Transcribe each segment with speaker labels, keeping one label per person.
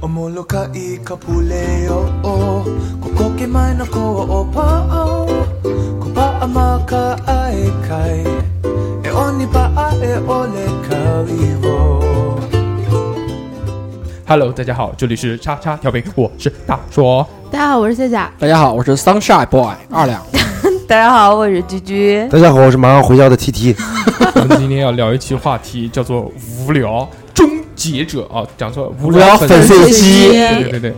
Speaker 1: おもろかいかぷれよここけまいのこをパオこばあまかあえかいえおにばあえおれかいを
Speaker 2: Hello，大家好，这里是叉叉调频，我是大硕。
Speaker 3: 大家好，我是夏夏。
Speaker 4: 大家好，我是 Sunshine Boy 二两。
Speaker 5: 大家好，我是居居。
Speaker 6: 大家好，我是马上回家的 TT。
Speaker 2: 我们今天要聊一期话题，叫做“无聊终结者”啊，讲错了，无聊
Speaker 4: 聊
Speaker 2: 粉
Speaker 4: 粉
Speaker 2: 碎
Speaker 4: 碎
Speaker 2: 机。
Speaker 4: 机
Speaker 2: 对对对，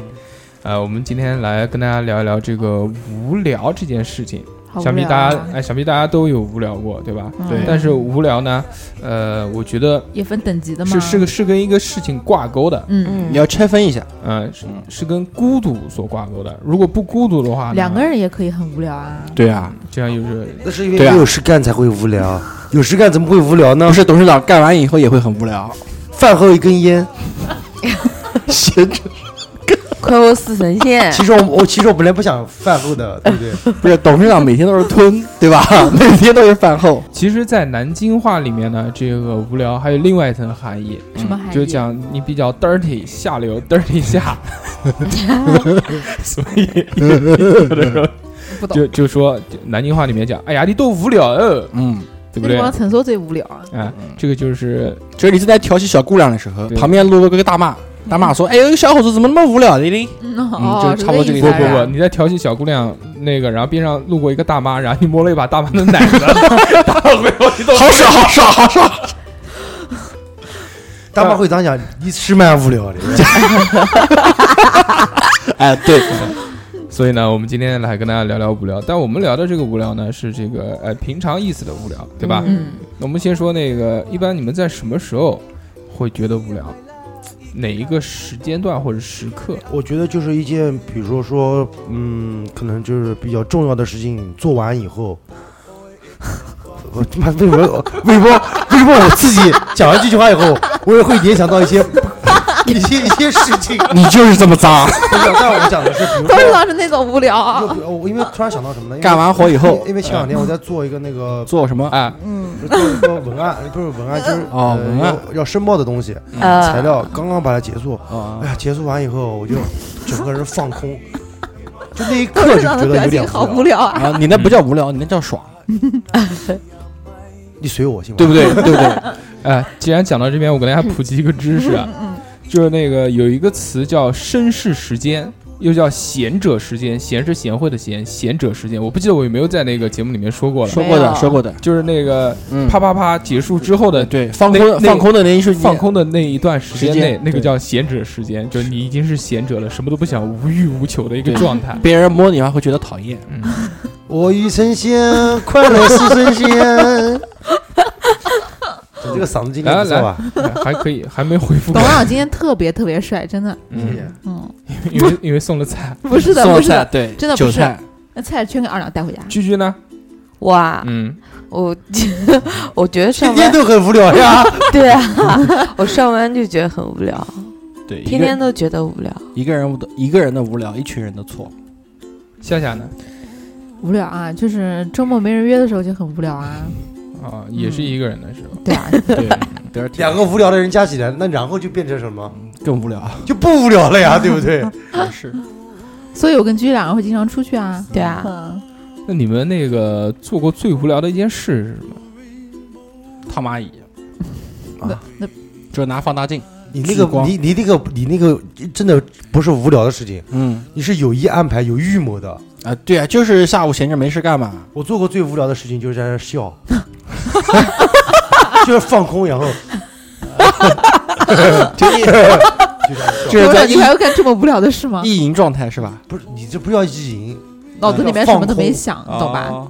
Speaker 2: 呃，我们今天来跟大家聊一聊这个无聊这件事情。
Speaker 3: 好无
Speaker 2: 想必
Speaker 3: 聊
Speaker 2: 大
Speaker 3: 啊
Speaker 2: 家哎，想必大家都有无聊过，对吧？
Speaker 3: 嗯
Speaker 4: 对
Speaker 2: 但是无聊呢，呃，我觉得
Speaker 3: 也分等级的吗？
Speaker 2: 是是个是跟一个事情挂钩的，
Speaker 3: 嗯，
Speaker 5: 嗯
Speaker 4: 你，要拆分一下，
Speaker 2: 嗯，是是跟孤独所挂钩的。如果不孤独的话，
Speaker 3: 两个，人也可以很无聊啊。
Speaker 4: 对啊，
Speaker 2: 这样就是
Speaker 6: 那是因为
Speaker 4: 对啊
Speaker 6: 没有事干才会无聊，有事干怎么会无聊呢
Speaker 4: 不？是董事长干完以后也会很无 聊。
Speaker 6: 饭后一根烟。闲着
Speaker 5: 快活似神 仙
Speaker 6: 其实我我其实我本来不想饭后的，对不对？
Speaker 4: 不是董事长每天都是吞，对 吧？每天都是饭后。
Speaker 2: 其实，在南京话里面呢，这个无聊还有另外一层含义，
Speaker 3: 什么含义？啊
Speaker 2: 就讲你比较 dirty 下流 dirty 下，所以有的时候
Speaker 3: 不懂
Speaker 2: 就就说就南京话里面讲，哎呀，你多无聊哦，
Speaker 4: 嗯，
Speaker 2: 对不
Speaker 3: 那地
Speaker 2: 对？
Speaker 3: 方厕所最无聊啊。
Speaker 2: 啊，这个就是
Speaker 4: 就是你正在调戏小姑娘的时候，
Speaker 2: 对
Speaker 4: 旁边路过个大妈，大妈说：“哎呦，小伙子怎么那么无聊的呢
Speaker 3: 嗯，哦，
Speaker 4: 就差不多这
Speaker 3: 意
Speaker 4: 个意
Speaker 3: 思
Speaker 4: 思
Speaker 2: 不
Speaker 3: 啊。
Speaker 4: 对
Speaker 2: 不不，你在调戏小姑娘那个，然后边上路过一个大妈，然后你摸了一把大妈的奶子，大妈回头你都？”
Speaker 4: 好爽，好爽，好爽！
Speaker 6: 大妈会咋想？你是蛮无聊的。
Speaker 4: 哎，对，
Speaker 2: 所以呢，我们今天来跟大家聊聊无聊，但我们聊的这个无聊呢，是这个呃平常意思的无聊，对吧？
Speaker 3: 嗯，
Speaker 2: 那我们先说那个，一般你们在什么时候会觉得无聊？哪一个时间段或者时刻？
Speaker 6: 我觉得就是一件，比如说，嗯，可能就是比较重要的事情做完以后， 我他妈为什么为什么为什么我自己讲完这句话以后，我也会联想到一些 一些一些事情。
Speaker 4: 你就是这么脏。
Speaker 6: 不是，但我讲的是，比如
Speaker 3: 董事
Speaker 6: 说。
Speaker 3: 长是那种无聊
Speaker 6: 就
Speaker 3: 啊。
Speaker 6: 比我因为突然想到什么呢？因为
Speaker 4: 干完活以后
Speaker 6: 因为因为前两天我在做一个那个
Speaker 4: 做什么？
Speaker 2: 哎，
Speaker 3: 嗯，
Speaker 6: 做一个文案，不是文案，就是呃
Speaker 4: 哦文案
Speaker 6: 要要申报的东西材
Speaker 5: 呃，
Speaker 6: 料，刚刚把它结束。
Speaker 4: 啊
Speaker 6: 哎，呀，结束完以后我就整个人 放空，就那一
Speaker 3: 董
Speaker 6: 刻
Speaker 3: 事
Speaker 6: 就
Speaker 3: 长
Speaker 6: 觉
Speaker 3: 的
Speaker 6: 得
Speaker 3: 表情
Speaker 6: 有点
Speaker 3: 好
Speaker 6: 无
Speaker 3: 无
Speaker 6: 聊。
Speaker 3: 聊啊。
Speaker 4: 啊！你那不叫无聊，你那叫爽，
Speaker 6: 你随我行吗？
Speaker 4: 对不 对？对不对？
Speaker 2: 哎，既然讲到这边，我给大家普及一个知识
Speaker 4: 嗯
Speaker 2: 啊，就是那个有一个词叫绅士时间，又叫贤者时间，贤是贤惠的贤，贤者时间。我不记得我有没有在那个节目里面说过了，
Speaker 4: 说过
Speaker 5: 没
Speaker 4: 的，
Speaker 5: 有
Speaker 4: 说过的。
Speaker 2: 就是那个
Speaker 4: 啊嗯，
Speaker 2: 啪啪啪结束之后的。
Speaker 4: 对，放
Speaker 2: 那
Speaker 4: 空
Speaker 2: 那
Speaker 4: 放空的那一瞬间，
Speaker 2: 放空的那一段时间
Speaker 4: 时
Speaker 2: 内
Speaker 4: 间，
Speaker 2: 那个
Speaker 4: 对
Speaker 2: 叫贤者时间，就是你已经是贤者了，什么都不想，无欲无求的一个
Speaker 4: 对
Speaker 2: 状态。嗯
Speaker 4: 别人摸你还会觉得讨厌。
Speaker 6: 我欲成仙，快乐似神仙。这个嗓子今天不错啊吧？
Speaker 2: 哎还可以，还没回复
Speaker 3: 董
Speaker 2: 过
Speaker 3: 事，长今天特别特别帅，真的。
Speaker 6: 谢
Speaker 2: 嗯
Speaker 6: 谢。
Speaker 3: 嗯，
Speaker 2: 因为因为送了菜。
Speaker 3: 不是的，
Speaker 4: 送
Speaker 3: 不是
Speaker 4: 菜
Speaker 3: 的，
Speaker 4: 对，
Speaker 3: 真的不
Speaker 4: 韭
Speaker 3: 是
Speaker 4: 菜。
Speaker 3: 那菜圈给二两带回家。
Speaker 2: 居居呢？
Speaker 5: 哇，
Speaker 2: 嗯，
Speaker 5: 我 我觉得
Speaker 6: 天
Speaker 5: 上
Speaker 6: 天
Speaker 5: 班
Speaker 6: 都很无聊呀。
Speaker 5: 对啊， 我上班就觉得很无聊，
Speaker 4: 对，一
Speaker 5: 天
Speaker 4: 个
Speaker 5: 天都觉得无聊。
Speaker 4: 一个人的一个人的无聊，一群人的错。
Speaker 2: 夏夏呢？
Speaker 3: 无聊啊，就是周末没人约的时候就很无聊啊。
Speaker 2: 啊，也是一个人的时候。
Speaker 3: 对啊，
Speaker 4: 对，得是
Speaker 6: 两个无聊的人加起来，那然后就变成什么？
Speaker 4: 更无聊。啊
Speaker 6: 就不无聊了呀，对不 对？
Speaker 4: 是，
Speaker 3: 所以我跟居居两个会经常出去啊。
Speaker 5: 对啊，
Speaker 3: 嗯，
Speaker 2: 那你们那个做过最无聊的一件事是什么？
Speaker 4: 烫蚂蚁，啊
Speaker 3: 那那
Speaker 4: 就是拿放大镜。
Speaker 6: 你那
Speaker 4: 聚
Speaker 6: 个，
Speaker 4: 光
Speaker 6: 你你那个，你那个，真的不是无聊的事情，
Speaker 4: 嗯
Speaker 6: 你是有意安排、有预谋的。
Speaker 4: 啊，对啊，就是下午闲着没事干嘛。
Speaker 6: 我做过最无聊的事情就是在那 儿笑，就是放空，然后啊就就这样笑
Speaker 4: 这是
Speaker 3: 不
Speaker 4: 在
Speaker 3: 是你还要干这么无聊的事吗？
Speaker 4: 意淫状态是吧？
Speaker 6: 不是你这不叫意淫，
Speaker 3: 脑子里面什么都没想，你懂吧？
Speaker 2: 啊？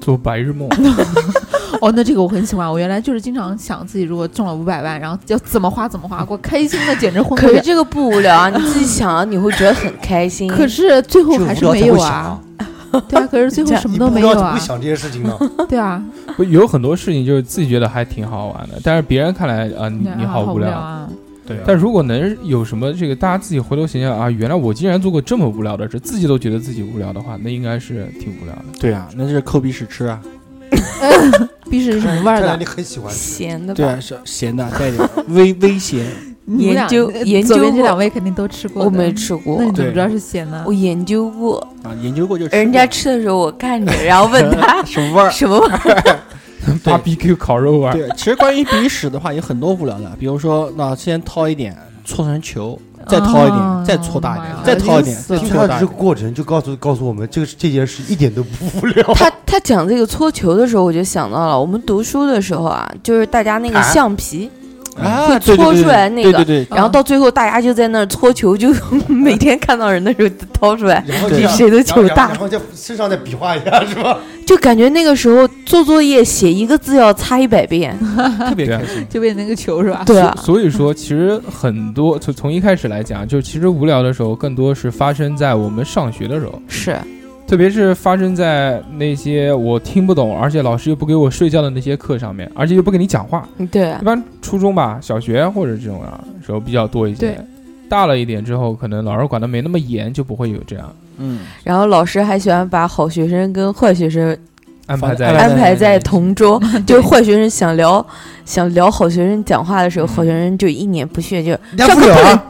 Speaker 2: 做白日 梦，
Speaker 3: 哦，那这个我很喜欢。我原来就是经常想自己如果中了五百万，然后要怎么花怎么花，我开心的简直昏
Speaker 5: 可
Speaker 3: 过
Speaker 5: 是
Speaker 3: 去。
Speaker 5: 这个不无聊啊，你自己想啊，你会觉得很开心。
Speaker 3: 可是最后
Speaker 6: 只
Speaker 3: 还
Speaker 6: 无
Speaker 3: 是
Speaker 6: 聊
Speaker 3: 没
Speaker 6: 才
Speaker 3: 有
Speaker 6: 会
Speaker 3: 啊
Speaker 6: 想，，
Speaker 3: 对啊，可是最后什么
Speaker 6: 你
Speaker 3: 都
Speaker 6: 不
Speaker 3: 没
Speaker 6: 无聊
Speaker 3: 有
Speaker 6: 怎么
Speaker 3: 啊
Speaker 6: 会，想这些事 情呢？
Speaker 3: 对啊，
Speaker 2: 不有很多事情就是自己觉得还挺好玩的，但是别人看来啊，你
Speaker 3: 啊
Speaker 2: 你
Speaker 3: 好
Speaker 2: 无聊。
Speaker 3: 啊！
Speaker 6: 对啊
Speaker 2: 但如果能有什么这个，大家自己回头想想啊，原来我竟然做过这么无聊的事，自己都觉得自己无聊的话，那应该是挺无聊的。
Speaker 4: 对啊，那就是抠鼻屎吃啊。
Speaker 3: 必是什么味儿
Speaker 6: 看来
Speaker 3: 的
Speaker 6: 你？很喜欢吃。
Speaker 5: 闲的
Speaker 4: 对
Speaker 5: 吧
Speaker 4: 啊，？是咸的，带点微 微咸。
Speaker 3: 你们俩
Speaker 5: 研究
Speaker 3: 呃
Speaker 5: 研
Speaker 3: 左
Speaker 5: 究
Speaker 3: 边这
Speaker 5: 过
Speaker 3: 两位肯定都吃过
Speaker 5: 我
Speaker 3: 的，
Speaker 5: 没吃过
Speaker 3: 那，你怎么
Speaker 4: 对
Speaker 3: 知道是咸的
Speaker 5: 我？研究过，
Speaker 4: 啊，研究过就吃过。
Speaker 5: 人家吃的时候我看着，然后问他
Speaker 4: 什么味儿？
Speaker 5: 什么味儿，
Speaker 2: b 比 Q 烤肉味儿，
Speaker 4: 对，其实关于鼻屎的话有很多无聊的，比如说那先掏一点，搓成球，再掏一
Speaker 3: 哦
Speaker 4: 点，再搓大一
Speaker 3: 妈呀
Speaker 4: 点，再掏一点，
Speaker 3: 真
Speaker 4: 再
Speaker 3: 是
Speaker 6: 听
Speaker 4: 搓
Speaker 6: 他的
Speaker 4: 大
Speaker 6: 这
Speaker 4: 一
Speaker 6: 个
Speaker 4: 点。
Speaker 6: 过程，就告诉告诉我们，这个这件事一点都不 无聊。
Speaker 5: 他他讲这个搓球的时候，我就想到了我们读书的时候啊，就是大家那个
Speaker 6: 啊
Speaker 5: 橡皮，搓
Speaker 4: 啊，对对对
Speaker 5: 出来那
Speaker 4: 对
Speaker 5: 个
Speaker 4: 对对，
Speaker 5: 然
Speaker 3: 嗯
Speaker 5: 后到最后大家就在那儿搓球，就 每天看到人的时候就掏出来，
Speaker 6: 然后
Speaker 4: 对
Speaker 6: 这
Speaker 5: 比
Speaker 6: 样
Speaker 5: 谁的
Speaker 6: 然后
Speaker 5: 球
Speaker 6: 然后
Speaker 5: 大
Speaker 6: 然，后在身上再比划一下，是吧？
Speaker 5: 就感觉那个时候做作业写一个字要擦一百 遍，
Speaker 4: 特别
Speaker 2: 对啊
Speaker 4: 开心。
Speaker 3: 就为那个球是吧？
Speaker 5: 对啊，
Speaker 2: 所以说，其实很多从从一开始来讲，就其实无聊的时候，更多是发生在我们上学的时候，
Speaker 5: 是
Speaker 2: 特别是发生在那些我听不懂，而且老师又不给我睡觉的那些课上面，而且又不给你讲话。
Speaker 5: 对啊
Speaker 2: 一，般初中吧、小学或者这种啊时候比较多一些
Speaker 3: 对。
Speaker 2: 大了一点之后，可能老师管的没那么严，就不会有这样
Speaker 4: 嗯，
Speaker 5: 然后老师还喜欢把好学生跟坏学生
Speaker 2: 安排
Speaker 4: 放
Speaker 2: 在
Speaker 4: 安
Speaker 2: 一起
Speaker 4: 排
Speaker 5: 安排在同 桌，就是坏学生想聊想聊好学生讲话的时
Speaker 3: 嗯
Speaker 5: 候，好学生就一脸不屑，就
Speaker 6: 人
Speaker 5: 上课不能
Speaker 6: 啊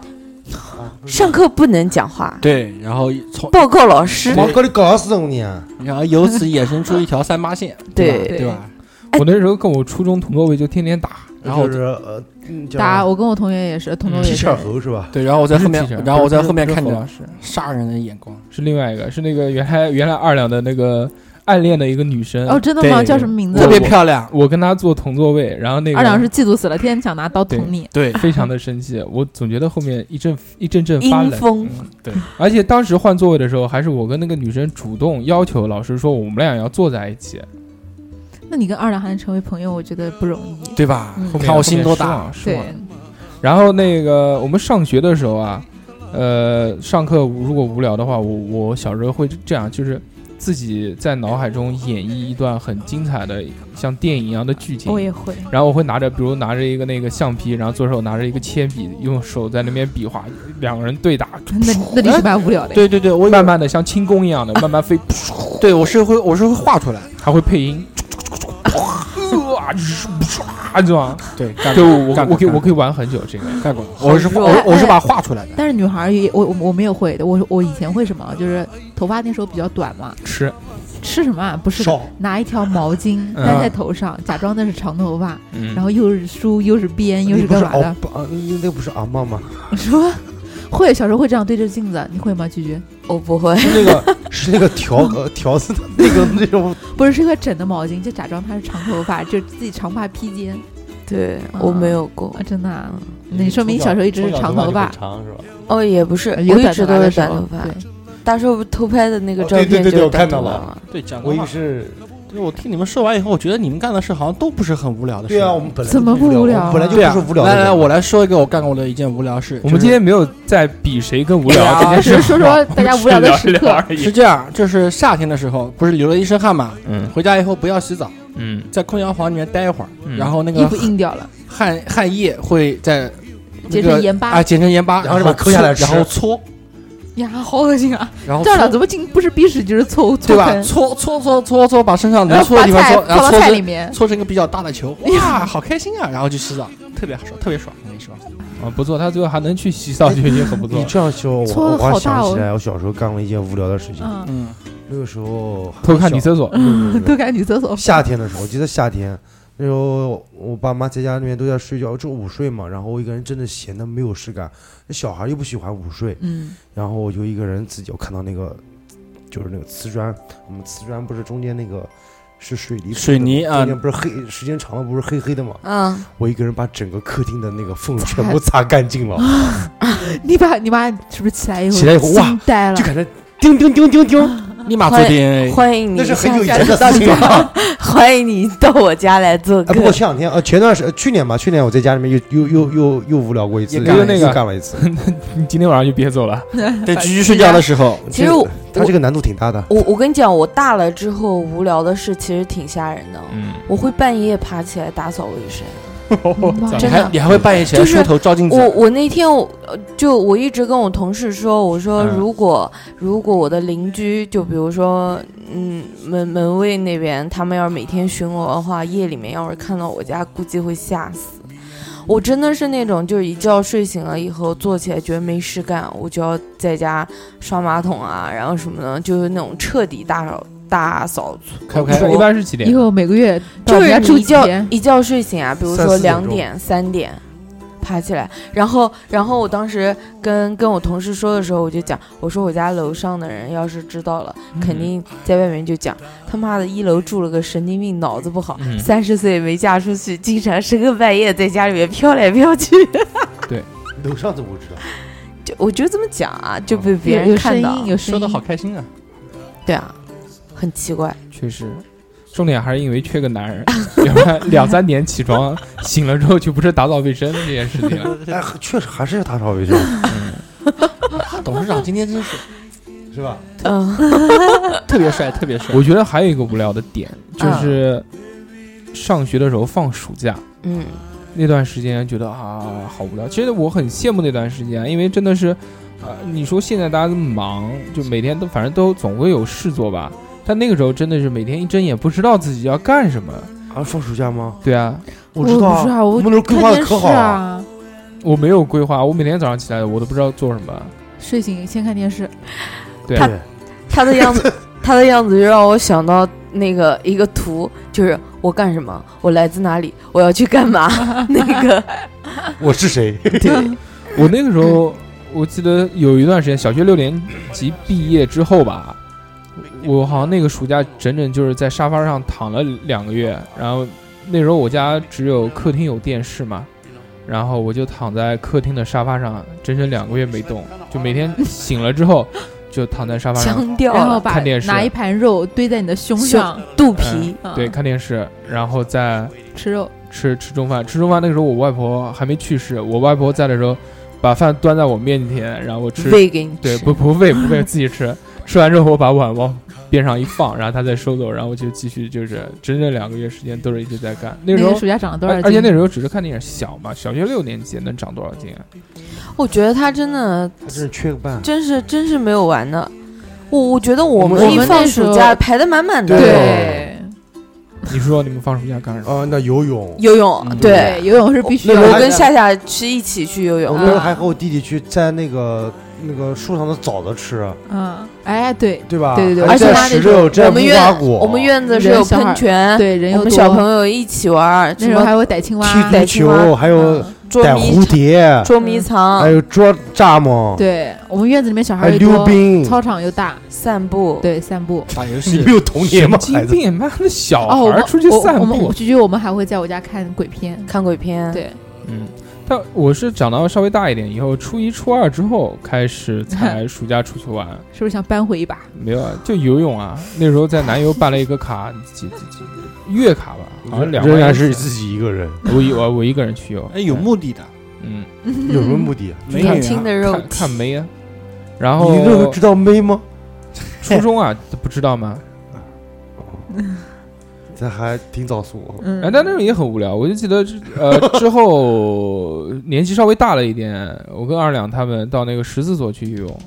Speaker 6: 不是
Speaker 5: 上课不能讲话，
Speaker 4: 对，然后从
Speaker 5: 报告老师。
Speaker 6: 我跟你搞死你啊！
Speaker 4: 然后由此衍生出一条三八线，
Speaker 5: 对
Speaker 4: 吧对吧？
Speaker 2: 我那时候跟我初中同座位就天天打，
Speaker 4: 然后
Speaker 6: 就是呃，嗯叫
Speaker 3: 打我跟我同学也是，同桌也
Speaker 6: 提
Speaker 3: 是
Speaker 6: 扇，猴是吧？
Speaker 4: 对，然后我在后面
Speaker 2: 不是 teacher，，
Speaker 4: 然后我在
Speaker 2: 不是
Speaker 4: 后面
Speaker 2: 不是
Speaker 4: 看
Speaker 2: 何老
Speaker 4: 着
Speaker 2: 师
Speaker 4: 杀人的眼光，
Speaker 2: 是另外一个，是那个原来原来二两的那个暗恋的一个女生。
Speaker 3: 哦，真的吗？
Speaker 4: 对
Speaker 3: 叫什么名字
Speaker 4: 特？别漂亮。
Speaker 2: 我跟她坐同座位，然后那个
Speaker 3: 二两是嫉妒死了，天天想拿刀捅你。
Speaker 4: 对，
Speaker 2: 非常的生 气，我总觉得后面一阵一阵阵发冷
Speaker 5: 阴风
Speaker 2: 嗯对，而且当时换座位的时候，还是我跟那个女生主动要求老师说我们俩要坐在一起。
Speaker 3: 那你跟二两还能成为朋友，我觉得不容易。
Speaker 4: 对吧
Speaker 3: 嗯？
Speaker 2: 后面
Speaker 4: 看我心多
Speaker 2: 后
Speaker 4: 大。
Speaker 2: 面失望失望
Speaker 3: 对，
Speaker 2: 然后那个我们上学的时候啊，呃，上课如果无聊的话，我我小时候会这样，就是自己在脑海中演绎一段很精彩的像电影一样的剧情
Speaker 3: 我。也会。
Speaker 2: 然后我会拿着，比如拿着一个那个橡皮，然后左手拿着一个铅笔，用手在那边比划，两个人对打，
Speaker 3: 那那你是蛮无聊的。
Speaker 4: 对对对，我有
Speaker 2: 慢慢的像轻功一 样的慢慢飞，
Speaker 4: 对我是会我是会画出来，
Speaker 2: 还会配音， 啊，这样，
Speaker 4: 对，干
Speaker 2: 就
Speaker 4: 过
Speaker 2: 我
Speaker 4: 干
Speaker 2: 我
Speaker 4: 过
Speaker 2: 可以我可
Speaker 4: 干
Speaker 2: 以玩很久这个。
Speaker 4: 干过，我是
Speaker 5: 弱
Speaker 4: 我我是把它画出来的，
Speaker 3: 但是女孩儿也我我我们也会的，我我以前会什么，就是头发那时候比较短嘛，
Speaker 2: 吃，
Speaker 3: 吃什么啊？不是的
Speaker 6: 少
Speaker 3: 拿一条毛巾
Speaker 2: 嗯
Speaker 3: 戴在头上，假装那是长头发，
Speaker 2: 嗯
Speaker 3: 然后又是梳又是编又
Speaker 6: 你
Speaker 3: 是
Speaker 6: 不
Speaker 3: 干
Speaker 6: 是
Speaker 3: 嘛的
Speaker 6: 敖？爸，你那个不是阿妈吗？
Speaker 3: 你 说会，小时候会这样对着镜子，你会吗？菊菊
Speaker 5: 我不会，
Speaker 6: 是那个是那个条呃条子的那个那种
Speaker 3: 不是是一个整的毛巾，就假装她是长头发，就自己长发披肩
Speaker 5: 对
Speaker 3: 啊
Speaker 5: 我没有过
Speaker 3: 啊，，真的啊、
Speaker 6: 嗯
Speaker 3: 那你说明小时候一直是长头发，
Speaker 6: 长是吧？
Speaker 5: 哦，也不是，
Speaker 3: 有
Speaker 5: 我一
Speaker 3: 短
Speaker 5: 直
Speaker 3: 头
Speaker 5: 都
Speaker 3: 发
Speaker 5: 是
Speaker 3: 的时
Speaker 5: 短
Speaker 3: 候
Speaker 5: 头发。
Speaker 3: 对，
Speaker 5: 大叔偷拍的那个
Speaker 6: 哦
Speaker 5: 照
Speaker 6: 对对
Speaker 5: 片
Speaker 6: 对
Speaker 5: 就
Speaker 6: 对
Speaker 5: 是
Speaker 6: 我
Speaker 5: 短
Speaker 6: 看
Speaker 5: 头
Speaker 6: 到
Speaker 5: 发
Speaker 6: 了
Speaker 5: 嘛。
Speaker 4: 对，讲
Speaker 6: 我
Speaker 4: 过
Speaker 6: 以为
Speaker 4: 话。
Speaker 6: 是
Speaker 4: 就是我听你们说完以后，我觉得你们干的事好像都不是很无聊的事。
Speaker 6: 对啊，我们本来就
Speaker 3: 怎么不
Speaker 6: 无
Speaker 3: 无聊啊
Speaker 6: 我本来就
Speaker 4: 对啊
Speaker 6: 不是无聊的
Speaker 4: 来
Speaker 6: 人。
Speaker 4: 来来，我来说一个我干过的一件无聊事。
Speaker 2: 我们
Speaker 4: 就
Speaker 2: 今
Speaker 4: 是
Speaker 2: 天没有在比谁更无聊
Speaker 4: 对
Speaker 2: 这
Speaker 4: 啊
Speaker 2: 件
Speaker 3: 只
Speaker 2: 事，
Speaker 3: 是说说大家无聊的
Speaker 2: 聊
Speaker 3: 时
Speaker 2: 一聊
Speaker 3: 刻。
Speaker 2: 而已
Speaker 4: 是。这样，就是夏天的时候，不是流了一身汗嘛，
Speaker 2: 嗯
Speaker 4: 回家以后不要洗澡，
Speaker 2: 嗯，
Speaker 4: 在空调房里面待一会儿，
Speaker 2: 嗯
Speaker 4: 然后那
Speaker 3: 衣
Speaker 4: 个
Speaker 3: 服硬掉了，
Speaker 4: 汗汗液会在
Speaker 3: 结
Speaker 4: 那个
Speaker 3: 成盐巴
Speaker 4: 啊，结成盐巴，
Speaker 6: 然后就把它抠下来吃
Speaker 4: 然后搓，
Speaker 3: 呀，好恶心啊！
Speaker 4: 然后
Speaker 3: 这俩
Speaker 4: 搓
Speaker 3: 怎么进不是鼻屎就是搓
Speaker 4: 哦
Speaker 3: 搓
Speaker 4: 对吧？
Speaker 3: 坑，
Speaker 4: 搓搓搓搓搓，把身上
Speaker 3: 然
Speaker 4: 能
Speaker 3: 后
Speaker 4: 搓的
Speaker 3: 把
Speaker 4: 地方
Speaker 3: 菜
Speaker 4: 搓，然
Speaker 3: 放到
Speaker 4: 后搓
Speaker 3: 菜
Speaker 4: 成
Speaker 3: 里面，
Speaker 4: 搓成一个比较大的球，哇，好开心啊！然后就洗澡，特别爽，特别爽，我跟你说。
Speaker 2: 啊不错，他最后还能去洗澡就已经很不错
Speaker 6: 你
Speaker 2: 了。
Speaker 6: 这样说，我
Speaker 3: 搓
Speaker 6: 我
Speaker 3: 得
Speaker 6: 忽然
Speaker 3: 好大
Speaker 6: 想
Speaker 3: 哦
Speaker 6: 起来，我小时候干过一件无聊的事情。
Speaker 3: 嗯，
Speaker 4: 嗯，
Speaker 6: 那个时候还
Speaker 2: 偷看女
Speaker 6: 小
Speaker 2: 厕所，
Speaker 6: 不是不是不
Speaker 3: 都
Speaker 6: 是
Speaker 3: 赶女厕所。
Speaker 6: 夏天的时候，我记得夏天那时候，我爸妈在家里面都在睡觉，就午睡嘛。然后我一个人真的闲的没有事干，那小孩又不喜欢午睡，
Speaker 3: 嗯，
Speaker 6: 然后我就一个人自己，我看到那个就是那个瓷砖，我们瓷砖不是中间那个是水泥铺的
Speaker 4: 水泥啊
Speaker 6: 中间不是黑，时间长了不是黑黑的嘛，
Speaker 5: 嗯，
Speaker 6: 我一个人把整个客厅的那个缝全部擦干净了，
Speaker 3: 你把你把是不是起来以后
Speaker 6: 起来以后哇
Speaker 3: 惊呆了
Speaker 6: 就，感觉叮叮叮叮叮，
Speaker 4: 立马做
Speaker 5: 欢
Speaker 4: DNA。
Speaker 5: 欢迎
Speaker 6: 哎那
Speaker 5: 你
Speaker 6: 是
Speaker 5: 下
Speaker 6: 很久以
Speaker 5: 次，
Speaker 6: 前的事情了。
Speaker 5: 欢迎你到我家来做
Speaker 6: 哎，不过
Speaker 5: 客。
Speaker 6: 前两天呃，前段时呃去年吧，去年我在家里面又又又又又无聊过一次，
Speaker 4: 也
Speaker 2: 干了一次
Speaker 6: 又干了一次。
Speaker 2: 你今天晚上就别走了，
Speaker 4: 对，居居睡觉的时候，
Speaker 5: 其实我
Speaker 6: 它这个难度挺大的，
Speaker 5: 我我跟你讲，我大了之后无聊的事其实挺吓人的。
Speaker 2: 嗯，
Speaker 5: 我会半夜爬起来打扫卫生。
Speaker 3: 哇
Speaker 4: 你
Speaker 5: 真
Speaker 4: 还
Speaker 5: 的
Speaker 4: 你还会半夜起来
Speaker 5: 就是
Speaker 4: 梳头照镜子，
Speaker 5: 我我那天我呃就我一直跟我同事说，我说
Speaker 2: 嗯
Speaker 5: 如果、如果我的邻居就比如说嗯门门卫那边他们要是每天巡逻的话，夜里面要是看到我家，估计会吓死。我真的是那种，就是一觉睡醒了以后坐起来觉得没事干，我就要在家刷马桶啊，然后什么的，就是那种彻底大扫大扫除。
Speaker 2: 开不开？
Speaker 5: 我
Speaker 2: 一般是几点
Speaker 3: 以？后每个月
Speaker 5: 就
Speaker 3: 到我们
Speaker 5: 是
Speaker 3: 家
Speaker 5: 你
Speaker 3: 住
Speaker 5: 一
Speaker 3: 几
Speaker 5: 觉
Speaker 3: 天，
Speaker 5: 一觉睡醒啊，比如
Speaker 6: 三
Speaker 5: 说
Speaker 6: 四点
Speaker 5: 两
Speaker 6: 钟
Speaker 5: 点、三点，爬起来，然后然后我当时跟跟我同事说的时候，我就讲，我说我家楼上的人要是知道了，肯定在外面就讲，他妈的一楼住了个神经病，脑子不好
Speaker 2: 嗯，
Speaker 5: 三十、岁没嫁出去，经常深更半夜在家里面飘来飘去，
Speaker 6: 楼上怎么会知道？
Speaker 5: 就我就这么讲啊，就被别
Speaker 3: 有有
Speaker 5: 人看
Speaker 3: 声
Speaker 5: 到
Speaker 3: 音，，有声
Speaker 4: 说
Speaker 3: 音，
Speaker 4: 的好开心啊！
Speaker 5: 对啊，很奇怪，
Speaker 2: 确实，
Speaker 4: 嗯
Speaker 2: 重点还是因为缺个男人，要不然两三点起床，醒了之后就不是打扫卫生这件事情了。
Speaker 6: 哎，确实还是要打扫卫生，
Speaker 4: 董事长今天真是
Speaker 6: 是吧？
Speaker 5: 嗯，
Speaker 4: 特别帅，特别帅。嗯
Speaker 2: 我觉得还有一个无聊的点，就是上学的时候放暑假。
Speaker 5: 嗯，
Speaker 2: 那段时间觉得啊好无聊。其实我很羡慕那段时间，因为真的是，啊、你说现在大家都忙，就每天都反正都总会有事做吧。但那个时候真的是每天一睁眼不知道自己要干什么。
Speaker 6: 啊，放暑假吗？
Speaker 2: 对啊，
Speaker 3: 我
Speaker 6: 知道啊
Speaker 3: 不知道我
Speaker 6: 们那时候规
Speaker 3: 看
Speaker 6: 划的
Speaker 3: 电视
Speaker 6: 可好了，
Speaker 3: 啊，
Speaker 2: 我没有规划，我每天早上起来我都不知道做什么。
Speaker 3: 睡醒先看电视，
Speaker 5: 哦
Speaker 2: 对啊
Speaker 5: 他他的样子，他的样子就让我想到那个一个图，就是我干什么，我来自哪里，我要去干 嘛，那个
Speaker 6: 我是谁？
Speaker 5: 对，
Speaker 2: 我那个时候，我记得有一段时间，小学六年级毕业之后吧，我好像那个暑假整整就是在沙发上躺了两个月。然后那时候我家只有客厅有电视嘛，然后我就躺在客厅的沙发上，整整两个月没 动，就每天醒了之后就躺在沙发上。
Speaker 5: 腔调
Speaker 3: 然后
Speaker 5: 啊，
Speaker 3: 把
Speaker 2: 看电视
Speaker 3: 拿一盘肉堆在你的胸上
Speaker 5: 肚皮，啊
Speaker 3: 嗯
Speaker 2: 对，看电视，然后再
Speaker 3: 吃肉，
Speaker 2: 吃吃中饭。吃中饭那个时候我外婆还没去世，我外婆在的时候，把饭端在我面前，然后我吃
Speaker 5: 喂给你
Speaker 2: 对，
Speaker 5: 吃，
Speaker 2: 不不喂不喂，自己吃。吃完之后，我把碗往边上一放，然后他再收走，然后我就继续就是整整两个月时间都是一直在干。那时
Speaker 3: 那
Speaker 2: 候
Speaker 3: 个，暑假长了多少
Speaker 2: 而
Speaker 3: 斤？
Speaker 2: 而且那时候只是看电影小嘛，小学六年级能长多少斤啊？
Speaker 5: 我觉得他真的
Speaker 6: 他真是缺个伴。
Speaker 5: 真是真是没有完的。我我觉得我
Speaker 3: 我
Speaker 5: 们一
Speaker 3: 们
Speaker 5: 放
Speaker 3: 那时
Speaker 5: 暑
Speaker 3: 候
Speaker 5: 假排的满满的，
Speaker 3: 对
Speaker 2: 你说你们放暑假干什么？
Speaker 6: 啊，那游泳，
Speaker 5: 游泳
Speaker 2: 嗯，
Speaker 5: 对，
Speaker 3: 游泳是必须
Speaker 6: 那
Speaker 3: 要
Speaker 6: 时
Speaker 5: 我
Speaker 6: 候
Speaker 3: 的。
Speaker 5: 跟夏夏是一起去游
Speaker 6: 我
Speaker 5: 泳
Speaker 6: 那
Speaker 3: 嗯
Speaker 5: 的，
Speaker 6: 时候还和我弟弟去摘那个那个树上的枣子吃，啊
Speaker 3: 嗯，哎，对
Speaker 6: 对吧？
Speaker 3: 对对对
Speaker 6: 还
Speaker 3: 而且
Speaker 6: 摘
Speaker 3: 他那
Speaker 6: 石
Speaker 3: 时候
Speaker 6: 榴，摘
Speaker 5: 我
Speaker 6: 无
Speaker 5: 们
Speaker 6: 花
Speaker 5: 院
Speaker 6: 果，
Speaker 5: 我们院子是有
Speaker 3: 人小孩
Speaker 5: 喷泉，
Speaker 3: 对，人
Speaker 5: 啊我
Speaker 3: 又
Speaker 5: 们小朋
Speaker 3: 多。
Speaker 5: 友一起玩儿，
Speaker 3: 那
Speaker 5: 什
Speaker 3: 时候还
Speaker 5: 么
Speaker 3: 有逮青蛙，
Speaker 6: 踢
Speaker 5: 逮
Speaker 6: 足
Speaker 5: 青蛙
Speaker 6: 球，还有
Speaker 3: 嗯
Speaker 5: 捉
Speaker 6: 逮
Speaker 5: 迷嗯
Speaker 6: 蝴蝶，
Speaker 5: 捉迷藏
Speaker 6: 还、有捉蚱蜢，
Speaker 3: 对我们院子里面小
Speaker 6: 哦还
Speaker 3: 孩
Speaker 6: 有
Speaker 3: 又
Speaker 6: 溜
Speaker 3: 多，
Speaker 6: 冰。
Speaker 3: 操场又大，
Speaker 5: 散步，
Speaker 3: 对，散步。
Speaker 4: 打游
Speaker 6: 你
Speaker 4: 戏
Speaker 6: 没有
Speaker 3: 哦
Speaker 6: 童年吗？孩
Speaker 2: 神
Speaker 6: 子
Speaker 2: 经，病！妈的，小
Speaker 3: 哦，我
Speaker 2: 孩
Speaker 3: 们
Speaker 2: 儿出去
Speaker 3: 我
Speaker 2: 散
Speaker 3: 我们
Speaker 2: 步
Speaker 3: 我。居居我们还会在我家看鬼片，
Speaker 5: 看鬼片，，啊
Speaker 3: 对，
Speaker 2: 嗯，但我是长到稍微大一点以后，初一、初二之后开始才暑假出去玩，
Speaker 3: 是不是想扳回一把？
Speaker 2: 没有啊，就游泳啊。那时候在南邮办了一个卡，几几几月卡吧，好像两
Speaker 6: 仍
Speaker 2: 万
Speaker 6: 然
Speaker 2: 块钱。
Speaker 6: 是自己一个人，
Speaker 2: 我一我我一个人去游，
Speaker 4: 哎，有目的的，
Speaker 2: 嗯，
Speaker 6: 有什么目的啊？
Speaker 4: 美
Speaker 5: 年
Speaker 4: 女
Speaker 5: 轻
Speaker 4: 啊
Speaker 5: 的肉
Speaker 2: 看看梅啊，然后
Speaker 6: 你那时候知道妹吗？
Speaker 2: 初中啊都不知道吗？
Speaker 6: 这还挺早熟。啊
Speaker 3: 嗯
Speaker 2: 哎，，但那时候也很无聊，我就记得之呃之后年纪稍微大了一点，我跟二两他们到那个十字所去游泳，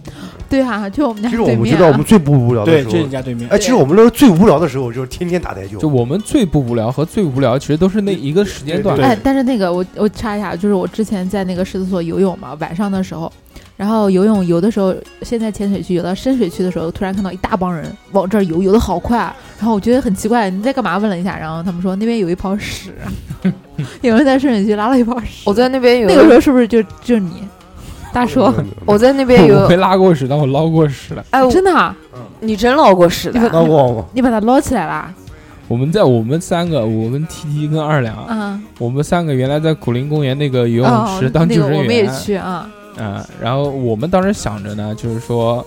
Speaker 3: 对啊，就我们家
Speaker 6: 其实
Speaker 3: 对
Speaker 6: 我
Speaker 3: 面啊。
Speaker 6: 们知道，我们最不无聊的
Speaker 4: 对，
Speaker 6: 时
Speaker 4: 就是
Speaker 6: 候
Speaker 4: 你，家对面。
Speaker 6: 哎，其实我们那时候最无聊的时候就是天天打台球
Speaker 2: 就。我们最不无聊和最无聊其实都是那一个时间段
Speaker 4: 对，
Speaker 3: 哎，但是那个我我插一下，就是我之前在那个狮子所游泳嘛，晚上的时候，然后游泳游的时候，先在浅水区游到深水区的时候，突然看到一大帮人往这儿游，游的好快，啊然后我觉得很奇怪，你在干嘛？问了一下，然后他们说那边有一泡 屎，有人在深水区拉了一泡屎。
Speaker 5: 我在那边有，
Speaker 3: 那个时候是不是就就你大叔？
Speaker 5: 我在那边
Speaker 2: 我
Speaker 5: 有
Speaker 2: 没，拉过屎，但我捞过屎了。
Speaker 5: 哎，我
Speaker 3: 真的、啊，
Speaker 5: 你真捞过屎
Speaker 3: 你
Speaker 5: 的？
Speaker 3: 把
Speaker 6: 那我
Speaker 3: 你把它捞起来啦？
Speaker 2: 我们在我们三个，我跟 T T 跟二两，
Speaker 3: 啊，
Speaker 2: 我们三个原来在古林公园那个游泳
Speaker 3: 哦
Speaker 2: 池当
Speaker 3: 那
Speaker 2: 救
Speaker 3: 个
Speaker 2: 生
Speaker 3: 我们也
Speaker 2: 员
Speaker 3: 去啊，
Speaker 2: 啊。然后我们当时想着呢，就是说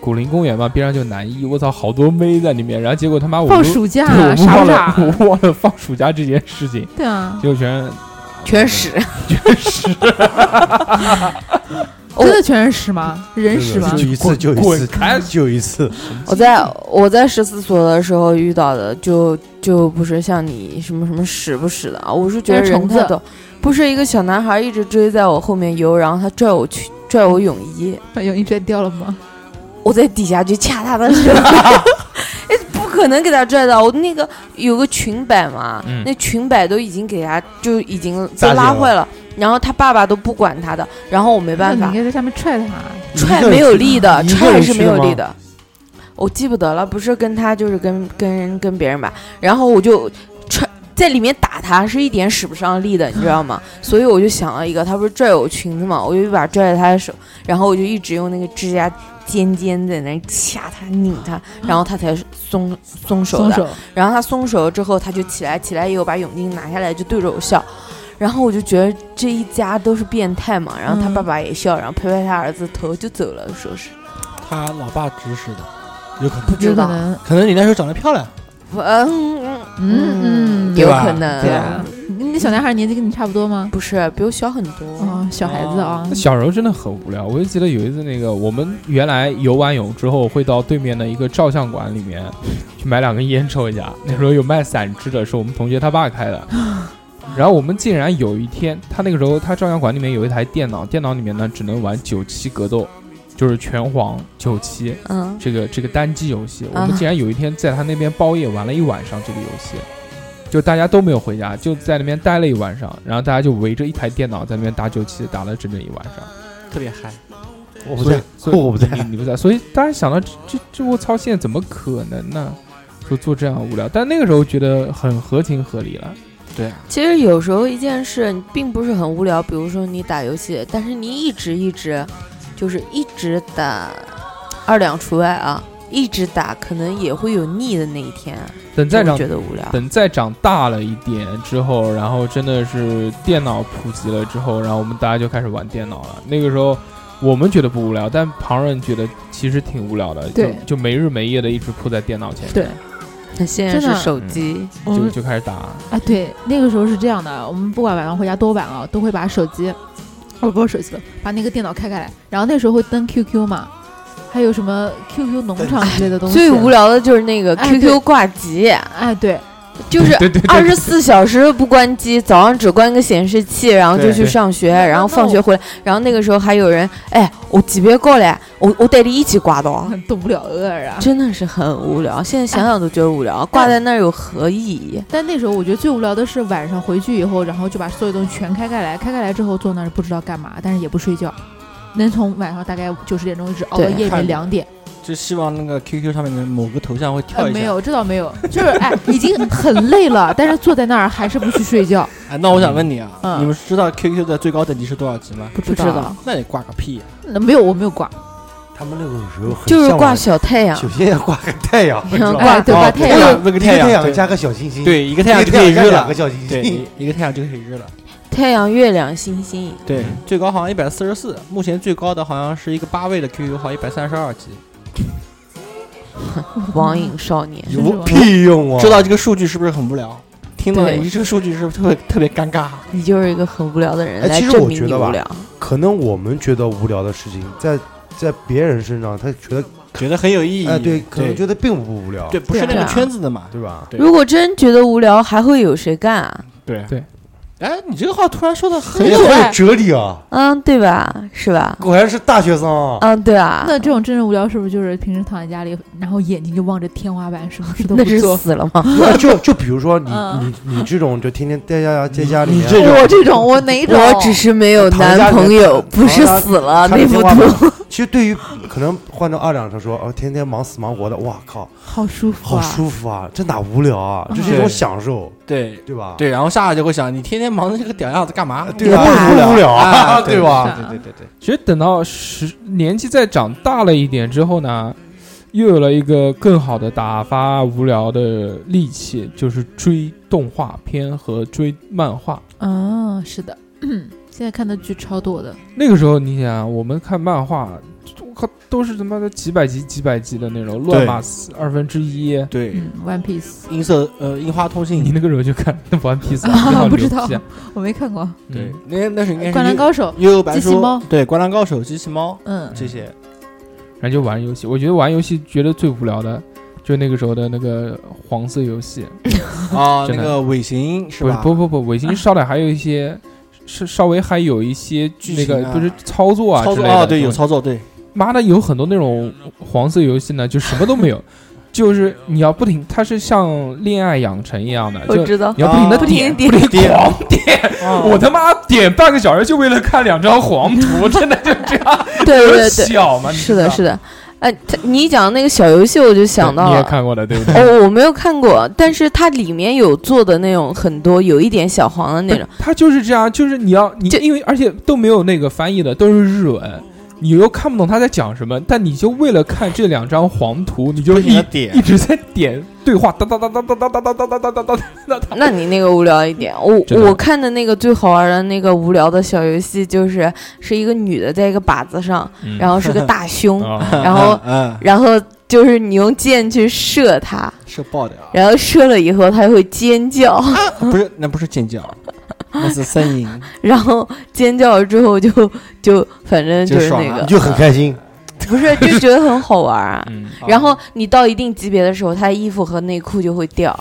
Speaker 2: 古林公园嘛，边上就南一，我操，好多妹在里面。然后结果他妈我
Speaker 3: 放
Speaker 2: 都
Speaker 3: 暑假
Speaker 2: 对我
Speaker 3: 啊
Speaker 2: 们
Speaker 3: 傻
Speaker 2: 忘
Speaker 3: 不
Speaker 2: 了
Speaker 3: 傻？
Speaker 2: 我 忘了放暑假这件事情，
Speaker 3: 对啊，
Speaker 2: 结果全
Speaker 5: 全屎，
Speaker 3: 哦
Speaker 2: 全是
Speaker 3: 真的全是屎吗？人屎吗
Speaker 6: 就？一次就一
Speaker 2: 滚
Speaker 6: 次
Speaker 2: 开，
Speaker 6: 就一次，
Speaker 5: 我在我在十四所的时候遇到的就就不是像你什么什么屎不屎的啊，我是觉得
Speaker 3: 那是
Speaker 5: 人
Speaker 3: 虫
Speaker 5: 太
Speaker 3: 子
Speaker 5: 多，不是一个小男孩一直追在我后面游，然后他拽我去拽我泳衣，
Speaker 3: 有你拽掉了吗？
Speaker 5: 我在底下就掐他的手，哎，不可能给他拽到，我那个有个裙摆嘛，
Speaker 2: 嗯
Speaker 5: 那裙摆都已经给他就已经
Speaker 6: 扎
Speaker 5: 被拉
Speaker 6: 紧
Speaker 5: 坏了，然后他爸爸都不管他的，然后我没办
Speaker 3: 那
Speaker 5: 法
Speaker 3: 你应，该在下面踹他。
Speaker 5: 踹
Speaker 6: 一个人
Speaker 5: 没有
Speaker 6: 去
Speaker 5: 力的，
Speaker 6: 一个
Speaker 5: 踹
Speaker 6: 人
Speaker 5: 是
Speaker 6: 去
Speaker 5: 没有
Speaker 6: 的
Speaker 5: 力
Speaker 6: 吗
Speaker 5: 的。我记不得了，不是跟他就是跟跟跟别人吧，然后我就踹在里面打他，是一点使不上力的，你知道 吗？所以我就想了一个，他不是拽我裙子嘛，我就一把拽着他的手，然后我就一直用那个指甲尖尖在那儿掐他、拧他，然后他才松松手的。
Speaker 3: 松手，
Speaker 5: 然后他松手了之后，他就起来，起来以后把泳镜拿下来，就对着我笑。然后我就觉得这一家都是变态嘛。然后他
Speaker 3: 嗯
Speaker 5: 爸爸也笑，然后拍拍他儿子头就走了，说是
Speaker 4: 他老爸指使的，有可能，
Speaker 5: 不
Speaker 3: 有
Speaker 5: 知
Speaker 3: 可
Speaker 5: 道，
Speaker 3: 能，
Speaker 4: 可能你那时候长得漂亮，
Speaker 5: 嗯嗯
Speaker 3: 嗯嗯
Speaker 5: 有
Speaker 4: 对吧
Speaker 5: 可能，
Speaker 3: 对啊，那小男孩年纪跟你差不多吗？
Speaker 5: 不是比我小很多。
Speaker 3: 哦，小孩子啊，
Speaker 2: 小时候真的很无聊，我就记得有一次，那个我们原来游完泳之后会到对面的一个照相馆里面去买两根烟抽一下。那时候有卖散支的，是我们同学他爸开的。然后我们竟然有一天，他那个时候他照相馆里面有一台电脑，电脑里面呢只能玩九七格斗，就是拳皇九七
Speaker 5: 嗯，
Speaker 2: 这个这个单机游戏。我
Speaker 5: 啊
Speaker 2: 们竟然有一天在他那边包夜玩了一晚上这个游戏。就大家都没有回家，就在那边待了一晚上，然后大家就围着一台电脑在那边打九七，打了整整一晚上。
Speaker 4: 特别嗨。
Speaker 6: 我不在，
Speaker 2: 所以
Speaker 6: 我不在，
Speaker 2: 你你不在，所以大家想到这这这我操，现在怎么可能呢？说做这样无聊，但那个时候觉得很合情合理了。
Speaker 4: 对啊，
Speaker 5: 其实有时候一件事你并不是很无聊，比如说你打游戏，但是你一直一直就是一直打，二两除外啊，一直打可能也会有腻的那一天，
Speaker 2: 等再
Speaker 5: 就
Speaker 2: 长
Speaker 5: 会觉得无聊。
Speaker 2: 等再长大了一点之后，然后真的是电脑普及了之后，然后我们大家就开始玩电脑了。那个时候我们觉得不无聊，但旁人觉得其实挺无聊的，就
Speaker 3: 对
Speaker 2: 就没日没夜的一直扑在电脑前面，
Speaker 3: 对，
Speaker 5: 那现在
Speaker 3: 真
Speaker 5: 是
Speaker 3: 的
Speaker 5: 手
Speaker 6: 嗯
Speaker 5: 机，
Speaker 3: 我
Speaker 2: 就
Speaker 3: 们
Speaker 2: 就开始打。
Speaker 3: 啊，对，那个时候是这样的，我们不管晚上回家多晚啊，都会把手机，哦，不是手机了，把那个电脑开开来，然后那时候会登 QQ 嘛，还有什么 QQ 农场之类的东西，
Speaker 5: 最无
Speaker 3: 聊。
Speaker 5: 聊的就是那个
Speaker 3: 哎对
Speaker 5: QQ 挂机，
Speaker 3: 哎，对，
Speaker 5: 就是
Speaker 2: 对对对
Speaker 5: 二十四小时都不关机，早上只关个显示器，然后就
Speaker 4: 对
Speaker 5: 去
Speaker 2: 对
Speaker 5: 上学，
Speaker 3: 那
Speaker 5: 然后
Speaker 3: 那
Speaker 5: 放
Speaker 3: 我
Speaker 5: 学回来，然后那个时候还有人，哎，我级别过来，我我带你一起挂 到。
Speaker 3: 很动不了偶尔啊。
Speaker 5: 真的是很无聊，现在想想都觉得无聊，挂在那儿有何意义？
Speaker 3: 但那时候我觉得最无聊的是晚上回去以后，然后就把所有东西全开开来，开开来之后坐那儿不知道干嘛，但是也不睡觉，能从晚上大概九十点钟一直熬到
Speaker 5: 对
Speaker 3: 夜里
Speaker 4: 看
Speaker 3: 面两点。
Speaker 4: 就希望那个 QQ 上面的某个头像会跳
Speaker 3: 呃，
Speaker 4: 一下。
Speaker 3: 没有，这倒没有，就是哎，已经很累了，但是坐在那儿还是不去睡觉，
Speaker 4: 哎，那我想问你啊，
Speaker 3: 嗯
Speaker 4: 你们知道 QQ 的最高等级是多少级吗？
Speaker 3: 不
Speaker 5: 知
Speaker 3: 知
Speaker 5: 道
Speaker 3: 道，
Speaker 4: 那你挂个屁呀、
Speaker 3: 那没有，我没有挂，
Speaker 6: 他们那个时候很
Speaker 5: 就是
Speaker 6: 向
Speaker 5: 挂
Speaker 6: 往
Speaker 5: 小嗯太阳，
Speaker 6: 首先要挂个太阳，
Speaker 5: 然后
Speaker 3: 哎
Speaker 5: 挂
Speaker 3: 对挂太阳
Speaker 4: 那个
Speaker 6: 一个
Speaker 4: 太
Speaker 6: 太
Speaker 4: 阳，
Speaker 6: 加个小星星，，
Speaker 4: 嗯对，一个太
Speaker 6: 太阳
Speaker 4: 阳就可以
Speaker 6: 加
Speaker 4: 热
Speaker 6: 两
Speaker 4: 了
Speaker 6: 个，小星
Speaker 4: 对，
Speaker 6: 星，
Speaker 4: 一一个太阳就可以热了。
Speaker 5: 太阳、月亮、星星，
Speaker 4: 对，最高好像一百四十四，目前最高的好像是一个八位的 QQ 号，一百三十二级。
Speaker 5: 网瘾少年。
Speaker 3: 是
Speaker 6: 有
Speaker 3: 吗
Speaker 6: 屁用啊！
Speaker 4: 知道这个数据是不是很无聊？听到
Speaker 5: 对
Speaker 4: 你这个数据是不是特别特别尴尬？
Speaker 5: 你就是一个很无聊的人，
Speaker 6: 哎
Speaker 5: 来
Speaker 6: 其实
Speaker 5: 证
Speaker 6: 我
Speaker 5: 明
Speaker 6: 觉
Speaker 5: 你
Speaker 6: 得
Speaker 5: 无
Speaker 6: 吧
Speaker 5: 聊。
Speaker 6: 可能我们觉得无聊的事情，在在别人身上，他觉得
Speaker 4: 觉得很有意义。
Speaker 6: 哎、对，可能
Speaker 4: 呃对
Speaker 6: 觉得并不无聊，
Speaker 4: 对，不是那
Speaker 5: 对
Speaker 4: 个
Speaker 5: 啊
Speaker 4: 圈子的嘛。
Speaker 6: 对吧？
Speaker 4: 对
Speaker 5: 如果真觉得无聊，还会有谁干啊？
Speaker 4: 对
Speaker 2: 对。
Speaker 4: 哎，你这个话突然说的很
Speaker 3: 很
Speaker 4: 有
Speaker 3: 可
Speaker 6: 很
Speaker 3: 爱
Speaker 6: 哎有哲理啊，
Speaker 5: 嗯，对吧？是吧？
Speaker 6: 果然是大学生啊！
Speaker 5: 嗯，对啊。
Speaker 3: 那这种真正无聊是不是就是平时躺在家里，然后眼睛就望着天花板，什么事都
Speaker 5: 那
Speaker 3: 不
Speaker 5: 是
Speaker 3: 做？
Speaker 5: 死了吗？
Speaker 6: 那啊就就比如说你
Speaker 3: 嗯
Speaker 6: 你你这种就天天在家在家里
Speaker 4: 你
Speaker 6: 面，
Speaker 4: 这种
Speaker 3: 我这种，我哪种？
Speaker 5: 我只是没有男朋友，不是死了
Speaker 6: 看
Speaker 5: 那
Speaker 6: 着
Speaker 5: 幅
Speaker 6: 天花板
Speaker 5: 啊图。
Speaker 6: 其实对于可能换成二两他说哦，天天忙死忙活的，哇靠，
Speaker 3: 好舒服
Speaker 6: 好
Speaker 3: 啊！
Speaker 6: 舒服啊！这哪无聊啊？这是一
Speaker 4: 对
Speaker 6: 种享受，
Speaker 4: 对
Speaker 6: 对吧？
Speaker 4: 对，然后下来就会想，你天天忙着这个屌样子干嘛？
Speaker 6: 对吧？
Speaker 5: 对吧
Speaker 6: 不无聊啊，
Speaker 4: 啊
Speaker 6: 对吧？
Speaker 4: 对对对对，
Speaker 2: 其实等到十年纪再长大了一点之后呢，又有了一个更好的打发无聊的利器，就是追动画片和追漫画。
Speaker 3: 嗯，是的， 现在看的剧超多的，
Speaker 2: 那个时候，你想，我们看漫画，我靠，都是他妈的几百集、几百集的那种，乱码四二分之一。
Speaker 4: 对，
Speaker 3: 嗯，One Piece，
Speaker 4: 银色呃樱花通信
Speaker 2: 你，那个时候就看 One Piece，
Speaker 3: 啊
Speaker 2: 你 好
Speaker 3: 不知道
Speaker 2: 牛逼啊
Speaker 3: 我没看过
Speaker 4: 对，那那是应该
Speaker 3: 《
Speaker 4: 是
Speaker 3: 灌篮
Speaker 4: 幽
Speaker 3: 高手》，
Speaker 4: 幽游白
Speaker 3: 机器
Speaker 4: 书
Speaker 3: 猫，
Speaker 4: 对，灌篮高手、机器猫
Speaker 3: 嗯，
Speaker 4: 这些，
Speaker 2: 然后就玩游戏。我觉得玩游戏觉得最无聊的，就那个时候的那个黄色游戏，
Speaker 4: 啊，
Speaker 2: 真
Speaker 4: 那
Speaker 2: 的
Speaker 4: 个尾行是
Speaker 2: 不
Speaker 4: 吧？
Speaker 2: 不不不，尾行稍歹还有一 些。是稍微还有一些
Speaker 4: 剧
Speaker 2: 那个
Speaker 4: 情啊
Speaker 2: 不是操作啊
Speaker 4: 操
Speaker 2: 之
Speaker 4: 作
Speaker 2: 类的
Speaker 4: 啊，对，有
Speaker 2: 东西
Speaker 4: 操作，对，
Speaker 2: 妈的有很多那种黄色游戏呢，就什么都没有，就是你要不停，它是像恋爱养成一样的，
Speaker 5: 我
Speaker 2: 就
Speaker 5: 知道
Speaker 2: 你要不停
Speaker 4: 啊
Speaker 2: 的
Speaker 4: 不
Speaker 2: 点，
Speaker 5: 停
Speaker 2: 不停地
Speaker 4: 点
Speaker 2: 狂 点，
Speaker 3: 哦
Speaker 2: 我他妈点半个小时就为了看两张黄图，真的就这样，
Speaker 5: 对对对，
Speaker 2: 小吗？你
Speaker 5: 是
Speaker 2: 知
Speaker 5: 的，
Speaker 2: 道
Speaker 5: 是的。哎，他你讲那个小游戏，我就想
Speaker 2: 对
Speaker 5: 到
Speaker 2: 你也
Speaker 5: 了。
Speaker 2: 看过的，对不对？
Speaker 5: 哦，我没有看过，但是它里面有做的那种很多，有一点小黄的那种。
Speaker 2: 他就是这样，就是你要你
Speaker 5: 这
Speaker 2: 因为而且都没有那个翻译的，都是日文。你又看不懂他在讲什么，但你就为了看这两张黄图，你就
Speaker 4: 不停
Speaker 2: 一
Speaker 4: 的点
Speaker 2: 一，直在点对话，哒哒哒哒哒哒哒哒哒哒哒哒哒哒哒。
Speaker 5: 那你那个无聊一点，我
Speaker 2: 真的
Speaker 5: 我看的那个最好玩的那个无聊的小游戏，就是是一个女的在一个靶子上，
Speaker 2: 嗯
Speaker 5: 然后是个大 胸，
Speaker 2: 啊，
Speaker 5: 然后
Speaker 4: 嗯，
Speaker 5: 然后就是你用箭去射它，
Speaker 4: 是爆掉，
Speaker 5: 然后射了以后它会尖叫，
Speaker 4: 不是，那不是 尖叫，那是呻吟，
Speaker 5: 然后尖叫了之后就就反正
Speaker 4: 就是爽
Speaker 5: 那
Speaker 4: 了
Speaker 5: 个嗯
Speaker 6: 你就 很开心。
Speaker 5: 不是就觉得很好玩啊。
Speaker 2: 嗯，
Speaker 5: 然后你到一定级别的时候，他的衣服和内裤就会掉。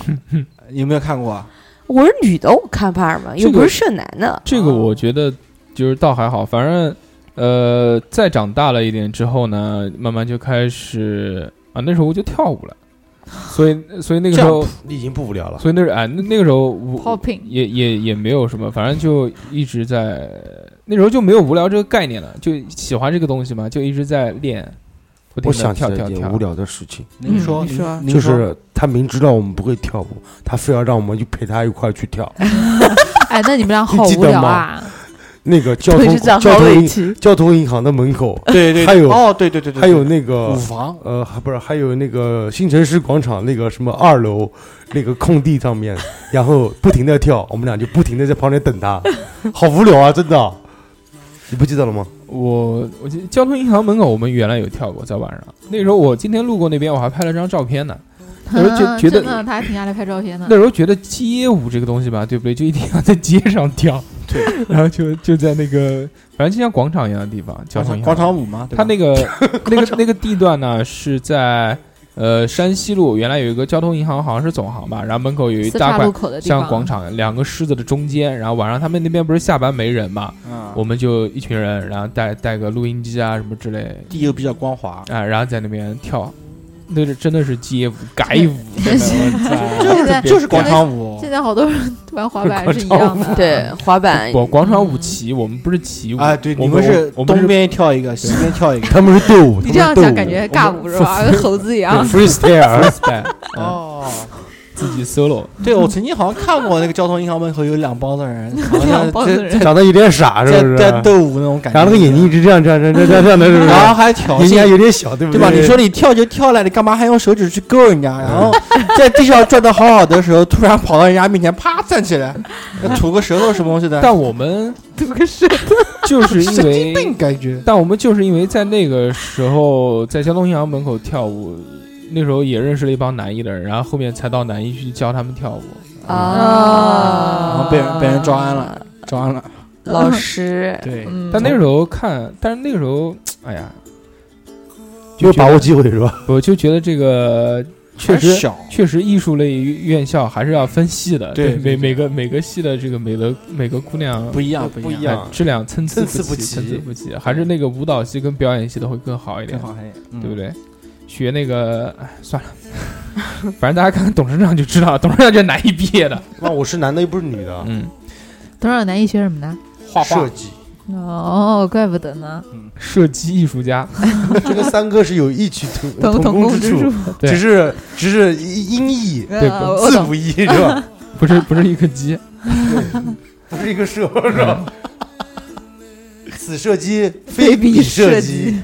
Speaker 4: 有没有看过啊？
Speaker 5: 我是女的，我看怕什么？又
Speaker 2: 这个
Speaker 5: 不是剩男的。
Speaker 2: 这个我觉得就是倒还好，反正呃，再长大了一点之后呢，慢慢就开始啊，那时候我就跳舞了，所以所以那个时候，
Speaker 6: 你已经不无聊了，
Speaker 2: 所以那是哎，那那个时候我
Speaker 3: Popping
Speaker 2: 也也也没有什么，反正就一直在那时候就没有无聊这个概念了，就喜欢这个东西嘛，就一直在练，不停
Speaker 6: 我
Speaker 2: 的
Speaker 6: 想起
Speaker 2: 跳
Speaker 6: 了
Speaker 2: 跳
Speaker 6: 一
Speaker 2: 跳
Speaker 6: 件无。聊的事情，
Speaker 4: 您
Speaker 3: 嗯
Speaker 4: 说，
Speaker 3: 你
Speaker 4: 您
Speaker 3: 说
Speaker 4: 您
Speaker 6: 就是他明知道我们不会跳舞，他非要让我们去陪他一块儿去跳。
Speaker 3: 哎，那你们俩好
Speaker 6: 你记
Speaker 3: 无
Speaker 6: 得
Speaker 3: 聊
Speaker 6: 吗
Speaker 3: 啊！
Speaker 6: 那个交
Speaker 5: 腿
Speaker 6: 通
Speaker 5: 是长
Speaker 6: 交
Speaker 5: 好
Speaker 6: 通
Speaker 5: 委
Speaker 6: 银
Speaker 5: 屈，
Speaker 6: 交通银行的门口，
Speaker 4: 对对，
Speaker 6: 还有
Speaker 4: 哦，对对对对，
Speaker 6: 还有
Speaker 4: 对
Speaker 6: 那个
Speaker 4: 五房，
Speaker 6: 呃，还不是还有那个新城市广场那个什么二楼那个空地上面，然后不停的跳，我们俩就不停的在旁边等他，好无聊啊，真的。你不记得了吗？
Speaker 2: 我我记得交通银行门口我们原来有跳过，在晚上那时候我今天路过那边我还拍了张照片呢。 我就觉觉得
Speaker 3: 嗯真的，他还挺爱来拍照片的
Speaker 2: 那。时候觉得街舞这个东西吧，对不对？就一定要在街上 跳，
Speaker 4: 对，
Speaker 2: 然后就就在那个，反正就像广场一样的地方，交
Speaker 4: 广
Speaker 2: 通
Speaker 4: 场
Speaker 2: 银
Speaker 4: 广
Speaker 2: 行。
Speaker 4: 场舞嘛，对
Speaker 2: 它
Speaker 4: 吧
Speaker 2: 那个那个那个地段呢，是在呃山西路，原来有一个交通银行，好像是总行吧，然后门口有一
Speaker 3: 四
Speaker 2: 大
Speaker 3: 岔
Speaker 2: 块
Speaker 3: 路口的地方，
Speaker 2: 像广场两个狮子的中间，然后晚上他们那边不是下班没人嘛，
Speaker 4: 嗯
Speaker 2: 我们就一群人，然后带带个录音机啊什么之类，
Speaker 4: 地又比较光滑，
Speaker 2: 啊，然后在那边跳，那是真的是街舞改舞， 真的我操
Speaker 3: 现在
Speaker 4: 就是广场舞
Speaker 3: 现在好多人玩滑板是一
Speaker 6: 广场
Speaker 3: 样的，，
Speaker 5: 嗯对滑板
Speaker 2: 广广场舞旗，我们不是旗舞
Speaker 4: 啊，对，
Speaker 2: 我
Speaker 4: 你们是
Speaker 2: 我们
Speaker 4: 东边跳一个，西边跳 一个，
Speaker 6: 他们是队伍，
Speaker 3: 你
Speaker 6: 他
Speaker 3: 这
Speaker 6: 们
Speaker 3: 样
Speaker 6: 是 队
Speaker 3: 想
Speaker 6: 伍
Speaker 3: 感觉尬舞是吧？
Speaker 2: 我
Speaker 3: 跟猴子一样。
Speaker 6: freestyle，
Speaker 2: freestyle，嗯
Speaker 4: 哦，
Speaker 2: 自己 solo，
Speaker 4: 对我曾经好像看过那个交通银行门口有两帮子人， 好
Speaker 3: 两
Speaker 4: 像
Speaker 3: 帮子人
Speaker 4: 在在
Speaker 6: 长得有点傻，是不是？
Speaker 4: 在在斗舞那种感觉，
Speaker 6: 然后那个眼睛一直这样这样这样这样这样的，是不
Speaker 4: 然后
Speaker 6: 是？
Speaker 4: 还挑
Speaker 6: 眼睛还
Speaker 4: 衅。
Speaker 6: 有点小，对不
Speaker 4: 对吧？
Speaker 6: 对
Speaker 4: 你说你跳就跳了，你干嘛还用手指去勾人家？然后在地上转的好好的时候，突然跑到人家面前，啪站起来，吐个舌头什么东西的，
Speaker 2: 但我们
Speaker 3: 读个是
Speaker 2: 就是因
Speaker 4: 神经病
Speaker 2: 为，
Speaker 4: 感觉。
Speaker 2: 但我们就是因为在那个时候在交通银行门口跳舞，那时候也认识了一帮南艺的人，然后后面才到南艺去教他们跳舞。
Speaker 5: 啊
Speaker 4: 然后被人被人招安了，招安了。
Speaker 5: 老师，
Speaker 4: 对
Speaker 2: 但那时候看，但是那个时候，哎呀，觉
Speaker 6: 就
Speaker 2: 得
Speaker 6: 把握机会是吧？
Speaker 2: 我就觉得这个确实
Speaker 4: 小，
Speaker 2: 确实，艺术类院校还是要分系的，
Speaker 4: 对
Speaker 2: 每
Speaker 4: 对
Speaker 2: 每个每个系的这个每个每个姑娘
Speaker 4: 不一样，
Speaker 6: 不
Speaker 4: 不
Speaker 6: 一
Speaker 4: 一
Speaker 6: 样
Speaker 4: 样，
Speaker 2: 哎质量参差
Speaker 4: 参差
Speaker 2: 不
Speaker 4: 不
Speaker 2: 齐，
Speaker 4: 齐
Speaker 2: 参差不齐，还是那个舞蹈系跟表演系的会更好嗯一点
Speaker 4: 更，好还
Speaker 2: 对
Speaker 4: 对
Speaker 2: 不？对？学那个，哎，算了， 反正大家看看董事长就知道了，董事长就是南艺毕业的，
Speaker 6: 那我是男的又不是女的，
Speaker 2: 嗯，
Speaker 3: 董事长男艺学什么呢？
Speaker 2: 画画
Speaker 6: 设、计。
Speaker 3: 哦，怪不得呢，
Speaker 2: 设计艺术家，
Speaker 6: 这个三哥是有异曲同
Speaker 3: 同
Speaker 6: 同
Speaker 3: 工之
Speaker 6: 工之处，
Speaker 2: 对
Speaker 6: 只是只是音译
Speaker 3: 呃
Speaker 2: 对
Speaker 3: 我
Speaker 6: 字
Speaker 3: 懂
Speaker 6: 不一，是吧？
Speaker 2: 不是不是一个鸡，
Speaker 6: 不是一个 社，是吧？此射击非彼
Speaker 3: 射
Speaker 6: 射击，
Speaker 2: 嗯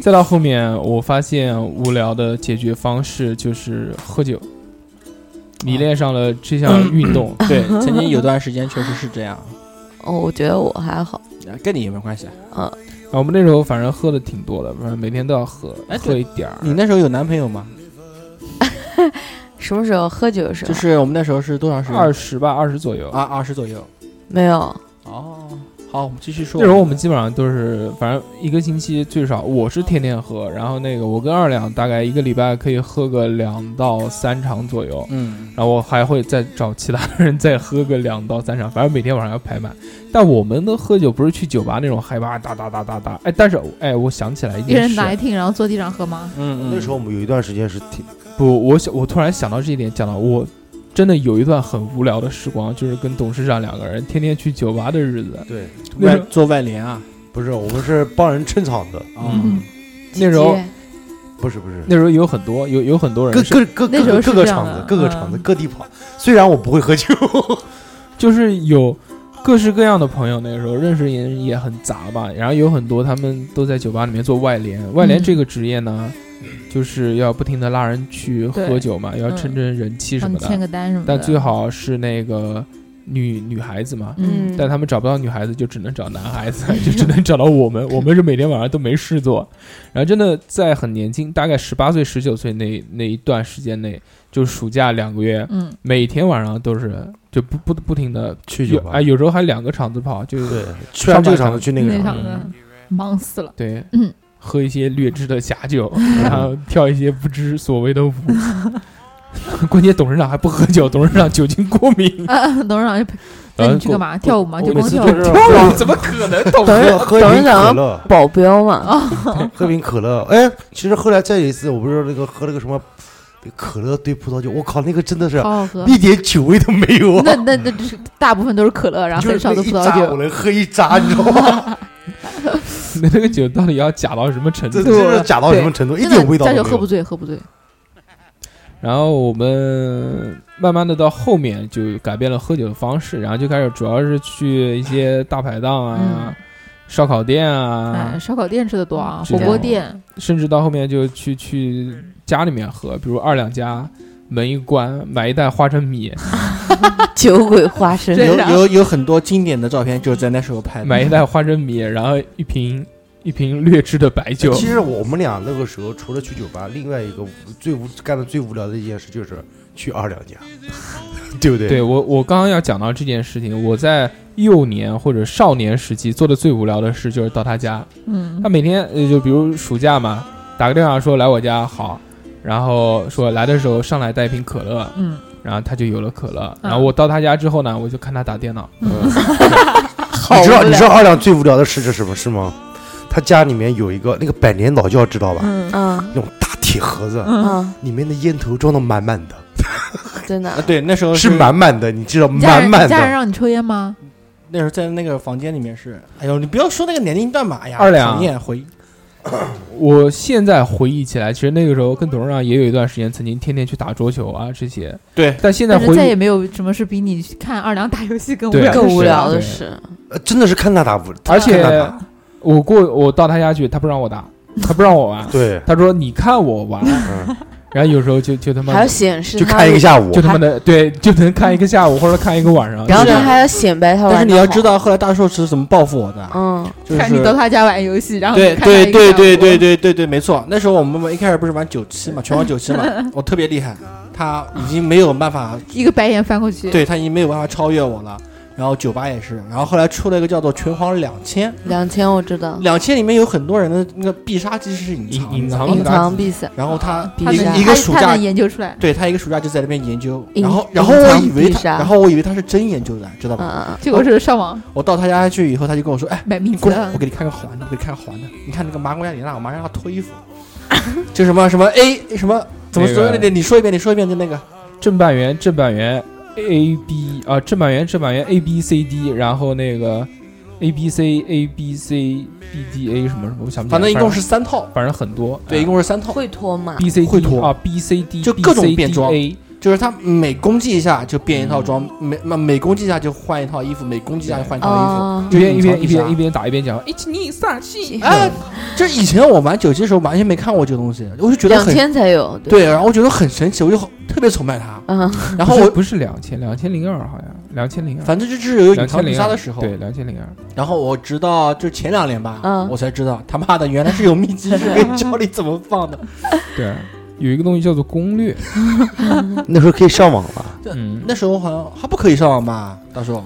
Speaker 2: 再到后面，我发现无聊的解决方式就是喝酒，迷恋上了这项运动。
Speaker 4: 对， 曾经有段时间确实是这样，
Speaker 5: 哦，我觉得我还好，
Speaker 4: 啊跟你也没关系。
Speaker 5: 嗯，
Speaker 2: 啊我们那时候反正喝的挺多的，反正每天都要喝，
Speaker 4: 哎对
Speaker 2: 喝一点儿。
Speaker 4: 你那时候有男朋友吗？
Speaker 5: 什么时候喝酒的时候？
Speaker 4: 就是我们那时候是多长时间？
Speaker 2: 啊二十吧，二十左右。
Speaker 4: 啊，二十左右。
Speaker 5: 没有，
Speaker 4: 哦，好，我们继续说。
Speaker 2: 那时候我们基本上都是，反正一个星期最少我是天天喝，然后那个我跟二两大概一个礼拜可以喝个两到三场左右，
Speaker 4: 嗯，
Speaker 2: 然后我还会再找其他人再喝个两到三场，反正每天晚上要排满。但我们的喝酒不是去酒吧那种嗨吧哒哒哒哒哒，哎，但是哎，我想起来一
Speaker 3: 一
Speaker 2: 件
Speaker 3: 人
Speaker 2: 事，
Speaker 3: 拿一听，然后坐地上喝吗？
Speaker 4: 嗯嗯，
Speaker 6: 那时候我们有一段时间是挺
Speaker 2: 不，我想我突然想到这一点，讲到我真的有一段很无聊的时光，就是跟董事长两个人天天去酒吧的日子。
Speaker 6: 对，
Speaker 2: 那
Speaker 4: 外
Speaker 2: 时候
Speaker 4: 做外联啊，
Speaker 6: 不是我们是帮人撑场的，
Speaker 4: 嗯，
Speaker 2: 那时候
Speaker 5: 姐姐
Speaker 6: 不是不是，
Speaker 2: 那时候有很多有有很多
Speaker 6: 各
Speaker 2: 人是
Speaker 6: 各各
Speaker 3: 那时候
Speaker 6: 各
Speaker 3: 是
Speaker 6: 各个
Speaker 3: 这样
Speaker 6: 场子
Speaker 3: 的
Speaker 6: 各个
Speaker 3: 嗯
Speaker 6: 场子各地跑，虽然我不会喝酒，
Speaker 2: 就是有各式各样的朋友，那个时候认识人也很杂吧，然后有很多他们都在酒吧里面做外联，外联
Speaker 3: 嗯
Speaker 2: 这个职业呢，就是要不停的拉人去喝
Speaker 3: 对
Speaker 2: 酒嘛，要蹭蹭人气
Speaker 3: 嗯他
Speaker 2: 什么
Speaker 3: 们
Speaker 2: 的，
Speaker 3: 签个单什么的。
Speaker 2: 但最好是那个女女孩子嘛。
Speaker 3: 嗯，
Speaker 5: 嗯，
Speaker 2: 但他们找不到女孩子，就只能找男孩子， 就只能找到我们。我们是每天晚上都没事做，然后真的在很年轻，大概十八岁、十九岁那那一段时间内，就暑假两个月，
Speaker 3: 嗯，
Speaker 2: 每天晚上都是就不不不停的
Speaker 6: 去
Speaker 2: 有啊，，有时候还两个场子跑，就是
Speaker 6: 对，去完这个场子去那个
Speaker 3: 那
Speaker 6: 场
Speaker 3: 场
Speaker 6: 子，
Speaker 3: 子忙死了。
Speaker 2: 对，
Speaker 3: 嗯
Speaker 2: 喝一些劣质的假酒， 然后跳一些不知所谓的舞。 关键董事长还不喝酒，董事长酒精过敏。
Speaker 3: 啊，董事长就陪，那你去干嘛？跳舞吗？就光跳
Speaker 2: 我
Speaker 3: 舞
Speaker 2: 每次。都 是怎么可能懂？
Speaker 6: 喝喝一
Speaker 5: 董
Speaker 6: 瓶
Speaker 5: 事
Speaker 6: 可
Speaker 5: 长
Speaker 6: 乐，
Speaker 5: 保镖嘛，
Speaker 6: 喝瓶可乐。哎，其实后来再有一次，我不是那个喝了个什么可乐兑葡萄酒，我靠，那个真的是
Speaker 3: 好好喝。
Speaker 6: 一点酒味都没有啊！
Speaker 3: 那那那就是大部分都是可乐，然后
Speaker 6: 就是
Speaker 3: 很少
Speaker 6: 那
Speaker 3: 的
Speaker 6: 一
Speaker 3: 葡
Speaker 6: 扎
Speaker 3: 萄
Speaker 6: 我
Speaker 3: 酒。
Speaker 6: 能喝一扎，你知道吗？
Speaker 2: 那这个酒到底要假到什么程
Speaker 6: 这
Speaker 2: 度？
Speaker 6: 真是假到什么程度，一
Speaker 3: 真
Speaker 6: 点
Speaker 3: 的
Speaker 6: 味道
Speaker 3: 假
Speaker 6: 都
Speaker 3: 酒
Speaker 6: 没
Speaker 3: 喝不
Speaker 6: 有。
Speaker 3: 醉，喝不醉。
Speaker 2: 然后我们慢慢的到后面就改变了喝酒的方式，然后就开始主要是去一些大排档啊、
Speaker 3: 嗯
Speaker 2: 烧烤店啊，
Speaker 3: 哎，烧烤店吃的多啊，
Speaker 2: 是
Speaker 3: 火
Speaker 2: 的
Speaker 3: 锅店
Speaker 2: 甚至到后面就去去家里面喝，比如二两家门一关，买一袋花生 米，
Speaker 5: 酒鬼花生，
Speaker 4: 有有有很多经典的照片就是在那时候拍的。
Speaker 2: 买一袋花生米，然后一瓶一瓶劣质的白酒。
Speaker 6: 哎其实我们俩那个时候除了去酒吧，另外一个最无干的最无聊的一件事就是去二两家， 对不对？
Speaker 2: 对我，我刚刚要讲到这件事情，我在幼年或者少年时期做的最无聊的事就是到他家，
Speaker 3: 嗯
Speaker 2: 他，每天呃就比如暑假嘛，打个电话说来我家好，然后说来的时候上来带一瓶可乐，
Speaker 3: 嗯，
Speaker 2: 然后他就有了可乐。
Speaker 3: 嗯
Speaker 2: 然后我到他家之后呢，我就看他打电脑，
Speaker 6: 嗯你知道你知道二两最无聊的事是什么事吗？他家里面有一个那个百年老窖，知道吧？
Speaker 3: 嗯
Speaker 5: 嗯
Speaker 6: 那种大铁盒子，
Speaker 5: 嗯，
Speaker 6: 里面的烟头装的满满的，
Speaker 5: 真
Speaker 4: 啊，
Speaker 5: 的，
Speaker 4: 对，那时候
Speaker 6: 是满满嗯的，你知道
Speaker 3: 你家
Speaker 6: 满
Speaker 3: 人
Speaker 6: 满
Speaker 3: 你家人
Speaker 6: 的。
Speaker 3: 让你抽烟吗？
Speaker 4: 那时候在那个房间里面是，哎呦，你不要说那个年龄段嘛，哎呀，
Speaker 2: 二
Speaker 6: 啊
Speaker 2: 两
Speaker 4: 讨厌回忆。
Speaker 2: 我现在回忆起来，其实那个时候跟董事长也有一段时间曾经天天去打桌球啊这些，
Speaker 4: 对，
Speaker 2: 但现在
Speaker 3: 但
Speaker 2: 回
Speaker 3: 是再也
Speaker 2: 忆
Speaker 3: 没有什么是比你看二两打游戏更无
Speaker 2: 对
Speaker 3: 聊的事
Speaker 5: 更
Speaker 3: 了。
Speaker 5: 无聊的
Speaker 2: 对
Speaker 5: 是，
Speaker 6: 呃真的是看他打不，
Speaker 2: 而且
Speaker 6: 看他打，
Speaker 2: 我过我到他家去，他不让我打，他不让我玩
Speaker 6: 对，
Speaker 2: 他说你看我玩，
Speaker 6: 嗯，
Speaker 2: 然后有时候就就他妈
Speaker 5: 还要显示
Speaker 6: 就
Speaker 5: 他
Speaker 6: 看一个下午
Speaker 2: 就，他妈的对，就能看一个下午或者看一个晚上，
Speaker 5: 然后
Speaker 4: 是
Speaker 5: 他还要显摆他玩，
Speaker 4: 但是你要知，道，后来大硕是怎么报复我的，啊
Speaker 5: 嗯，
Speaker 4: 就是
Speaker 3: 看你到他家玩游戏，然后
Speaker 4: 对
Speaker 3: 你哦看他
Speaker 4: 对
Speaker 3: 一个
Speaker 4: 对
Speaker 3: 下
Speaker 4: 对
Speaker 3: 午
Speaker 4: 对对对对，没错。那时候我们一开始不是玩九七嘛，全玩九七 嘛，我特别厉害，他已经没有办法，
Speaker 3: 一个白眼翻过去，
Speaker 4: 对他已经没有办法超越我了。然后酒吧也是，然后后来出了一个叫做《拳皇两千》，
Speaker 5: 两千我知
Speaker 3: 哦
Speaker 5: 道，
Speaker 4: 两千里面有很多人的那个必杀技是隐藏
Speaker 2: 隐隐藏
Speaker 4: 的
Speaker 2: 的
Speaker 5: 隐藏必死，
Speaker 4: 然后他
Speaker 5: 必
Speaker 3: 哦他
Speaker 4: 一
Speaker 5: 杀
Speaker 3: 能
Speaker 4: 个一个暑
Speaker 3: 他他
Speaker 4: 假
Speaker 3: 能研究出来，
Speaker 4: 对他一个暑假就在那边研究，
Speaker 5: 隐
Speaker 4: 然后然后我以
Speaker 5: 隐藏
Speaker 4: 为
Speaker 5: 必
Speaker 4: 他，
Speaker 5: 杀
Speaker 4: 然后我以为他是真研究的，知道吧？
Speaker 5: 嗯，
Speaker 3: 结果是上网
Speaker 4: 我到他家去以后，他就跟我说：“哎，
Speaker 3: 买名字
Speaker 4: 过。来，我给你看个好玩的，我给你看个好玩的。你看那个麻瓜雅典娜，我马上要脱衣服， 就什么什么 A 什么怎么说
Speaker 2: 那个
Speaker 4: 那个你说一遍，你说一遍就那个
Speaker 2: 正半圆，正半圆，A B 啊，正半圆，正半圆，A B C D，然后那个 A B C A B C B D A 什么什么，我想不起来，
Speaker 4: 反正一嗯共是三套，
Speaker 2: 反正很多，
Speaker 4: 对，一
Speaker 2: 共
Speaker 4: 共是三 套。
Speaker 5: 会脱吗？
Speaker 2: B C
Speaker 4: 会拖
Speaker 2: 啊，B C D
Speaker 4: 就各种
Speaker 2: B C D
Speaker 4: 变装
Speaker 2: A
Speaker 4: 就是他每攻击一下就变一套装，每那每攻击一下就换一套衣服，每攻击一下就换一套衣服。
Speaker 5: 哦
Speaker 2: 一边一边一边一
Speaker 4: 边。
Speaker 2: 边打一边讲，一起你上戏。
Speaker 4: 哎，这以前我玩九级的时候完全没看过这个东西，我就觉得
Speaker 5: 两
Speaker 4: 很
Speaker 5: 千才有，
Speaker 4: 对，啊然后我觉得很神奇，我就好特别崇拜他。
Speaker 5: 嗯，
Speaker 4: 然
Speaker 2: 不
Speaker 4: 后
Speaker 2: 是
Speaker 4: 我
Speaker 2: 不是两千，两千零二好像，两千零二，
Speaker 4: 反正就是有隐
Speaker 2: 两
Speaker 4: 藏
Speaker 2: 千
Speaker 4: 必
Speaker 2: 零
Speaker 4: 杀
Speaker 2: 二
Speaker 4: 的时候，
Speaker 2: 对，两千零二。
Speaker 4: 然后我直到就前两年吧，
Speaker 5: 嗯
Speaker 4: 我才知道他妈的原来是有秘籍是可以教你怎么 放的。
Speaker 2: 对，有一个东西叫做攻略，
Speaker 6: 那时候可以上网 了，，
Speaker 2: 嗯，
Speaker 4: 那时候好像还不可以上网吧，大叔，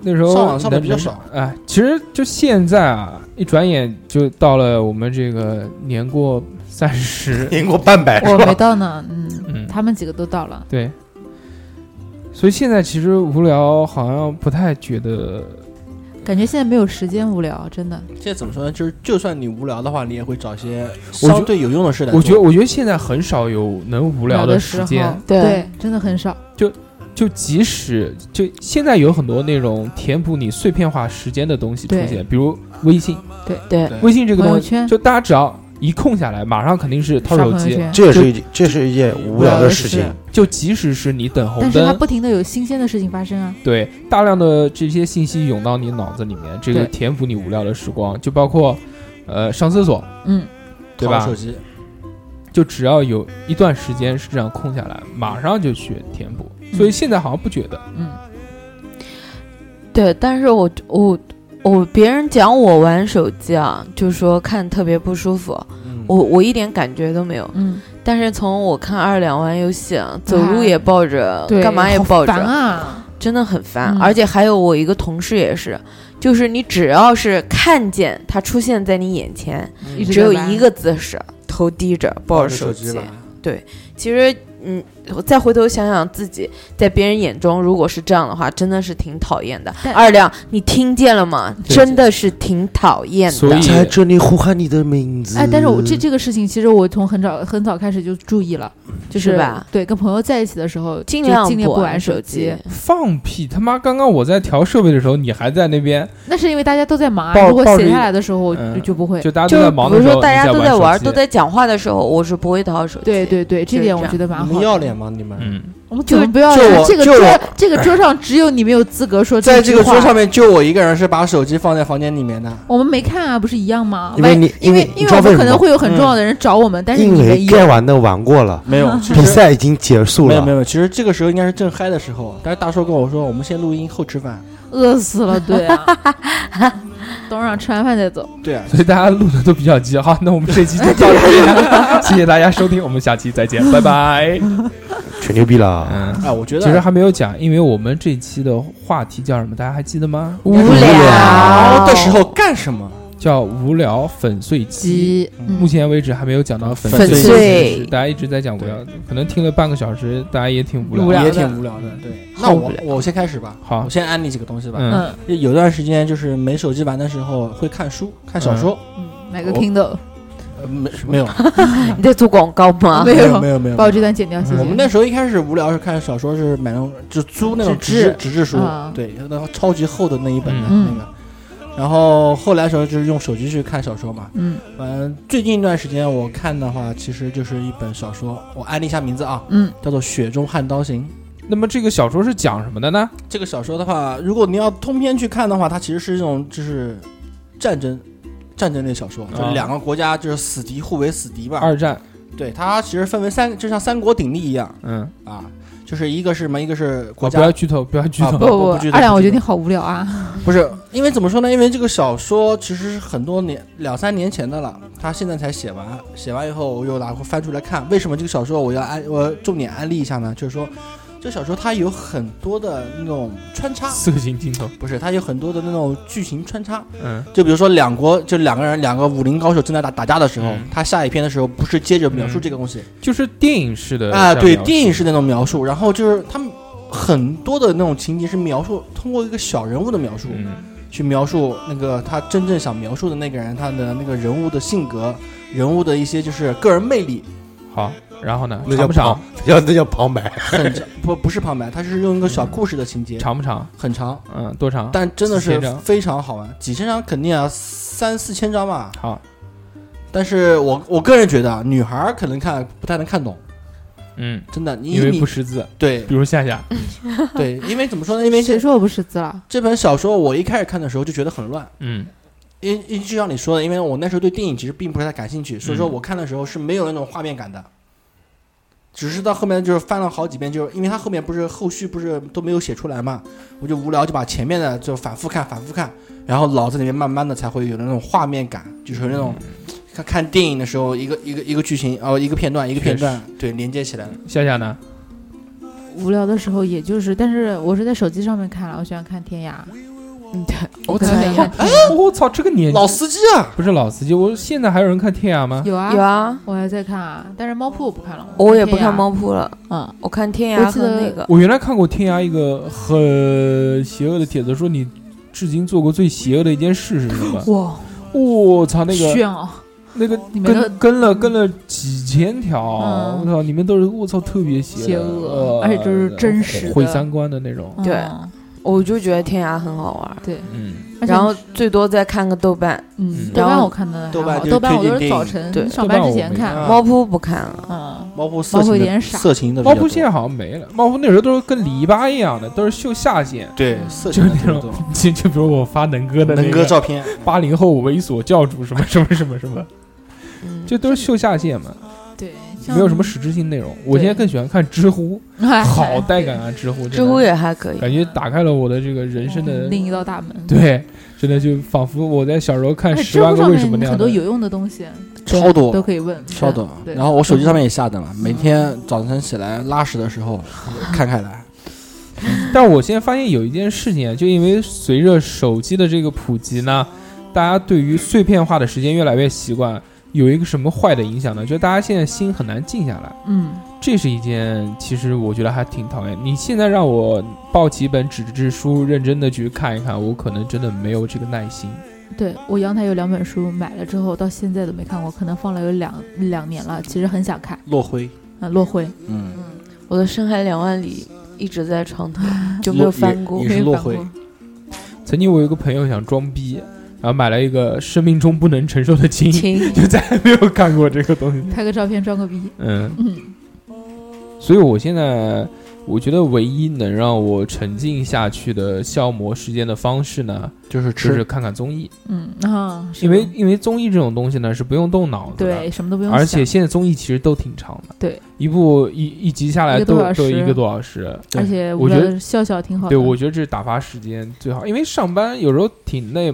Speaker 2: 那时候
Speaker 4: 上网上的
Speaker 2: 能
Speaker 4: 比较
Speaker 2: 能
Speaker 4: 少
Speaker 2: 哎，其实就现在啊，一转眼就到了我们这个年过三十
Speaker 6: 赢过半百
Speaker 3: 我没到呢，嗯，
Speaker 2: 嗯，
Speaker 3: 他们几个都到了，
Speaker 2: 对。所以现在其实无聊好像不太觉得，
Speaker 3: 感觉现在没有时间无聊，真的。
Speaker 4: 现在怎么说呢？就是就算你无聊的话，你也会找一些
Speaker 2: 我觉
Speaker 4: 相对有用的事来做。
Speaker 2: 我觉得我觉得现在很少有能无聊
Speaker 3: 的
Speaker 2: 时间
Speaker 3: 候，
Speaker 5: 对
Speaker 3: 对，真的很少。
Speaker 2: 就即使就现在有很多那种填补你碎片化时间的东西出
Speaker 3: 对
Speaker 2: 现，比如微信，
Speaker 5: 对
Speaker 4: 对
Speaker 2: 微信这个
Speaker 3: 朋友
Speaker 2: 东西，
Speaker 3: 圈
Speaker 2: 就大家只要一空下来，马上肯定是掏
Speaker 3: 刷
Speaker 2: 手
Speaker 3: 朋友
Speaker 2: 机，
Speaker 3: 圈，
Speaker 6: 这也是一这是一件无聊的事情。
Speaker 2: 就即使是你等红
Speaker 3: 但是它
Speaker 2: 灯，
Speaker 3: 不停的有新鲜的事情发生啊。
Speaker 2: 对大量的这些信息涌到你脑子里面，这个
Speaker 3: 对
Speaker 2: 填补你无聊的时光，就包括呃上厕所，
Speaker 3: 嗯，
Speaker 2: 对
Speaker 4: 掏
Speaker 2: 吧
Speaker 4: 手机，
Speaker 2: 就只要有一段时间是这样空下来，马上就去填补。所以
Speaker 3: 嗯
Speaker 2: 现在好像不觉得，
Speaker 5: 对，但是我我我别人讲我玩手机啊，就说看特别不舒服，
Speaker 4: 嗯
Speaker 5: 我我一点感觉都没有。
Speaker 3: 嗯，
Speaker 5: 但是从我看二两玩游戏，啊，走路
Speaker 3: 哎
Speaker 5: 也抱着，
Speaker 3: 对，
Speaker 5: 呃干嘛也
Speaker 3: 好
Speaker 5: 抱着，
Speaker 3: 烦啊！
Speaker 5: 真的很烦。
Speaker 3: 嗯
Speaker 5: 而且还有我一个同事也是，就是你只要是看见它出现在你眼前，
Speaker 3: 一直
Speaker 5: 嗯只有
Speaker 3: 在玩
Speaker 5: 一个姿势，头低着抱
Speaker 4: 抱
Speaker 5: 着
Speaker 4: 着
Speaker 5: 手
Speaker 4: 机吧。
Speaker 5: 其实，嗯，我再回头想想自己在别人眼中，如果是这样的话，真的是挺讨厌的
Speaker 3: 但。
Speaker 5: 二亮，你听见了吗？
Speaker 2: 对
Speaker 5: 真的是挺讨厌的。
Speaker 2: 所以
Speaker 6: 在这里呼喊你的名字。
Speaker 3: 哎，但是我
Speaker 2: 嗯
Speaker 3: 这这个事情，其实我从很早很早开始就注意了，就是
Speaker 5: 吧？
Speaker 3: 对，跟朋友在一起的时候，
Speaker 5: 尽
Speaker 3: 就
Speaker 5: 量
Speaker 3: 尽量
Speaker 5: 不
Speaker 3: 玩
Speaker 5: 手
Speaker 3: 机。
Speaker 2: 放屁！他妈，刚刚我在调设备的时候，你还在那边，
Speaker 3: 那是因为大家都在忙啊，
Speaker 2: 抱
Speaker 3: 如果
Speaker 2: 抱着
Speaker 3: 闲
Speaker 2: 一
Speaker 3: 下来的时候，我
Speaker 2: 嗯
Speaker 3: 就就不会。
Speaker 2: 就大家
Speaker 5: 就
Speaker 2: 都在
Speaker 5: 是
Speaker 2: 忙
Speaker 5: 比
Speaker 2: 的
Speaker 5: 如
Speaker 2: 时候，
Speaker 5: 说大家
Speaker 2: 你
Speaker 5: 都
Speaker 2: 在
Speaker 5: 在玩，
Speaker 2: 手机
Speaker 5: 都。在讲话的时候，我是不会掏手机。
Speaker 3: 对，对对，这
Speaker 5: 是
Speaker 3: 点
Speaker 5: 这
Speaker 3: 我
Speaker 5: 样
Speaker 3: 觉得蛮
Speaker 4: 你
Speaker 3: 好
Speaker 4: 们
Speaker 3: 的。
Speaker 4: 要脸吗？你们？
Speaker 2: 嗯，
Speaker 3: 我们
Speaker 5: 就
Speaker 3: 怎么不要
Speaker 4: 就
Speaker 3: 脸？
Speaker 4: 我
Speaker 3: 这个
Speaker 4: 就
Speaker 3: 桌
Speaker 4: 我
Speaker 3: 这个桌上只有你没有资格说
Speaker 4: 在这个
Speaker 3: 句话
Speaker 4: 桌上，面，就我一个人是把手机放在房间里面的。
Speaker 3: 我们没看啊，不是一样吗？
Speaker 6: 因为
Speaker 3: 万
Speaker 6: 你
Speaker 3: 因为
Speaker 6: 因为你知
Speaker 3: 我
Speaker 6: 道为
Speaker 3: 们
Speaker 6: 什
Speaker 3: 可
Speaker 6: 么
Speaker 3: 能
Speaker 6: 吗
Speaker 3: 会有很重要的人找我们，但是你
Speaker 6: 因
Speaker 3: 没
Speaker 6: 为
Speaker 3: 有
Speaker 6: 该玩的玩过了，
Speaker 4: 没 有，其
Speaker 6: 比
Speaker 4: 实
Speaker 6: 赛已经结束
Speaker 4: 没有没
Speaker 6: 了。
Speaker 4: 有，其实这个时候应该是正嗨的时候。但是大叔跟我说，我们先录音后吃饭。
Speaker 3: 饿死了，对啊。等会儿吃完饭再走。
Speaker 4: 对啊，
Speaker 2: 所以大家录的都比较急。好，那我们这期就到这里， 谢谢大家收听，我们下期再见，拜拜。
Speaker 6: 吹牛逼了，
Speaker 2: 嗯，
Speaker 4: 哎，我觉得
Speaker 2: 其实还没有讲，因为我们这期的话题叫什么？大家还记得吗？
Speaker 5: 无
Speaker 4: 聊
Speaker 5: 聊
Speaker 4: 的时候干什么？
Speaker 2: 叫无聊粉碎机。
Speaker 3: 鸡，嗯
Speaker 2: 目前为止还没有讲到粉
Speaker 5: 粉
Speaker 2: 机
Speaker 5: 碎
Speaker 2: 是大家一直在讲无聊，可能听了半个小时，大家也挺无聊。
Speaker 3: 无聊
Speaker 4: 也
Speaker 3: 的
Speaker 4: 挺无聊的。对，那
Speaker 5: 好
Speaker 4: 我
Speaker 5: 无聊
Speaker 4: 我先开始吧。
Speaker 2: 好
Speaker 4: 我先安利几个东西吧。
Speaker 2: 嗯，
Speaker 3: 嗯
Speaker 4: 就有段时间就是没手机玩的时候，会看书、看小说。
Speaker 3: 嗯，买个
Speaker 4: 我
Speaker 3: Kindle，
Speaker 4: 呃没没有
Speaker 5: 你在做广告吗？
Speaker 3: 没有
Speaker 4: 没有没有。
Speaker 3: 把我这段剪掉，谢谢。
Speaker 4: 我们那时候一开始无聊是看小说，是买那种就租那种
Speaker 3: 纸
Speaker 4: 纸纸质书
Speaker 3: 啊，
Speaker 4: 对，那个超级厚的那一本的
Speaker 3: 嗯
Speaker 4: 那个。然后后来的时候就是用手机去看小说嘛。
Speaker 3: 嗯
Speaker 4: 嗯，最近一段时间我看的话，其实就是一本小说，我安利一下名字啊，
Speaker 3: 嗯，
Speaker 4: 叫做《雪中悍刀行》。
Speaker 2: 那么这个小说是讲什么的呢？
Speaker 4: 这个小说的话，如果你要通篇去看的话，它其实是一种就是战争战争类小说，就是
Speaker 2: 啊
Speaker 4: 两个国家就是死敌互为死敌吧。
Speaker 2: 二战，
Speaker 4: 对，它其实分为三，就像三国鼎立一样
Speaker 2: 嗯，
Speaker 4: 啊，就是一个是什么，一个是国
Speaker 2: 我
Speaker 4: 家。
Speaker 2: 不要剧透，不要剧
Speaker 4: 啊
Speaker 2: 透
Speaker 3: 不。
Speaker 4: 我
Speaker 3: 不
Speaker 4: 不知道
Speaker 3: 二两，
Speaker 4: 不
Speaker 3: 我
Speaker 4: 知
Speaker 3: 觉得你
Speaker 4: 道
Speaker 3: 好无聊啊。
Speaker 4: 不是因为怎么说呢？因为这个小说其实是很多年两三年前的了，他现在才写完，写完以后我又拿过翻出来看。为什么这个小说我要安我重点安利一下呢？就是说，这小说它有很多的那种穿 插，
Speaker 2: 色情镜头，
Speaker 4: 不是它有很多的那种剧情穿插。
Speaker 2: 嗯，
Speaker 4: 就比如说两国就两个人两个武林高手正在打打架的时候
Speaker 2: 嗯，
Speaker 4: 他下一篇的时候不是接着描述这个东西
Speaker 2: 就是电影式的
Speaker 4: 啊？
Speaker 2: 这样嗯
Speaker 4: 对，
Speaker 2: 描述
Speaker 4: 电影是那种描述，然后就是他们很多的那种情节是描述通过一个小人物的描述。
Speaker 2: 嗯，
Speaker 4: 去描述那个他真正想描述的那个人，他的那个人物的性格，人物的一些就是个人魅力，
Speaker 2: 好，然后呢？
Speaker 6: 那
Speaker 2: 长
Speaker 6: 叫
Speaker 2: 不长
Speaker 6: 旁？，要那叫旁白。
Speaker 4: 很 不不是旁白，他是用一个小故事的情节，
Speaker 2: 长不长？
Speaker 4: 很长，
Speaker 2: 嗯，多长？
Speaker 4: 但真的
Speaker 2: 几
Speaker 4: 是
Speaker 2: 千章
Speaker 4: 非常好玩，几千章肯定啊，三四千章吧。
Speaker 2: 好，
Speaker 4: 但是我我个人觉得啊，女孩儿可能看不太能看懂，
Speaker 2: 嗯，
Speaker 4: 真的，你
Speaker 2: 因为
Speaker 4: 你
Speaker 2: 不识字，
Speaker 4: 对
Speaker 2: 比如夏夏，
Speaker 4: 对，因为怎么 说呢？因为
Speaker 3: 谁
Speaker 4: 这
Speaker 3: 说我不识字了？
Speaker 4: 这本小说我一开始看的时候就觉得很乱，
Speaker 2: 嗯
Speaker 4: 因因就像你说的，因为我那时候对电影其实并不是太感兴趣，所以说
Speaker 2: 嗯
Speaker 4: 我看的时候是没有那种画面感的。只是到后面就是翻了好几遍，就是因为它后面不是后续不是都没有写出来嘛，我就无聊就把前面的就反复看反复看，然后脑子里面慢慢的才会有那种画面感，就是那种
Speaker 2: 嗯
Speaker 4: 看看电影的时候一个一个一个剧情哦一个片段一个片段对连接起来了。
Speaker 2: 夏夏呢？
Speaker 3: 无聊的时候也就是，但是我是在手机上面看了，我喜欢看天涯。
Speaker 5: 嗯，对，
Speaker 3: 我
Speaker 5: 可
Speaker 3: 看
Speaker 5: 能
Speaker 3: 天
Speaker 5: 也
Speaker 3: 涯，
Speaker 2: 哎，我操，这个年纪
Speaker 4: 老司机啊，
Speaker 2: 不是老司机，我现在还有人看天涯吗？
Speaker 3: 有啊
Speaker 5: 有，啊，
Speaker 3: 我还在看啊，但是猫扑我不看了，
Speaker 5: 我也不
Speaker 3: 天涯
Speaker 5: 看。猫扑了，
Speaker 3: 嗯，
Speaker 5: 我看天
Speaker 3: 我
Speaker 5: 涯
Speaker 3: 记
Speaker 5: 和
Speaker 3: 得
Speaker 5: 那个
Speaker 2: 我原来看过天涯一个很邪恶的帖子，说你至今做过最邪恶的一件事是什 么？
Speaker 3: 哇，
Speaker 2: 我操，那个
Speaker 3: 炫哦！
Speaker 2: 那个
Speaker 3: 你们
Speaker 2: 跟
Speaker 3: 都
Speaker 2: 跟了跟了几千条，
Speaker 3: 嗯
Speaker 2: 我操，里面都是我操特别邪
Speaker 3: 邪
Speaker 2: 恶
Speaker 3: 恶，
Speaker 2: 呃
Speaker 3: 而且就是真实的
Speaker 2: 毁三观的那种。
Speaker 5: 对
Speaker 3: 嗯
Speaker 5: 我就觉得天涯很好玩，
Speaker 3: 对，
Speaker 2: 嗯，
Speaker 3: 而且
Speaker 5: 然后最多再看个豆瓣，
Speaker 3: 嗯，
Speaker 2: 嗯
Speaker 3: 豆
Speaker 5: 然
Speaker 3: 瓣
Speaker 5: 后
Speaker 3: 我看的还
Speaker 4: 豆瓣
Speaker 3: 好
Speaker 4: 就是
Speaker 3: 豆瓣我
Speaker 4: 推
Speaker 3: 都是
Speaker 4: 荐电
Speaker 3: 早
Speaker 4: 影
Speaker 3: 晨
Speaker 5: 对
Speaker 3: 上
Speaker 2: 豆
Speaker 3: 班
Speaker 2: 瓣
Speaker 3: 之
Speaker 2: 我
Speaker 3: 前
Speaker 2: 没
Speaker 3: 看
Speaker 2: 看，
Speaker 5: 猫扑不看了。
Speaker 3: 嗯，
Speaker 4: 猫扑色
Speaker 3: 猫扑
Speaker 4: 情
Speaker 3: 有
Speaker 4: 的
Speaker 3: 点傻，
Speaker 4: 色情的比
Speaker 2: 猫
Speaker 4: 较多
Speaker 2: 扑现在好像没了，猫扑那时候都是跟篱笆一样的，都是秀下限。
Speaker 4: 对色
Speaker 2: 就
Speaker 4: 情
Speaker 2: 是
Speaker 4: 的比
Speaker 2: 那
Speaker 4: 较
Speaker 2: 种
Speaker 4: 多，
Speaker 2: 就就比如我发能哥的那
Speaker 4: 能哥
Speaker 2: 个
Speaker 4: 照片，
Speaker 2: 八零后猥琐教主什么什么什么什 么，
Speaker 5: 嗯，
Speaker 2: 这都是秀下限嘛，
Speaker 3: 对，
Speaker 2: 没有什 么实质性内容。我现在更喜欢看知乎，
Speaker 3: 么
Speaker 2: 好带感啊！知乎，真的
Speaker 5: 知乎也还可以，
Speaker 2: 感觉打开了我的这个人生的
Speaker 3: 嗯另一道大门。
Speaker 2: 对，真的就仿佛我在小时候看
Speaker 3: 哎，
Speaker 2: 《十
Speaker 3: 知
Speaker 2: 万
Speaker 3: 乎
Speaker 2: 个
Speaker 3: 上
Speaker 2: 为什么》那
Speaker 3: 面
Speaker 2: 样
Speaker 3: 很多
Speaker 2: 的。
Speaker 3: 有用的东西
Speaker 4: 超多
Speaker 3: 都可以问，
Speaker 4: 稍等，
Speaker 3: 对
Speaker 4: 然后我手
Speaker 2: 嗯
Speaker 4: 机上面也下的嘛，每天早晨起来拉屎的时候看看来，
Speaker 2: 但我现在发现有一件事情啊，就因为随着手机的这个普及呢，大家对于碎片化的时间越来越习惯，有一个什么坏的影响呢？就是大家现在心很难静下来。
Speaker 3: 嗯，
Speaker 2: 这是一件其实我觉得还挺讨厌。你现在让我抱起一本纸质书，认真的去看一看，我可能真的没有这个耐心。
Speaker 3: 对我阳台有两本书，买了之后到现在都没看过，可能放了有两两年了，其实很想看。
Speaker 4: 落灰，
Speaker 3: 啊，落灰
Speaker 4: 嗯，
Speaker 5: 我的《深海两万里》一直在床头，就
Speaker 4: 落
Speaker 5: 没有翻过
Speaker 4: 也。是
Speaker 3: 没
Speaker 4: 落
Speaker 3: 有翻
Speaker 4: 灰
Speaker 3: 过，
Speaker 2: 曾经我有一个朋友想装逼，然后买了一个生命中不能承受的经，
Speaker 5: 亲，
Speaker 2: 就再也 没有看过这个东西。
Speaker 3: 拍个照片装个逼，
Speaker 2: 嗯，
Speaker 3: 嗯，
Speaker 2: 所以我现在我觉得唯一能让我沉浸下去的消磨时间的方式呢，
Speaker 4: 就是
Speaker 2: 就是
Speaker 4: 吃，
Speaker 2: 看看综艺，
Speaker 3: 嗯啊，是
Speaker 2: 因为
Speaker 3: 的
Speaker 2: 因为综艺这种东西呢是不用动脑子的，
Speaker 3: 对什么都不用想，
Speaker 2: 而且现在综艺其实都挺长的，
Speaker 3: 对，
Speaker 2: 一部一一集下来
Speaker 3: 一个
Speaker 2: 都
Speaker 3: 多小
Speaker 2: 都
Speaker 3: 时
Speaker 2: 一个多小时，
Speaker 3: 而且
Speaker 2: 我
Speaker 3: 我
Speaker 2: 觉
Speaker 3: 觉
Speaker 2: 得
Speaker 3: 得笑笑挺好的。
Speaker 2: 对我觉得这是打发时间最好，因为上班有时候挺累，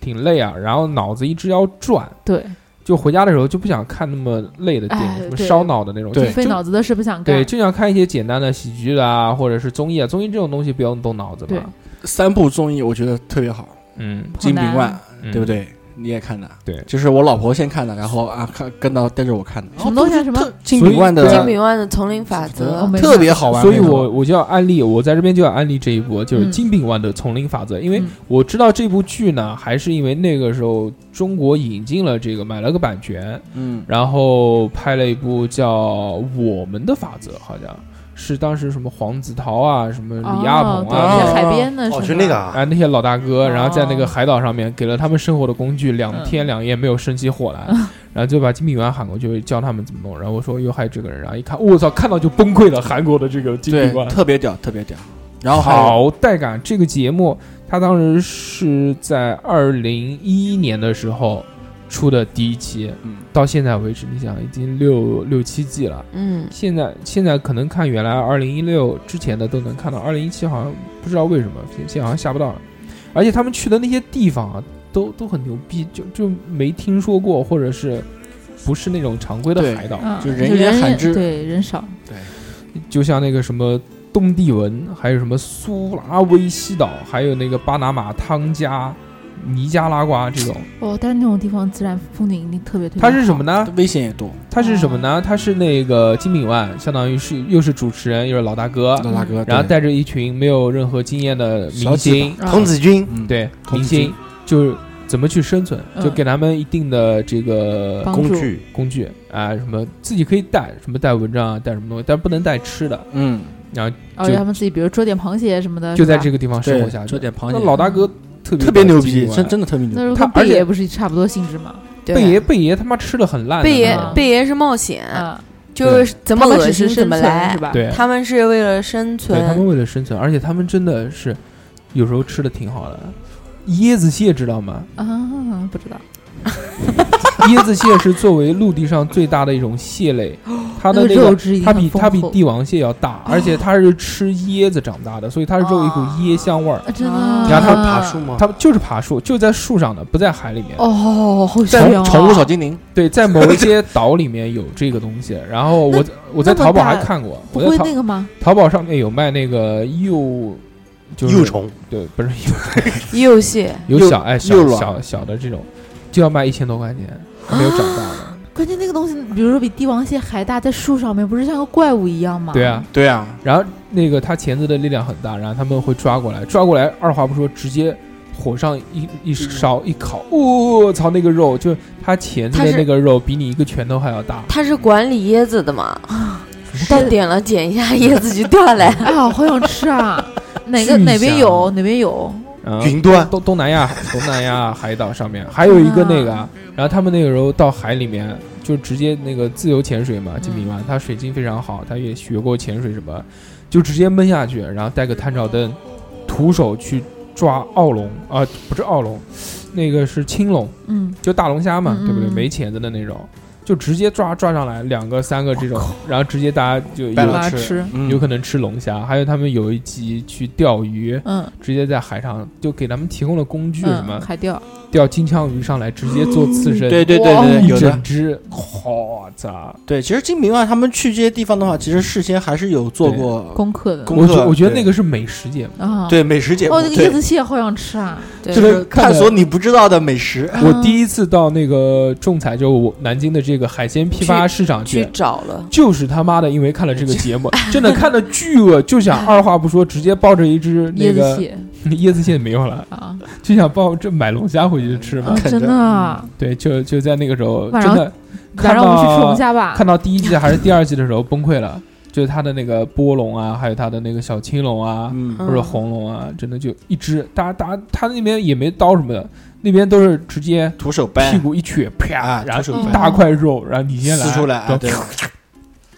Speaker 2: 挺累啊，然后脑子一直要转，
Speaker 3: 对
Speaker 2: 就回家的时候就不想看那么累的电影，
Speaker 3: 哎
Speaker 2: 什么
Speaker 3: 对
Speaker 2: 烧脑的那种，
Speaker 4: 对
Speaker 2: 就
Speaker 3: 费
Speaker 2: 就
Speaker 3: 脑子的事不想干
Speaker 2: 对，。就想看一些简单的喜剧啊，或者是综艺啊，综艺这种东西不用动脑子
Speaker 3: 对
Speaker 2: 嘛，
Speaker 4: 三部综艺我觉得特别好，
Speaker 2: 嗯，
Speaker 4: 《金瓶
Speaker 3: 好
Speaker 4: 罐
Speaker 3: 难》
Speaker 2: 嗯
Speaker 4: 对不？对？你也看的，
Speaker 2: 对
Speaker 4: 就是我老婆先看的，然后啊看跟到带着我看的，
Speaker 3: 什么东西啊
Speaker 4: 哦
Speaker 3: 什么
Speaker 4: 特金瓶罐
Speaker 2: 所以
Speaker 5: 金
Speaker 4: 的
Speaker 5: 炳万的《丛林法
Speaker 3: 我
Speaker 5: 则
Speaker 3: 没》
Speaker 4: 特别好玩
Speaker 2: 所
Speaker 4: 那
Speaker 2: 以
Speaker 4: 种，
Speaker 2: 我我就要安利，我在这边就要安利这一部，就是《
Speaker 3: 嗯
Speaker 2: 金炳万的丛林法则》，因为
Speaker 3: 嗯
Speaker 2: 我知道这部剧呢，还是因为那个时候中国引进了这个，买了个版权，
Speaker 4: 嗯
Speaker 2: 然后拍了一部叫《我们的法则》，好像是当时什么黄子韬啊，什么李亚
Speaker 3: 哦
Speaker 2: 鹏
Speaker 3: 对
Speaker 2: 啊。
Speaker 3: 在海边的什么
Speaker 6: 哦，就那个啊，
Speaker 2: 啊，那些老大哥，
Speaker 3: 哦
Speaker 2: 然后在那个海岛上面给了他们生活的工具，两天两夜没有生起火来，然后就把金炳元喊过去教他们怎么弄。然后我说哟还有这个人，啊然后一看，我操，看到就崩溃了。韩国的这个金炳
Speaker 4: 对
Speaker 2: 元，
Speaker 4: 特别屌特别屌，然后还有
Speaker 2: 好带感。这个节目，它当时是在二零一一年的时候出的第一期，
Speaker 4: 嗯
Speaker 2: 到现在为止，你想已经六六七季了。
Speaker 5: 嗯，
Speaker 2: 现在现在可能看原来二零一六之前的都能看到，二零一七好像不知道为什么现现在好像下不到了。而且他们去的那些地方啊，都都很牛逼，就就没听说过，或者是不是那种常规的
Speaker 4: 对
Speaker 2: 海岛，
Speaker 3: 嗯
Speaker 4: 就人
Speaker 3: 人
Speaker 4: 烟罕至
Speaker 3: 对人少，
Speaker 2: 就像那个什么东帝汶，还有什么苏拉威西岛，还有那个巴拿马汤加、尼加拉瓜这种，
Speaker 3: 哦，但是那种地方自然风景一定特别特别。
Speaker 2: 它是什么？呢？
Speaker 4: 危险也多，
Speaker 2: 它是什么呢？它是那个金炳万，相当于是又是主持人又是老大哥，
Speaker 4: 老大哥，
Speaker 2: 啊嗯然后
Speaker 4: 啊对
Speaker 2: 带着一群没有任何经验的明
Speaker 4: 小几
Speaker 2: 星，
Speaker 3: 啊
Speaker 6: 滕子军
Speaker 4: 嗯
Speaker 2: 对
Speaker 4: 童
Speaker 2: 明
Speaker 4: 子军
Speaker 2: 星就是怎么去生存，
Speaker 3: 嗯
Speaker 2: 就给他们一定的这个
Speaker 3: 帮
Speaker 6: 工
Speaker 3: 助
Speaker 6: 具，
Speaker 2: 工具啊，什么自己可以带什么带蚊帐啊，带什么东西，但不能带吃的，
Speaker 4: 嗯
Speaker 2: 然后
Speaker 3: 而且他们自己，比如捉点螃蟹什么的，
Speaker 2: 就在
Speaker 3: 嗯是吧
Speaker 2: 这个地方生活
Speaker 4: 对
Speaker 2: 下，去
Speaker 4: 这。点螃
Speaker 2: 那
Speaker 4: 蟹
Speaker 2: 老大哥特别
Speaker 4: 特别牛逼，
Speaker 2: 精
Speaker 4: 真
Speaker 2: 明
Speaker 4: 真的特别
Speaker 3: 那
Speaker 4: 牛
Speaker 3: 时
Speaker 4: 逼，
Speaker 2: 他
Speaker 3: 候跟
Speaker 2: 而
Speaker 3: 贝
Speaker 2: 且
Speaker 3: 爷不是差不多性质吗？
Speaker 5: 对啊
Speaker 2: 贝爷贝爷他妈吃的很烂的
Speaker 5: 贝
Speaker 2: 那
Speaker 5: 爷
Speaker 2: 种，
Speaker 5: 贝爷是冒险，
Speaker 3: 啊，
Speaker 5: 就是怎么
Speaker 3: 他们
Speaker 5: 恶
Speaker 3: 只
Speaker 5: 心
Speaker 3: 是
Speaker 5: 怎
Speaker 3: 生
Speaker 5: 么
Speaker 3: 存
Speaker 5: 来
Speaker 3: 是，吧？
Speaker 2: 对
Speaker 5: 他们是为了生
Speaker 2: 对他们
Speaker 5: 存，
Speaker 2: 为了生存，而且他们真的是有时候吃的挺好的。椰子蟹知道吗？
Speaker 3: 啊，不知道，
Speaker 2: 椰子蟹是作为陆地上最大的一种蟹类，它的
Speaker 3: 那
Speaker 2: 那
Speaker 3: 肉
Speaker 2: 个
Speaker 3: 质一定
Speaker 2: 它
Speaker 3: 很
Speaker 2: 比
Speaker 3: 丰
Speaker 2: 它比
Speaker 3: 厚
Speaker 2: 帝王蟹要大，而且它是吃椰子长大的，所以它肉有一股椰香味儿。
Speaker 3: 啊真的
Speaker 5: 啊
Speaker 3: 啊，
Speaker 2: 然后
Speaker 6: 爬树吗？
Speaker 2: 它就是爬树，就在树上的，不在海里面。
Speaker 3: 哦，好香啊！
Speaker 4: 宠宠物小精灵，
Speaker 2: 对，在某一些岛里面有这个东西。然后我我在
Speaker 3: 那么
Speaker 2: 淘宝还
Speaker 3: 大
Speaker 2: 看过，
Speaker 3: 不
Speaker 2: 我在
Speaker 3: 会
Speaker 2: 淘
Speaker 3: 那个吗？
Speaker 2: 淘宝上面有卖那个幼，就是
Speaker 6: 幼虫，
Speaker 2: 对，不是
Speaker 5: 幼蟹。
Speaker 2: 有
Speaker 4: 幼
Speaker 2: 小哎
Speaker 4: 幼
Speaker 2: 小
Speaker 4: 卵
Speaker 2: 小小的这种，就要卖一千多块钱，还没有长大的。
Speaker 3: 关键那个东西，比如说比帝王蟹还大，在树上面不是像个怪物一样吗？
Speaker 2: 对啊，，
Speaker 4: 对啊，
Speaker 2: 然后那个它钳子的力量很大，然后他们会抓过来，抓过来二话不说直接火上一一烧一烤，我、操那个肉，就它钳子
Speaker 5: 它
Speaker 2: 的
Speaker 5: 是
Speaker 2: 那个肉比你一个拳头还要大。
Speaker 5: 他是管理椰子的嘛？ 但点了捡一下椰子就掉来了。
Speaker 3: 哎呀，好想 吃 啊！哪个
Speaker 2: 巨
Speaker 3: 哪边
Speaker 2: 香
Speaker 3: 有哪边有？
Speaker 2: 然后
Speaker 6: 云端
Speaker 2: 东东南亚东南亚海岛上面还有一个那个啊，然后他们那个时候到海里面就直接那个自由潜水嘛，金敏嘛，他水性非常好，他也学过潜水什么，就直接闷下去，然后带个探照灯，徒手去抓澳龙啊、不是澳龙，那个是青龙，
Speaker 3: 嗯，
Speaker 2: 就大龙虾嘛，
Speaker 3: 嗯
Speaker 2: 对不对？
Speaker 3: 嗯
Speaker 2: 没钳子的那种，就直接抓抓上来两个三个这种，然后直接大家就
Speaker 4: 带
Speaker 2: 有
Speaker 4: 了
Speaker 3: 把它吃，
Speaker 4: 嗯
Speaker 2: 有可能吃龙虾，还有他们有一集去钓鱼，
Speaker 3: 嗯，
Speaker 2: 直接在海上就给他们提供了工具，什么
Speaker 3: 嗯，海钓，
Speaker 2: 钓金枪鱼上来，直接做刺身，
Speaker 4: 对对对
Speaker 3: 哇
Speaker 4: 对，
Speaker 2: 一
Speaker 4: 有的
Speaker 2: 整只，我操！
Speaker 4: 哦对。其实精明啊，他们去这些地方的话，其实事先还是有做过
Speaker 3: 功课的
Speaker 4: 功
Speaker 2: 我觉
Speaker 4: 课。
Speaker 2: 我觉得那
Speaker 4: 对
Speaker 2: 个是美食节目，
Speaker 3: 啊。，
Speaker 4: 对美食节目
Speaker 3: 哦，那，个椰
Speaker 4: 对
Speaker 3: 子蟹好想吃啊！
Speaker 5: 对
Speaker 2: 这个看
Speaker 4: 探
Speaker 2: 的
Speaker 4: 索你不知道的美食。
Speaker 3: 嗯
Speaker 2: 我第一次到那个仲裁，就我南京的这个海鲜批发市场
Speaker 5: 去
Speaker 2: 去。
Speaker 5: 找了，
Speaker 2: 就是他妈的，因为看了这个节 目，真的看的巨饿，就想二话不说直接抱着一只那
Speaker 3: 椰子
Speaker 2: 个
Speaker 3: 蟹
Speaker 2: 椰子蟹没有了，
Speaker 3: 啊，
Speaker 2: 就想抱这买龙虾回去吃嘛
Speaker 3: 啊。
Speaker 4: 啃
Speaker 3: 真
Speaker 4: 着
Speaker 3: 的啊！
Speaker 2: 对，就就在那个时候，
Speaker 3: 晚
Speaker 2: 真
Speaker 3: 上
Speaker 2: 的
Speaker 3: 晚
Speaker 2: 看
Speaker 3: 上我们去
Speaker 2: 到
Speaker 3: 吃龙虾吧。
Speaker 2: 看到第一季还是第二季的时候崩溃了，就是他的那个波龙啊，还有他的那个小青龙啊，
Speaker 4: 嗯，
Speaker 2: 或者红龙啊，真的就一只，打打他那边也没刀什么的，那边都是直接
Speaker 4: 徒手掰
Speaker 2: 屁，股一撅，啪，
Speaker 4: 啊
Speaker 2: 然
Speaker 4: 徒
Speaker 2: 后
Speaker 4: 手
Speaker 2: 一
Speaker 4: 掰
Speaker 2: 大块肉，然后你先来
Speaker 4: 撕出来啊，
Speaker 2: 然后
Speaker 4: 对，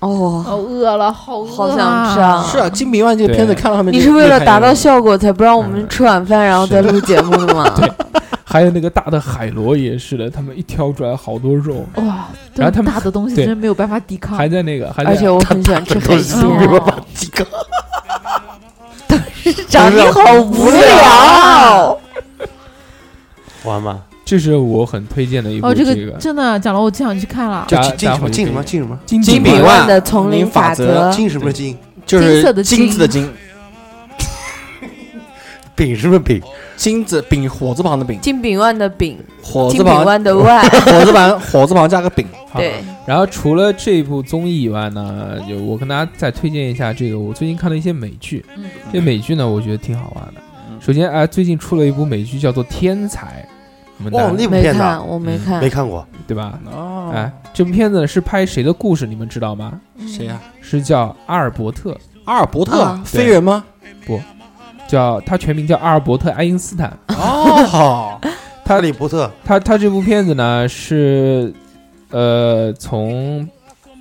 Speaker 5: 哦，
Speaker 3: 哦，饿了，好饿
Speaker 5: 好想吃啊！
Speaker 4: 是啊，《金明万》这个片子
Speaker 2: 对
Speaker 4: 看到后面，
Speaker 5: 你是为了达到效果才不让我们吃晚饭，然后再录节目嗯的吗？
Speaker 2: 还有那个大的海螺也是的，他们一挑出来好多肉，
Speaker 3: 哇，
Speaker 2: 然后他
Speaker 3: 这么
Speaker 2: 们
Speaker 3: 大的东西
Speaker 2: 对
Speaker 3: 真没有办法抵抗
Speaker 2: 还。在那个还
Speaker 5: 而
Speaker 2: 在
Speaker 5: 且我很喜欢吃海鲜。
Speaker 3: 都没有办
Speaker 4: 几个，
Speaker 5: 长得好 无聊，
Speaker 6: 玩吗？
Speaker 2: 这是我很推荐的一部
Speaker 3: 哦，这
Speaker 2: 个
Speaker 3: 个真的讲了，我就想去看了。
Speaker 6: 叫
Speaker 2: 加
Speaker 6: 进进
Speaker 2: 加
Speaker 6: 什么
Speaker 2: 回
Speaker 6: 进
Speaker 2: 去
Speaker 6: 什么进什么
Speaker 2: 金
Speaker 4: 金
Speaker 2: 饼
Speaker 4: 饼
Speaker 5: 万
Speaker 4: 万
Speaker 5: 的丛林法则
Speaker 4: 金
Speaker 6: 进什么进
Speaker 4: 就是
Speaker 3: 金色的金
Speaker 4: 金子的金，
Speaker 6: 饼什么饼？
Speaker 4: 金子饼火字旁的饼，
Speaker 5: 金饼湾的饼，
Speaker 4: 火字
Speaker 5: 金
Speaker 4: 旁
Speaker 5: 饼湾的湾，
Speaker 4: 火字旁火字旁加个饼，
Speaker 2: 好
Speaker 5: 对，
Speaker 2: 然后除了这部综艺以外呢，就我跟大家再推荐一下这个我最近看的一些美剧。
Speaker 3: 嗯
Speaker 2: 这美剧呢，我觉得挺好玩的。
Speaker 4: 嗯
Speaker 2: 首先，哎、最近出了一部美剧叫做《天才》，你们大
Speaker 6: 哇，
Speaker 2: 家
Speaker 6: 那部
Speaker 5: 没
Speaker 6: 片子
Speaker 5: 看，
Speaker 6: 啊
Speaker 5: 我没看
Speaker 3: 嗯
Speaker 6: 没，看过，
Speaker 2: 对吧？
Speaker 4: 哦
Speaker 2: 哎，这部片子是拍谁的故事？你们知道吗？
Speaker 4: 谁啊呀？
Speaker 2: 是叫阿尔伯特，
Speaker 4: 阿尔伯特
Speaker 5: 啊
Speaker 4: 飞人吗？
Speaker 2: 叫他全名叫阿尔伯特·爱因斯坦。
Speaker 4: 哦， 好，
Speaker 6: 哈利波特
Speaker 2: 他他这部片子呢是，呃，从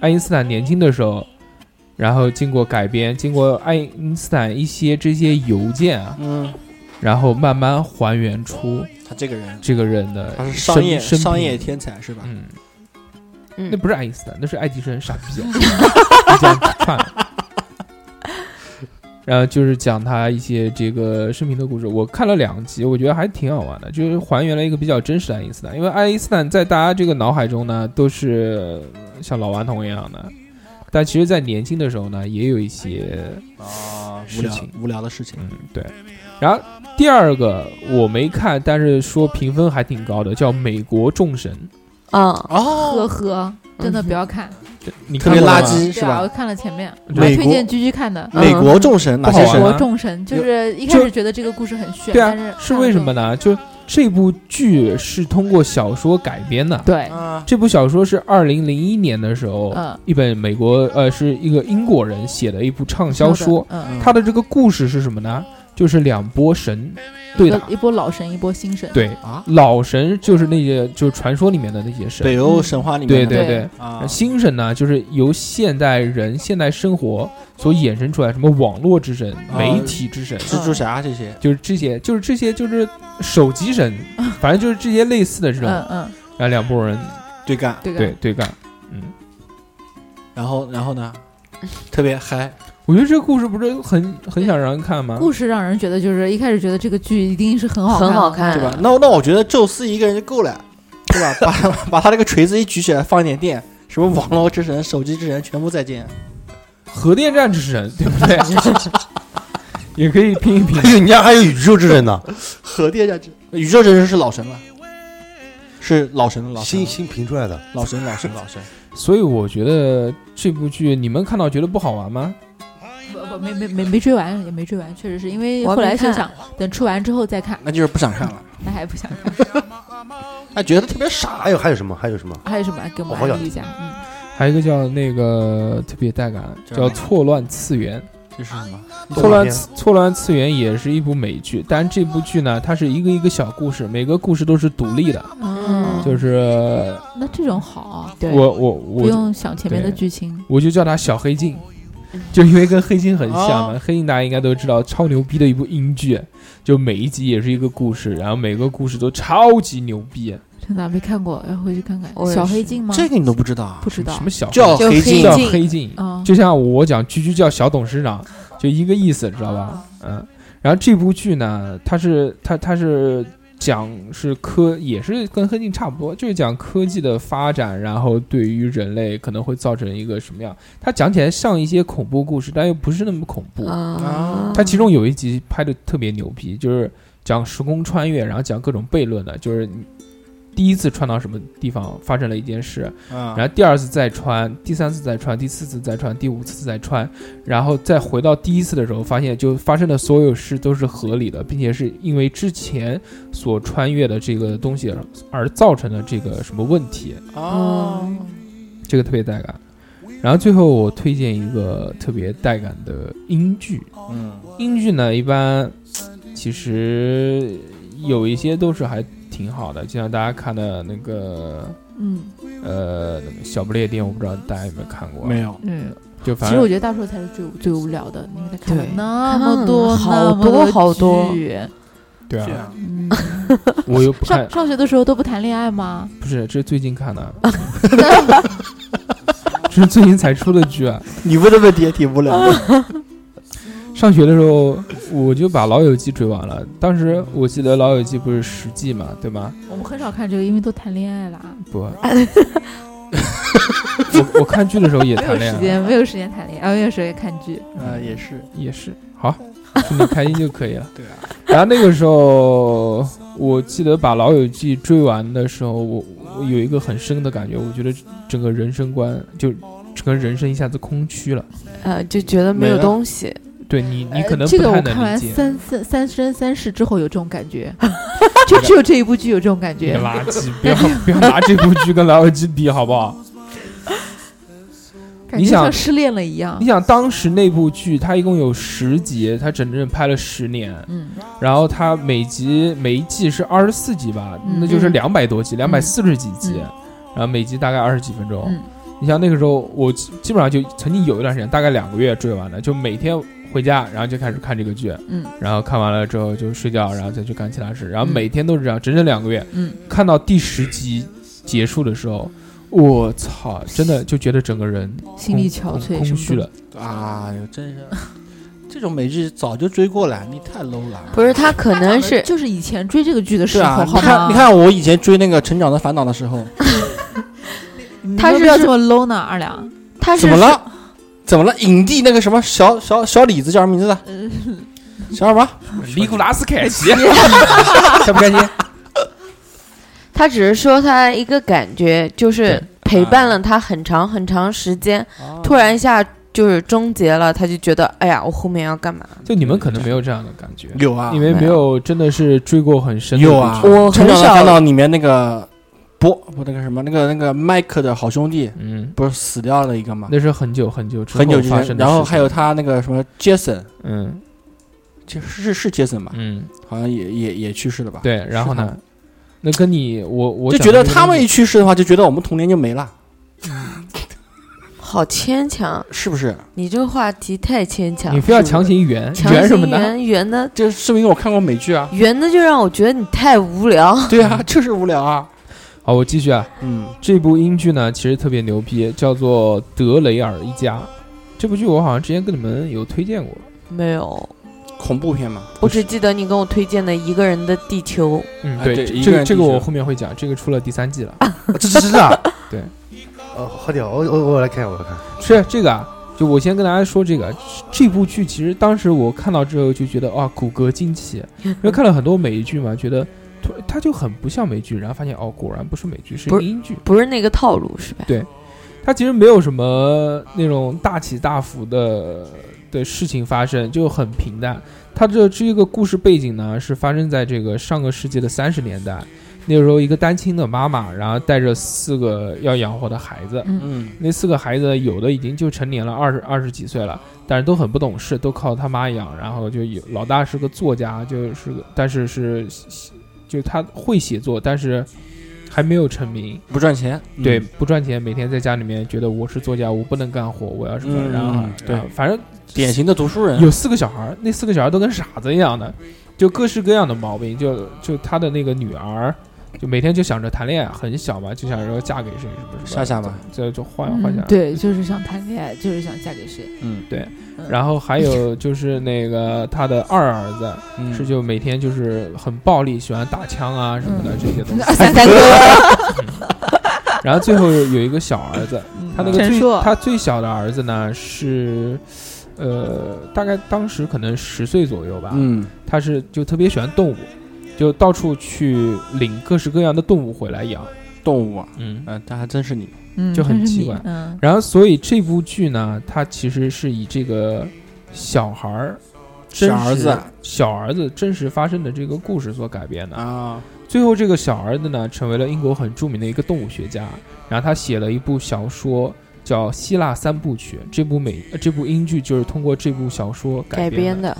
Speaker 2: 爱因斯坦年轻的时候，然后经过改编，经过爱因斯坦一些这些邮件啊，
Speaker 4: 嗯，
Speaker 2: 然后慢慢还原出
Speaker 4: 他这个人，
Speaker 2: 这个人的
Speaker 4: 他是
Speaker 2: 生
Speaker 4: 商业
Speaker 2: 生平
Speaker 4: 商业天才是吧？
Speaker 2: 嗯，
Speaker 5: 嗯
Speaker 2: 那不是爱因斯坦，那是爱迪生，傻逼、啊，你这样串了。然后就是讲他一些这个生平的故事，我看了两集，我觉得还挺好玩的，就是还原了一个比较真实的爱因斯坦。因为爱因斯坦在大家这个脑海中呢，都是呃像老顽童一样的，但其实，在年轻的时候呢，也有一些
Speaker 4: 啊
Speaker 2: 事
Speaker 4: 无聊
Speaker 2: 情
Speaker 4: 无聊的事情，
Speaker 2: 嗯对。然后第二个我没看，但是说评分还挺高的，叫《美国众神》，
Speaker 5: 嗯，
Speaker 3: 呵
Speaker 4: 哦，
Speaker 3: 呵，真
Speaker 2: 嗯
Speaker 3: 的不要看。
Speaker 2: 这你
Speaker 4: 特
Speaker 2: 看
Speaker 4: 别
Speaker 2: 过
Speaker 4: 垃
Speaker 2: 吗
Speaker 4: 圾
Speaker 3: 对
Speaker 4: 是
Speaker 3: 啊，我
Speaker 4: 吧？
Speaker 3: 看了前面，我
Speaker 4: 美
Speaker 3: 还推
Speaker 4: 国
Speaker 3: 荐居居看的
Speaker 5: 嗯
Speaker 3: 《
Speaker 4: 美国众神哪些
Speaker 2: 不好
Speaker 3: 美
Speaker 4: 神
Speaker 2: 玩？
Speaker 3: 国
Speaker 2: 吗
Speaker 3: 众神》，就是一
Speaker 2: 就
Speaker 3: 开始觉得这个故事很炫，
Speaker 2: 对啊
Speaker 3: 但是嗯
Speaker 2: 是
Speaker 3: 看了
Speaker 2: 为
Speaker 3: 之
Speaker 2: 什
Speaker 3: 后
Speaker 2: 么？呢？就这部剧是通过小说改编的。
Speaker 3: 对，
Speaker 4: 啊，
Speaker 2: 这部小说是二零零一年的时候，
Speaker 3: 嗯
Speaker 2: 一本美国呃是一个英国人写的一部畅销
Speaker 3: 的
Speaker 2: 书。
Speaker 3: 嗯，
Speaker 2: 它的这个故事是什么呢？就是两拨神对打。
Speaker 3: 一波老神，一波新神。
Speaker 2: 对，
Speaker 4: 啊，
Speaker 2: 老神就是那些就是传说里面的那些神，
Speaker 4: 北欧神话里
Speaker 2: 对
Speaker 4: 面的
Speaker 2: 对
Speaker 5: 对
Speaker 4: 啊，
Speaker 2: 新神呢，就是由现代人现代生活所衍生出来，什么网络之神、
Speaker 4: 啊
Speaker 2: 媒体之神，
Speaker 4: 蜘蛛侠这些，
Speaker 2: 就是这些，就是这些，就是手机神，反正就是这些类似的这种，
Speaker 3: 嗯嗯，
Speaker 2: 啊，两拨人
Speaker 4: 对干，
Speaker 3: 对
Speaker 2: 对
Speaker 3: 的。
Speaker 2: 对干，嗯，
Speaker 4: 然后然后 呢，特别嗨，
Speaker 2: 我觉得这个故事不是很很想让人看吗？
Speaker 3: 故事让人觉得就是一开始觉得这个剧一定是很好
Speaker 5: 很好
Speaker 3: 的
Speaker 5: 看
Speaker 4: 对吧？那那我觉得宙斯一个人就够了，对吧？ 把把他那个锤子一举起来，放一点电，什么网络之神、手机之神全部再见。
Speaker 2: 核电站之神，对不对？ 也可以拼一拼。
Speaker 6: 哎呦，人家还有宇宙之神呢，
Speaker 4: 核电站之宇宙之神是老神了，是老神了，老神
Speaker 6: 新
Speaker 4: 了
Speaker 6: 新评出来的，
Speaker 4: 老神老神老神，
Speaker 2: 所以我觉得这部剧你们看到觉得不好玩吗？
Speaker 3: 不不没没没没追完，也没追完，确实是因为
Speaker 5: 我还
Speaker 3: 后来
Speaker 5: 没
Speaker 3: 就
Speaker 5: 看
Speaker 3: 想等出完之后再看，
Speaker 4: 那就是不想看了，
Speaker 3: 那还不想 看。
Speaker 4: 他觉得特别傻
Speaker 6: 还。有还有什么？还有什么？
Speaker 3: 还有什么给我们
Speaker 6: 我好想
Speaker 3: 安利一下？嗯，
Speaker 2: 还有一个叫那个特别带感，叫《错乱次元》。
Speaker 4: 这是什么？
Speaker 2: 错
Speaker 6: 动画
Speaker 2: 乱
Speaker 6: 片
Speaker 2: 次错乱次元也是一部美剧，但这部剧呢，它是一个一个小故事，每个故事都是独立的。
Speaker 3: 嗯，
Speaker 2: 就是
Speaker 3: 那这种好啊，
Speaker 5: 对，
Speaker 2: 我我
Speaker 3: 不
Speaker 2: 我
Speaker 3: 用想前面的
Speaker 2: 对
Speaker 3: 剧情。
Speaker 2: 我就叫它小黑镜，就因为跟黑镜很像嘛。黑镜大家应该都知道，超牛逼的一部英剧，就每一集也是一个故事，然后每个故事都超级牛逼。
Speaker 3: 真的没看过，要回去看看
Speaker 5: 我。也
Speaker 3: 小
Speaker 5: 是
Speaker 3: 黑镜吗？
Speaker 4: 这个你都不知道啊
Speaker 3: 不？知道
Speaker 2: 什么小
Speaker 4: 叫
Speaker 5: 就
Speaker 4: 黑
Speaker 5: 黑
Speaker 4: 镜
Speaker 2: 叫
Speaker 5: 镜
Speaker 2: 黑镜，
Speaker 3: 啊，
Speaker 2: 就像我讲居居叫小董事长，就一个意思，知道吧？嗯。然后这部剧呢，它是它它是讲是科，也是跟黑镜差不多，就是讲科技的发展，然后对于人类可能会造成一个什么样？它讲起来像一些恐怖故事，但又不是那么恐怖。
Speaker 5: 啊，
Speaker 2: 它其中有一集拍的特别牛逼，就是讲时空穿越，然后讲各种悖论的，就是你第一次穿到什么地方发生了一件事，
Speaker 4: 啊
Speaker 2: 然后第二次再穿，第三次再穿，第四次再穿，第五次再穿，然后再回到第一次的时候，发现就发生的所有事都是合理的，并且是因为之前所穿越的这个东西而造成的这个什么问题，
Speaker 4: 哦，
Speaker 2: 这个特别带感。然后最后我推荐一个特别带感的英剧，
Speaker 4: 嗯，
Speaker 2: 英剧呢一般其实有一些都是还挺好的，就像大家看的那个
Speaker 3: 嗯
Speaker 2: 呃那个小不列颠，我不知道大家有没有看过，啊
Speaker 4: 没有，
Speaker 3: 嗯，
Speaker 2: 就
Speaker 3: 其
Speaker 2: 反
Speaker 3: 实
Speaker 2: 正
Speaker 3: 我觉得大叔才是最最无聊的，你们在看了
Speaker 5: 对
Speaker 3: 那
Speaker 5: 看
Speaker 3: 么
Speaker 5: 了
Speaker 3: 多
Speaker 5: 好
Speaker 3: 那么
Speaker 5: 多好多
Speaker 3: 剧
Speaker 2: 对
Speaker 4: 这
Speaker 2: 啊，
Speaker 4: 样
Speaker 3: 嗯，
Speaker 2: 我又不看
Speaker 3: 上，上学的时候都不谈恋爱吗？
Speaker 2: 不是这是最近看 的， 这是最近才出的剧啊。
Speaker 4: 你问的问题也挺无聊
Speaker 5: 啊
Speaker 4: 的。
Speaker 2: 上学的时候我就把《老友记》追完了，当时我记得《老友记》不是十季嘛，对吗？
Speaker 3: 我们很少看这个，因为都谈恋爱了，
Speaker 2: 不，我我看剧的时候也
Speaker 3: 没有
Speaker 2: 谈恋
Speaker 3: 时
Speaker 2: 爱，
Speaker 3: 间，没有时间谈恋爱，没有时间看剧。
Speaker 4: 呃，也是，
Speaker 2: 也是好，
Speaker 3: 嗯
Speaker 2: 祝你开心就可以了。
Speaker 4: 对啊，
Speaker 2: 然后那个时候，我记得把《老友记》追完的时候，我我有一个很深的感觉，我觉得整个人生观就整个人生一下子空虚了。
Speaker 5: 呃，就觉得没有
Speaker 4: 没了
Speaker 5: 东西，
Speaker 2: 对你，你可
Speaker 3: 呃
Speaker 2: 能
Speaker 3: 这
Speaker 2: 不
Speaker 3: 个
Speaker 2: 太
Speaker 3: 我看
Speaker 2: 能
Speaker 3: 完
Speaker 2: 理解。
Speaker 3: 三三三生三世之后有这种感 觉，就只有这一部剧有这种感
Speaker 2: 别
Speaker 3: 觉。
Speaker 2: 垃 圾，不要不要拿这部剧跟《老友记》比，好不好？
Speaker 3: 感
Speaker 2: 你
Speaker 3: 觉
Speaker 2: 想
Speaker 3: 像失恋了一样
Speaker 2: 你。想当时那部剧，它一共有十集，它整整拍了十年，
Speaker 3: 嗯，
Speaker 2: 然后它每集每一季是二十四集吧，
Speaker 3: 嗯
Speaker 2: 那就是
Speaker 5: 嗯
Speaker 2: 两百多集，两百四十几集，
Speaker 3: 嗯
Speaker 2: 然后每集大概二十几分钟。
Speaker 3: 嗯
Speaker 2: 你像那个时候，我基基本上就曾经有一段时间，大概两个月追完了，就每天回家，然后就开始看这个剧，
Speaker 3: 嗯，
Speaker 2: 然后看完了之后就睡觉，然后再去干其他事，然后
Speaker 3: 嗯
Speaker 2: 每天都是这样，整整两个月。
Speaker 3: 嗯，
Speaker 2: 看到第十集结束的时候，我操，真的就觉得整个人
Speaker 3: 心力憔
Speaker 2: 空
Speaker 3: 悴，
Speaker 2: 空
Speaker 3: 什么
Speaker 2: 虚
Speaker 3: 都
Speaker 2: 了。。
Speaker 4: 啊，哟真是，这种美剧早就追过了，你太 low 了。
Speaker 5: 不是他可能是
Speaker 3: 就是以前追这个剧的
Speaker 4: 是
Speaker 3: 时候，
Speaker 4: 啊，你
Speaker 3: 好
Speaker 4: 看，
Speaker 3: 吗？
Speaker 4: 你，看我以前追那个《成长的烦恼》的 时候，
Speaker 3: 他
Speaker 5: 他
Speaker 3: 是
Speaker 5: 是
Speaker 3: 要这么 low 呢，二两。
Speaker 5: 他是
Speaker 4: 怎么了？怎么了？影帝那个什么小小小李子叫什么名 字的？小什么？
Speaker 2: 尼古拉斯凯 奇，开不开心？
Speaker 5: 他只是说他一个感觉，就是
Speaker 2: 对
Speaker 5: 陪伴了他很长很长时间，
Speaker 4: 啊
Speaker 5: 突然一下就是终结了，他就觉得哎呀，我后面要干嘛？
Speaker 2: 就你们可能没有这样的感觉，
Speaker 4: 有啊，
Speaker 2: 因为没有真的是追过很深的
Speaker 4: 有啊
Speaker 2: 那，种
Speaker 5: 我
Speaker 4: 成
Speaker 5: 很
Speaker 4: 长的烦恼
Speaker 5: 少，》
Speaker 4: 里面那个波不那个什么那个那个麦克的好兄弟
Speaker 2: 嗯，
Speaker 4: 不是死掉了一个吗？
Speaker 2: 那是很久很久之
Speaker 4: 很久
Speaker 2: 后
Speaker 4: 之
Speaker 2: 发
Speaker 4: 前，
Speaker 2: 生的
Speaker 4: 然后
Speaker 2: 事
Speaker 4: 还有他那个什么 Jason，
Speaker 2: 情嗯，
Speaker 4: 杰是是杰森吧？
Speaker 2: 嗯，
Speaker 4: 好像也也也去世了吧？，
Speaker 2: 对，然后
Speaker 4: 啊是
Speaker 2: 呢
Speaker 4: 他？
Speaker 2: 那跟你我我
Speaker 4: 就
Speaker 2: 讲
Speaker 4: 觉得
Speaker 2: 的这个
Speaker 4: 他
Speaker 2: 东
Speaker 4: 们
Speaker 2: 西
Speaker 4: 一去世的话，就觉得我们童年就没了，
Speaker 5: 好牵强，
Speaker 4: 是不是？
Speaker 5: 你这个话题太牵强，
Speaker 2: 你非要强行圆
Speaker 5: 强
Speaker 2: 圆什
Speaker 5: 行
Speaker 2: 么呢？
Speaker 5: 圆圆的
Speaker 4: 这说明我看过美剧啊。
Speaker 5: 圆的就让我觉得你太无聊。
Speaker 4: 对啊，就是无聊啊。
Speaker 2: 好，我继续啊。
Speaker 4: 嗯，
Speaker 2: 这部英剧呢，其实特别牛逼，叫做《德雷尔一家》。这部剧我好像之前跟你们有推荐过，
Speaker 5: 没有，
Speaker 4: 恐怖片嘛，
Speaker 5: 我只记得你跟我推荐的一个人的地球，
Speaker 2: 嗯
Speaker 4: 啊
Speaker 2: 对，
Speaker 4: 对一
Speaker 2: 这这
Speaker 4: 个人
Speaker 2: 个这
Speaker 4: 地
Speaker 2: 个
Speaker 4: 球
Speaker 2: 我后面会讲，这个出了第三季了。，
Speaker 6: 这这这啊
Speaker 2: 对，
Speaker 6: 呃，好屌，我我我来看，我来看，
Speaker 2: 是这个啊，就我先跟大家说这个这部剧，其实当时我看到之后就觉得啊，骨骼惊奇，因为看了很多美剧嘛，觉得突它就很不像美剧，然后发现哦，果然不是美剧，是
Speaker 5: 不是
Speaker 2: 英剧。
Speaker 5: 不是那个套路是吧？
Speaker 2: 它其实没有什么那种大起大伏的的事情发生，就很平淡。它这这个故事背景呢，是发生在这个上个世纪的三十年代，那时候一个单亲的妈妈，然后带着四个要养活的孩子，
Speaker 4: 嗯，
Speaker 2: 那四个孩子有的已经就成年了，二十二十几岁了，但是都很不懂事，都靠他妈养。然后就有老大是个作家，就是个但是是就他会写作，但是还没有成名。
Speaker 4: 不赚钱，
Speaker 2: 对，
Speaker 4: 嗯，
Speaker 2: 不赚钱，每天在家里面觉得我是作家，我不能干活，我要什么，
Speaker 4: 嗯
Speaker 2: 然后
Speaker 4: 对
Speaker 2: 然后反正
Speaker 4: 典型的读书人，
Speaker 2: 有四个小孩儿，那四个小孩儿都跟傻子一样的，就各式各样的毛病，就就他的那个女儿。就每天就想着谈恋爱，很小嘛，就想着要嫁给谁，什么什么，
Speaker 4: 傻傻吧，
Speaker 2: 就就幻幻想
Speaker 3: 嗯，。对，就是想谈恋爱，就是想嫁给谁。
Speaker 4: 嗯，
Speaker 2: 然后还有就是那个他的二儿子，
Speaker 4: 嗯
Speaker 2: 是就每天就是很暴力，喜欢打枪啊什么的
Speaker 3: 嗯
Speaker 2: 这些东西。
Speaker 3: 三三哥，
Speaker 2: 然后最后有一个小儿子，他那个
Speaker 3: 陈
Speaker 2: 最
Speaker 3: 硕
Speaker 2: 他最小的儿子呢是，呃，大概当时可能十岁左右吧。
Speaker 4: 嗯，
Speaker 2: 他是就特别喜欢动物，就到处去领各式各样的动物回来养。
Speaker 4: 动物啊，
Speaker 2: 嗯，
Speaker 4: 嗯，这还真是你，
Speaker 3: 嗯
Speaker 2: 就很
Speaker 3: 真是
Speaker 2: 奇
Speaker 3: 你
Speaker 2: 怪
Speaker 3: 嗯，
Speaker 2: 然后所以这部剧呢，它其实是以这个小孩儿。真
Speaker 4: 小儿
Speaker 2: 实
Speaker 4: 子啊
Speaker 2: 小儿子真实发生的这个故事所改编的，
Speaker 4: 啊，
Speaker 2: 最后，这个小儿子呢，成为了英国很著名的一个动物学家。然后他写了一部小说，叫《希腊三部曲》。这部美、呃这部英剧就是通过这部小说
Speaker 5: 改
Speaker 2: 改
Speaker 5: 编
Speaker 2: 的。
Speaker 5: 的，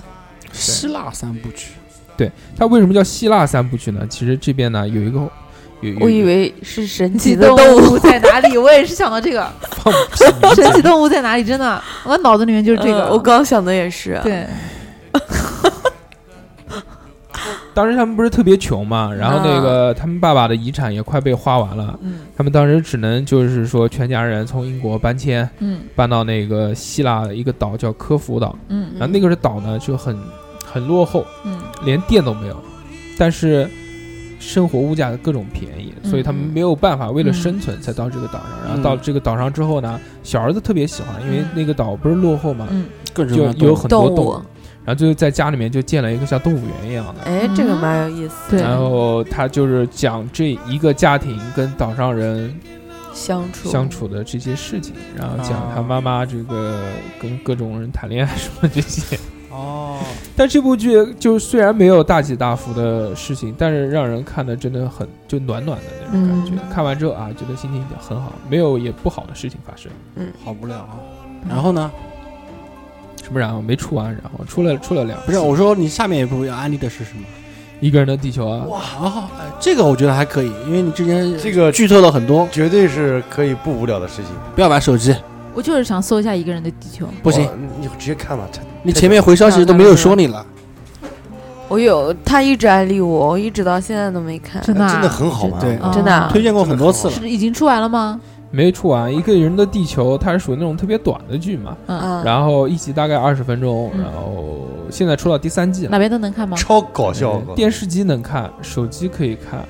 Speaker 4: 希腊三部曲，
Speaker 2: 它为什么叫希腊三部曲呢？其实这边呢有一个，有有
Speaker 5: 我以为是神奇
Speaker 3: 奇
Speaker 5: 的
Speaker 3: 动
Speaker 5: 动
Speaker 3: 物
Speaker 5: 物。
Speaker 3: 在哪里？我也是想到这个
Speaker 2: 放屁，
Speaker 3: 神奇动物在哪里？真的，我脑子里 面就是这个。
Speaker 5: 呃我刚想的也是，，
Speaker 3: 对，
Speaker 2: 当时他们不是特别穷嘛，然后
Speaker 5: 啊
Speaker 2: 那个他们爸爸的遗产也快被花完了，
Speaker 3: 嗯
Speaker 2: 他们当时只能就是说全家人从英国搬迁，
Speaker 3: 嗯
Speaker 2: 搬到那个希腊的一个岛叫科孚岛。
Speaker 3: 嗯
Speaker 2: 然后那个岛呢就很很落后，
Speaker 3: 嗯
Speaker 2: 连电都没有，但是生活物价各种便宜，
Speaker 3: 嗯
Speaker 2: 所以他们没有办法，为了生存才到这个岛上。然后到这个岛上之后呢，小儿子特别喜欢，因为那个岛不是落后嘛，
Speaker 3: 嗯，
Speaker 4: 各种各
Speaker 2: 就
Speaker 4: 样的
Speaker 2: 有
Speaker 4: 动物
Speaker 2: 很多
Speaker 5: 动物
Speaker 2: 动物，然后就在家里面就建了一个像动物园一样的。
Speaker 5: 哎，这个蛮有意思，
Speaker 3: 对，
Speaker 2: 然后他就是讲这一个家庭跟岛上人
Speaker 5: 相处
Speaker 2: 相，处的这些事情，然后讲
Speaker 4: 啊
Speaker 2: 他妈妈这个跟各种人谈恋爱什么这些。
Speaker 4: 哦，
Speaker 2: 但这部剧就虽然没有大起大伏的事情，但是让人看的真的很就暖暖的那种感觉。
Speaker 3: 嗯
Speaker 2: 看完之后啊，觉得心情很好，没有也不好的事情发生。
Speaker 4: 好无聊啊。然后呢？
Speaker 2: 什么然后没出完，然后出了出了两
Speaker 4: 不是，我说你下面一部要安利的是什么？
Speaker 2: 一个人的地球啊，
Speaker 4: 哇，哦哎这个我觉得还可以，因为你之前
Speaker 6: 这个
Speaker 4: 剧透了很多，
Speaker 6: 绝对是可以不无聊的事情。
Speaker 4: 不要玩手机，
Speaker 3: 我就是想搜一下一个人的地球。
Speaker 4: 不行
Speaker 6: 哇，，你直接看吧，这
Speaker 4: 你前面回消息都没有说你了。
Speaker 5: 我有他一直安利我，我一直到现在都没看，
Speaker 3: 真的啊
Speaker 6: 真的很好玩。
Speaker 4: 对
Speaker 3: 啊
Speaker 5: 真的啊
Speaker 4: 推荐过很多次了
Speaker 3: 哦是，已经出完了吗？
Speaker 2: 没出完。一个人的地球，它是属于那种特别短的剧嘛，
Speaker 3: 嗯，
Speaker 5: 啊，
Speaker 2: 然后一集大概二十分钟，
Speaker 3: 嗯
Speaker 2: 然后现在出到第三季
Speaker 3: 哪
Speaker 2: 了。
Speaker 3: 边都能 看吗？
Speaker 6: 超搞哦笑啊
Speaker 2: 呃。电视机能看，手机可以看，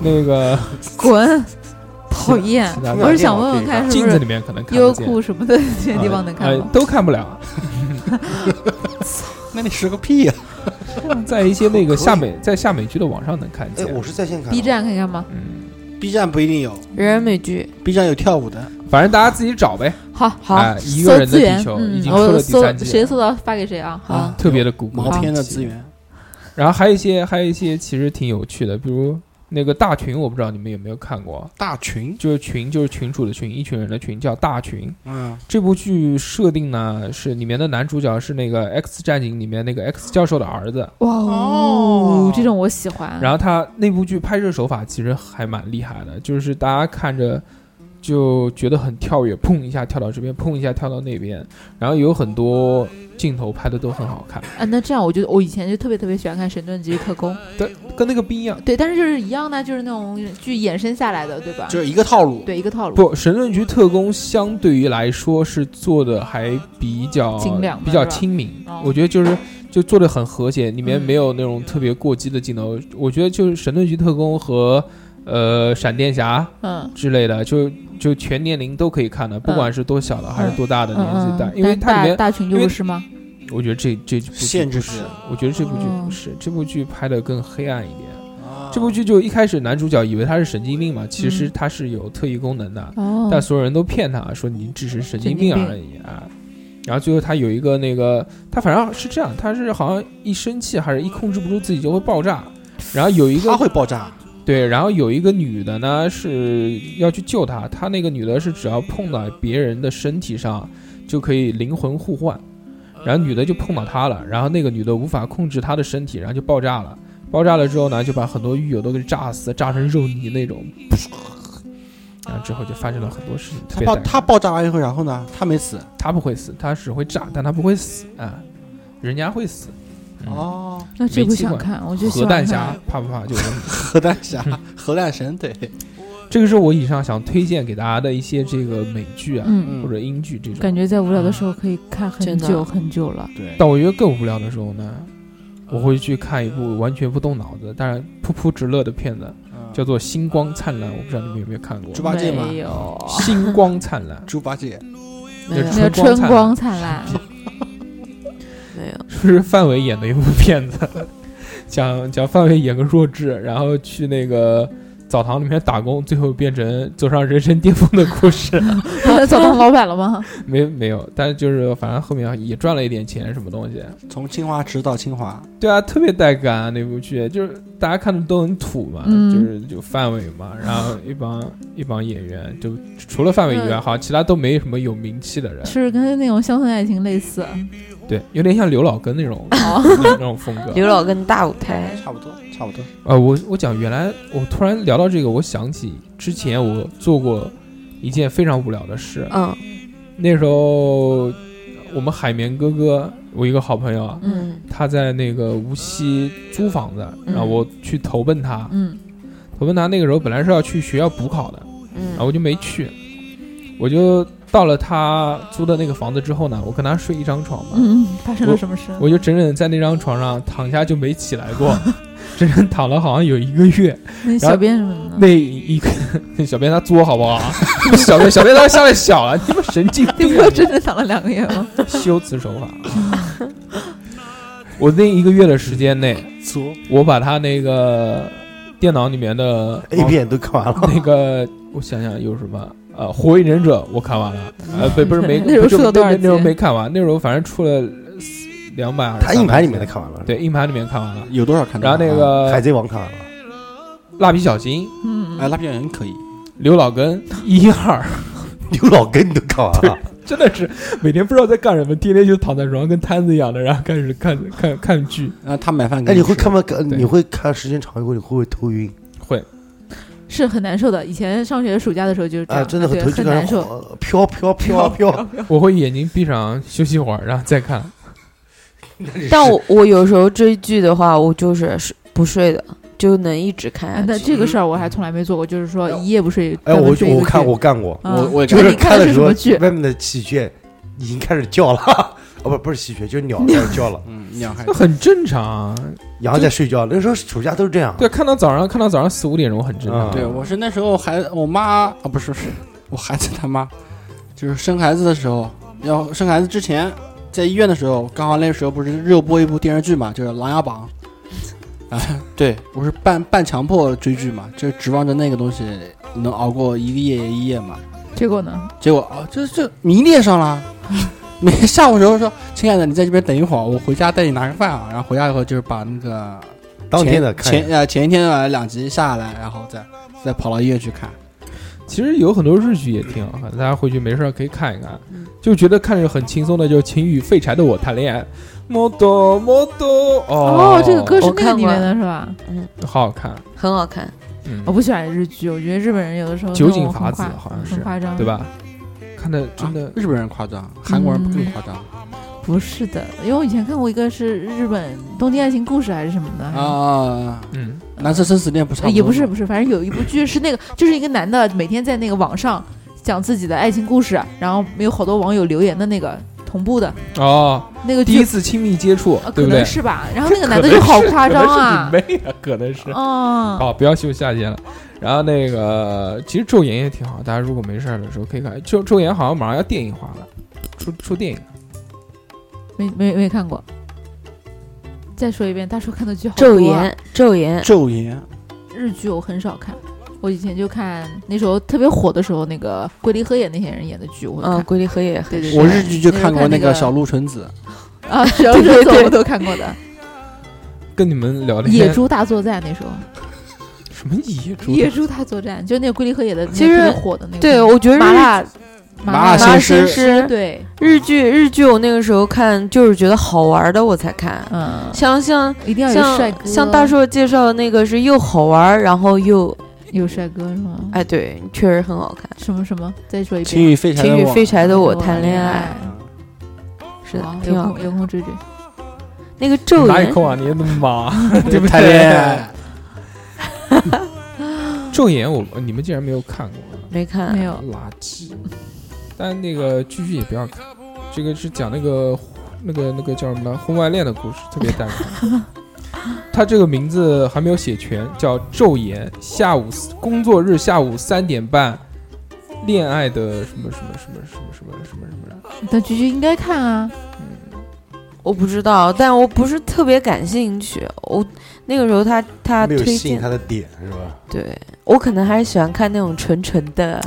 Speaker 2: 那个
Speaker 3: 滚！ 讨厌
Speaker 2: 其！他
Speaker 3: 嗯我是想问问看，是
Speaker 2: 镜
Speaker 3: 不
Speaker 2: 子
Speaker 3: 是
Speaker 2: 里面可能看
Speaker 3: 优
Speaker 2: 不见。
Speaker 3: 酷什么的这些地方能看
Speaker 2: 呃
Speaker 3: 吗？
Speaker 2: 都看不了，
Speaker 4: 那你是个屁呀！
Speaker 2: 在一些那个下美在下美剧的网上能看
Speaker 6: 哎
Speaker 2: 见，。
Speaker 6: 我是在线看的
Speaker 3: B 站看看吗？
Speaker 2: 嗯，
Speaker 4: B 站不一定有
Speaker 5: 人人美剧，
Speaker 4: ，B 站有跳舞的。
Speaker 2: 反正大家自己找呗。
Speaker 3: 好
Speaker 2: 哎
Speaker 3: 好，
Speaker 2: 一个
Speaker 3: 搜
Speaker 2: 人的
Speaker 3: 资
Speaker 2: 地
Speaker 3: 源，
Speaker 2: 球已
Speaker 3: 嗯，
Speaker 2: 经出了
Speaker 3: 我
Speaker 2: 第三
Speaker 3: 搜
Speaker 2: 季了
Speaker 3: 谁搜到发给谁啊？好
Speaker 4: 啊，
Speaker 2: 特别的古怪
Speaker 4: 毛片的资源，
Speaker 2: 然后还有一些还有一些其实挺有趣的，比如那个大群，我不知道你们有没有看过啊，
Speaker 4: 大群，
Speaker 2: 就是群就是群主的群，一群人的群，叫大群。
Speaker 4: 嗯
Speaker 2: 这部剧设定呢是里面的男主角是那个《X 战警》里面那个 X 教授的儿子，
Speaker 3: 哇
Speaker 4: 哦
Speaker 3: 这种我喜欢。
Speaker 2: 然后他那部剧拍摄手法其实还蛮厉害的，就是大家看着就觉得很跳跃，砰一下跳到这边，砰一下跳到那边，然后有很多镜头拍的都很好看，
Speaker 3: 啊，那这样我就我以前就特别特别喜欢看《神盾局特工》，
Speaker 2: 跟那个不一样。
Speaker 3: 对，但是就是一样的，就是那种剧衍生下来的，对吧？
Speaker 4: 就是一个套路。
Speaker 3: 对一个套路。
Speaker 2: 不，神盾局特工相对于来说是做的还比较
Speaker 3: 精良吧
Speaker 2: 比较
Speaker 3: 是吧
Speaker 2: 亲民
Speaker 3: 哦。
Speaker 2: 我觉得就是就做的很和谐，里面
Speaker 3: 嗯
Speaker 2: 没有那种特别过激的镜头。我觉得就是神盾局特工和呃闪电侠
Speaker 3: 嗯，
Speaker 2: 之类的，就就全年龄都可以看的，不
Speaker 3: 嗯
Speaker 2: 管是多小的还是多大的
Speaker 3: 嗯
Speaker 2: 年纪
Speaker 3: 嗯
Speaker 2: 带，
Speaker 3: 嗯
Speaker 2: 因为
Speaker 3: 但
Speaker 2: 它里
Speaker 3: 大
Speaker 2: 面
Speaker 3: 大群就
Speaker 2: 因为
Speaker 3: 不是吗？
Speaker 2: 我觉得这这部剧
Speaker 4: 限制
Speaker 2: 不是
Speaker 4: 是，
Speaker 2: 我觉得这部剧
Speaker 3: 哦
Speaker 2: 不是，这部剧拍的更黑暗一点。
Speaker 4: 啊嗯
Speaker 2: 这部剧就一开始男主角以为他是神经病嘛，其实
Speaker 3: 嗯
Speaker 2: 他是有特异功能的，
Speaker 3: 哦，
Speaker 2: 但所有人都骗他说你只是神经病而已啊。然后最后他有一个那个，他反正是这样，他是好像一生气还是一控制不住自己就会爆炸。然后有一
Speaker 4: 它
Speaker 2: 个
Speaker 4: 会爆炸，
Speaker 2: 对，然后有一个女的呢是要去救他，他那个女的是只要碰到别人的身体上就可以灵魂互换，然后女的就碰到他了，然后那个女的无法控制他的身体，然后就爆炸了。爆炸了之后呢，就把很多狱友都给炸死，炸成肉泥那种。然后之后就发生了很多事情，特
Speaker 4: 它
Speaker 2: 别
Speaker 4: 爆
Speaker 2: 带
Speaker 4: 它爆炸完以后，然后呢，它没死。
Speaker 2: 他不会死，他只会炸，但他不会死啊，人家会死。嗯，
Speaker 4: 哦，
Speaker 3: 那这部
Speaker 2: 煤气
Speaker 3: 想
Speaker 2: 罐
Speaker 3: 看，我就喜
Speaker 2: 核
Speaker 3: 欢
Speaker 2: 弹
Speaker 3: 看。
Speaker 2: 侠怕不怕？就我问你，
Speaker 4: 核弹侠、核弹神，对，
Speaker 2: 这个是我以上想推荐给大家的一些这个美剧啊，
Speaker 3: 嗯，
Speaker 2: 或者英剧这种。
Speaker 3: 感觉在无聊的时候可以看很
Speaker 5: 真的
Speaker 3: 久很久了。
Speaker 4: 对。
Speaker 2: 但我觉得更无聊的时候呢，我会去看一部完全不动脑子，但是噗噗直乐的片子，
Speaker 4: 嗯
Speaker 2: 叫做《星光灿烂》，我不知道你们有没有看过。
Speaker 4: 猪八戒嘛
Speaker 3: 没，有，
Speaker 2: 星光灿烂
Speaker 4: 猪八戒，
Speaker 5: 没有
Speaker 2: 就
Speaker 3: 那个
Speaker 2: 是春
Speaker 3: 春
Speaker 2: 光
Speaker 3: 光灿烂，
Speaker 5: 没有，
Speaker 2: 是不是范伟演的一部片子？讲讲范伟演个弱智，然后去那个澡堂里面打工，最后变成走上人生巅峰的故事。
Speaker 3: 他走当老板了吗？
Speaker 2: 没没有，但是就是反正后面也赚了一点钱，什么东西。
Speaker 4: 从青花池到清华，
Speaker 2: 对啊，特别带感啊那部剧，就是大家看的都很土嘛，
Speaker 3: 嗯
Speaker 2: 就是就范伟嘛，然后一帮一帮演员，就除了范伟以外，
Speaker 5: 嗯
Speaker 2: 好像其他都没什么有名气的人，
Speaker 3: 是跟那种乡村爱情类似。
Speaker 2: 对，有点像刘老根那种那种风格。
Speaker 5: 刘老根大舞台，
Speaker 4: 差不多，差不多。
Speaker 2: 啊，我我讲原来我突然聊到这个，我想起之前我做过一件非常无聊的事，
Speaker 5: 嗯
Speaker 2: 那时候我们海绵哥哥，我一个好朋友啊，
Speaker 3: 嗯
Speaker 2: 他在那个无锡租房子，
Speaker 3: 嗯
Speaker 2: 然后我去投奔他，
Speaker 3: 嗯
Speaker 2: 投奔他那个时候本来是要去学校补考的，然后
Speaker 5: 嗯
Speaker 2: 我就没去，我就到了他租的那个房子之后呢，我跟他睡一张床嘛，
Speaker 3: 嗯，发生了什么事？
Speaker 2: 我就整整在那张床上躺下就没起来过， 整整躺了好像有一个月。
Speaker 3: 那小编什么的呢？
Speaker 2: 那一个小编他作好不好？ 小编小编他下来小了，你们神经
Speaker 3: 你
Speaker 2: 病
Speaker 3: 不
Speaker 2: 啊
Speaker 3: 是！真的躺了两个月 吗？
Speaker 2: 你修辞手法。啊我那一个月的时间内，
Speaker 4: 左
Speaker 2: 我把他那个电脑里面的
Speaker 6: A 片都看完 了，
Speaker 2: 那个，我想想有什么？呃，《火影忍者》我看完了，呃，不不是没
Speaker 3: 那时候出了多少
Speaker 2: 那那时候
Speaker 3: 集
Speaker 2: 没看完，那时候反正出了两百。
Speaker 6: 他硬盘里面的看嗯完了，
Speaker 2: 对，硬盘里面看完了。
Speaker 4: 有多少看到？
Speaker 2: 然后那
Speaker 6: 啊海
Speaker 2: 个
Speaker 6: 贼王看完了，
Speaker 2: 蜡笔小新、
Speaker 3: 嗯，
Speaker 4: 哎，蜡笔小新可以，
Speaker 2: 刘老根一二，
Speaker 6: 刘老根你都看完了，
Speaker 2: 真的是每天不知道在干什么，天天就躺在床上跟瘫子一样的，然后开始看看看剧。
Speaker 4: 然后他买饭给
Speaker 6: 哎，你
Speaker 4: 你
Speaker 6: 会
Speaker 4: 吃
Speaker 6: 看吗？看
Speaker 2: 对
Speaker 6: 你会看时间长以后，你会不会头晕
Speaker 2: 会，
Speaker 3: 是很难受的。以前上学暑假的时候就是这
Speaker 6: 啊？
Speaker 3: 样，
Speaker 6: 真的
Speaker 3: 对
Speaker 6: 头就
Speaker 3: 很难
Speaker 6: 感
Speaker 3: 受
Speaker 6: 觉。呃飘飘飘飘，
Speaker 2: 我会眼睛闭上休息一会儿，然后再看。
Speaker 5: 但我我有时候追剧的话，我就是睡不睡的，就能一直看
Speaker 3: 哎
Speaker 5: 下
Speaker 3: 那
Speaker 5: 去。
Speaker 3: 这个事儿我还从来没做过，就是说一夜不睡。
Speaker 6: 哎，
Speaker 3: 专门
Speaker 6: 我
Speaker 3: 追一个
Speaker 6: 我看
Speaker 3: 剧
Speaker 6: 我干过，
Speaker 3: 啊
Speaker 4: 我我也
Speaker 6: 就
Speaker 3: 那
Speaker 6: 是
Speaker 3: 你看的
Speaker 6: 的
Speaker 3: 是
Speaker 6: 时
Speaker 3: 什
Speaker 6: 候
Speaker 3: 么剧，？
Speaker 6: 外面的喜鹊已经开始叫了，哦不不是喜鹊，就是鸟开始叫了，
Speaker 4: 嗯，两还
Speaker 2: 那很正常啊，
Speaker 6: 然后在睡觉。那时候暑假都是这样，
Speaker 2: 对，看到早上，看到早上四五点钟很正常。
Speaker 6: 嗯
Speaker 4: 对我是那时候还我妈啊，不是，是 我孩子他妈，就是生孩子的时候，要生孩子之前，在医院的时候，刚好那时候不是热播一部电视剧嘛，就是《琅琊榜》啊，对我是半半强迫追剧嘛，就指望着那个东西能熬过一个夜一夜嘛，
Speaker 3: 结果呢？
Speaker 4: 结果啊，这这迷恋上了。 每天下午的时候说，亲爱的，你在这边等一会儿，我回家带你拿个饭啊。然后回家以后就是把那个
Speaker 6: 当天的看一
Speaker 4: 前
Speaker 6: 下，
Speaker 4: 呃前一天晚上两集下来，然后再再跑到医院去看。啊
Speaker 2: 其实有很多日剧也挺好看，大
Speaker 3: 嗯
Speaker 2: 家回去没事儿可以看一看，就觉得看着很轻松的，就《请与废柴的我谈恋爱》。摸多摸多哦
Speaker 3: 哦，这个歌是
Speaker 5: 我
Speaker 3: 那个
Speaker 5: 看
Speaker 3: 里
Speaker 5: 过
Speaker 3: 面的是哦吧？
Speaker 2: 好好看，
Speaker 5: 很好看。
Speaker 2: 嗯
Speaker 3: 我，不喜欢日剧，我觉得日本人有的时候
Speaker 2: 酒
Speaker 3: 那种
Speaker 2: 井
Speaker 3: 很
Speaker 2: 法子
Speaker 3: 夸
Speaker 2: 好像是
Speaker 3: 很夸张，
Speaker 2: 对？吧？看的真的
Speaker 4: 啊，日本人夸张，韩国人更夸张
Speaker 3: 不是的，因为我以前看过一个是日本《东京爱情故事》还是什么的，
Speaker 4: 啊！
Speaker 2: 嗯，
Speaker 4: 男生生死恋不差
Speaker 3: 呃
Speaker 4: 多吗，
Speaker 3: 也不是不是，反正有一部剧是那个，就是一个男的每天在那个网上讲自己的爱情故事，然后有好多网友留言的那个同步的
Speaker 2: 哦，
Speaker 3: 那个
Speaker 2: 第一
Speaker 3: 剧，
Speaker 2: 次亲密接触
Speaker 3: 呃，
Speaker 2: 对不
Speaker 3: 可能
Speaker 2: 对？
Speaker 3: 是吧。然后那个男的就好夸张啊，
Speaker 2: 可能是你妹啊，可能是。
Speaker 3: 嗯，
Speaker 2: 好，不要秀下限了。然后那个，其实《昼颜》也挺好，大家如果没事儿的时候可以看。就《昼颜》好像马上要电影化了，出出电影了。
Speaker 3: 没嗯没没看过。再说一遍，大叔看的剧好多、啊
Speaker 5: 昼，颜，啊昼颜，
Speaker 4: 昼颜
Speaker 3: 日剧我很少看。我以前就看那时候特别火的时候，那个龟梨和也那些人演的剧，我会看。
Speaker 5: 嗯，龟梨和也很
Speaker 3: 对对对，
Speaker 4: 我日剧就看过
Speaker 3: 那
Speaker 4: 那
Speaker 3: 个
Speaker 4: 个小鹿纯子，
Speaker 3: 啊，只要是走我都看过的
Speaker 2: 跟你们聊
Speaker 3: 《
Speaker 2: 天，
Speaker 3: 野猪大作战》那时候，
Speaker 2: 什么野猪？
Speaker 3: 《野猪大作战》就那个龟梨和也的，
Speaker 5: 其实
Speaker 3: 那个特别火的那个，
Speaker 5: 对，我觉得
Speaker 3: 麻
Speaker 5: 日
Speaker 3: 辣
Speaker 4: 麻辣
Speaker 3: 麻
Speaker 5: 鲜
Speaker 4: 鲜师
Speaker 5: 师，
Speaker 3: 对，
Speaker 5: 日剧，日剧我那个时候看就是觉得好玩的我才看，
Speaker 3: 嗯，
Speaker 5: 像像
Speaker 3: 一定要有帅哥，
Speaker 5: 像像大叔介绍的那个是又好玩，然后又
Speaker 3: 有帅哥是吗？
Speaker 5: 哎对，确实很好看。
Speaker 3: 什么什么？再说一
Speaker 4: 情
Speaker 3: 遍，
Speaker 4: 与废柴
Speaker 5: 请
Speaker 4: 的
Speaker 5: 与
Speaker 4: 我
Speaker 5: 废柴的我
Speaker 3: 我
Speaker 5: 谈恋
Speaker 3: 恋
Speaker 5: 爱，，
Speaker 4: 嗯
Speaker 5: 是的
Speaker 3: 好，
Speaker 5: 挺
Speaker 3: 有
Speaker 5: 好
Speaker 3: 空
Speaker 5: 看。
Speaker 3: 有空追追。
Speaker 5: 那个昼
Speaker 2: 哪有
Speaker 5: 颜，
Speaker 2: 空啊？你的妈，对不对？
Speaker 4: 谈 恋爱，
Speaker 2: 昼颜我你们竟然没有看过，
Speaker 5: 没看，
Speaker 3: 没有
Speaker 2: 垃圾。但那个继续也不要看，这个是讲那个那个那个叫什么来婚外恋的故事，特别单纯。他这个名字还没有写全，叫《昼颜》，下午工作日下午三点半，恋爱的什么什么什么什么什么什么什么，
Speaker 3: 但菊菊应该看啊，
Speaker 5: 我不知道，但我不是特别感兴趣。我那个时候他他
Speaker 6: 没有
Speaker 5: 推
Speaker 6: 吸引
Speaker 5: 荐嗯
Speaker 6: 他，的点是吧？
Speaker 5: 对我可能还是喜欢看那种纯纯的。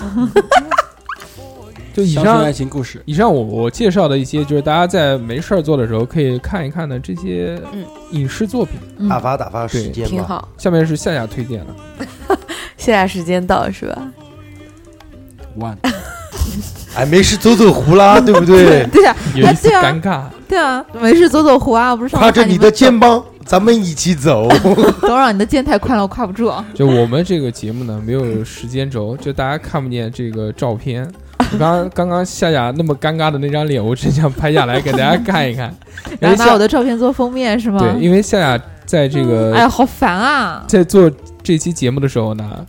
Speaker 2: 就以
Speaker 4: 乡村
Speaker 2: 上
Speaker 4: 爱情故事，
Speaker 2: 以上我我介绍的一些，就是大家在没事儿做的时候可以看一看的这些
Speaker 5: 嗯
Speaker 2: 影视作品。
Speaker 3: 嗯？
Speaker 6: 打发打发时
Speaker 2: 对
Speaker 6: 间
Speaker 5: 挺
Speaker 6: 吧。
Speaker 5: 好。
Speaker 2: 下面是夏夏推荐了，
Speaker 5: 现在时间到是吧？
Speaker 4: 哇，
Speaker 6: 哎，没事走走湖啦，对不对
Speaker 3: 对啊，
Speaker 2: 有一
Speaker 3: 哎
Speaker 2: 丝
Speaker 3: 对啊
Speaker 2: 尴尬。
Speaker 3: 对啊，没事走走湖啊，我不是上次
Speaker 6: 挎着
Speaker 3: 看
Speaker 6: 你
Speaker 3: 们
Speaker 6: 的肩膀，咱们一起走。
Speaker 3: 总让你的肩太宽了，我跨不住。
Speaker 2: 就我们这个节目呢，没有
Speaker 3: 嗯
Speaker 2: 时间轴，就大家看不见这个照片。我刚刚刚夏夏那么尴尬的那张脸，我真想拍下来给大家看一看。因
Speaker 3: 然
Speaker 2: 为
Speaker 3: 后拿
Speaker 2: 夏
Speaker 3: 我的照片做封面是吗？
Speaker 2: 对，因为夏夏在这
Speaker 3: 哎呀，
Speaker 2: 个
Speaker 3: 好烦啊！
Speaker 2: 在做这期节目的时 候呢，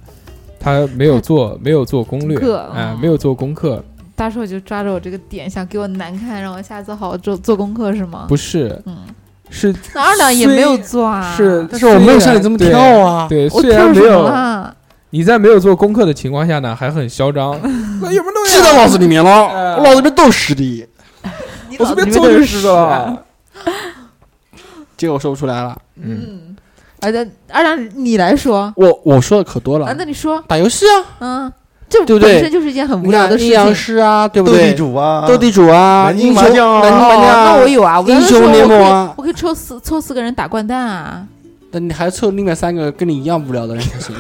Speaker 2: 她没有做没有做攻略
Speaker 3: 功啊 课，
Speaker 2: 哎
Speaker 3: 哦，
Speaker 2: 没有做功课，
Speaker 3: 大叔就抓着我这个点，想给我难看，让我下次好好做做功课是吗？
Speaker 2: 不是
Speaker 3: 嗯，
Speaker 2: 是
Speaker 3: 哪有两也没有做啊？
Speaker 2: 是，
Speaker 4: 但是我没有像你这么
Speaker 2: 虽
Speaker 4: 跳
Speaker 2: 然
Speaker 4: 啊，
Speaker 2: 对，
Speaker 3: 我
Speaker 2: 对虽
Speaker 3: 跳
Speaker 2: 然
Speaker 3: 什
Speaker 2: 没
Speaker 3: 么啊
Speaker 2: 有
Speaker 3: 啦？
Speaker 2: 你在没有做功课的情况下呢，还很嚣 张，那有没有弄呀
Speaker 4: 记到脑子里面
Speaker 2: 哎
Speaker 4: 了，我脑子里面都是实力，
Speaker 3: 你
Speaker 2: 我
Speaker 3: 脑
Speaker 2: 随便
Speaker 3: 子里面
Speaker 2: 做
Speaker 3: 都
Speaker 2: 就是知
Speaker 3: 屎
Speaker 2: 道
Speaker 3: 啊。
Speaker 2: 了。
Speaker 4: 结果说不出来了。
Speaker 2: 嗯，
Speaker 3: 嗯，而且二两你来说
Speaker 4: 我我说的可多
Speaker 3: 啊
Speaker 4: 了，，
Speaker 3: 那你说，
Speaker 4: 打游戏啊，
Speaker 3: 嗯，这
Speaker 4: 对不对
Speaker 3: 本身就是一件很无聊的事
Speaker 4: 阴阳
Speaker 3: 情。
Speaker 4: 师啊，对不
Speaker 6: 斗地
Speaker 4: 对？
Speaker 6: 主啊，
Speaker 4: 斗地主啊，
Speaker 6: 南京
Speaker 4: 英雄
Speaker 6: 麻将啊
Speaker 4: 南京麻
Speaker 3: 哦
Speaker 4: 将啊，
Speaker 3: 那我有啊，我
Speaker 4: 英
Speaker 3: 要是
Speaker 4: 雄
Speaker 3: 说
Speaker 4: 联
Speaker 3: 我可以
Speaker 4: 盟啊
Speaker 3: 我可以抽四抽四个人打掼蛋啊。
Speaker 4: 那你还凑另外三个跟你一样无聊的人才行。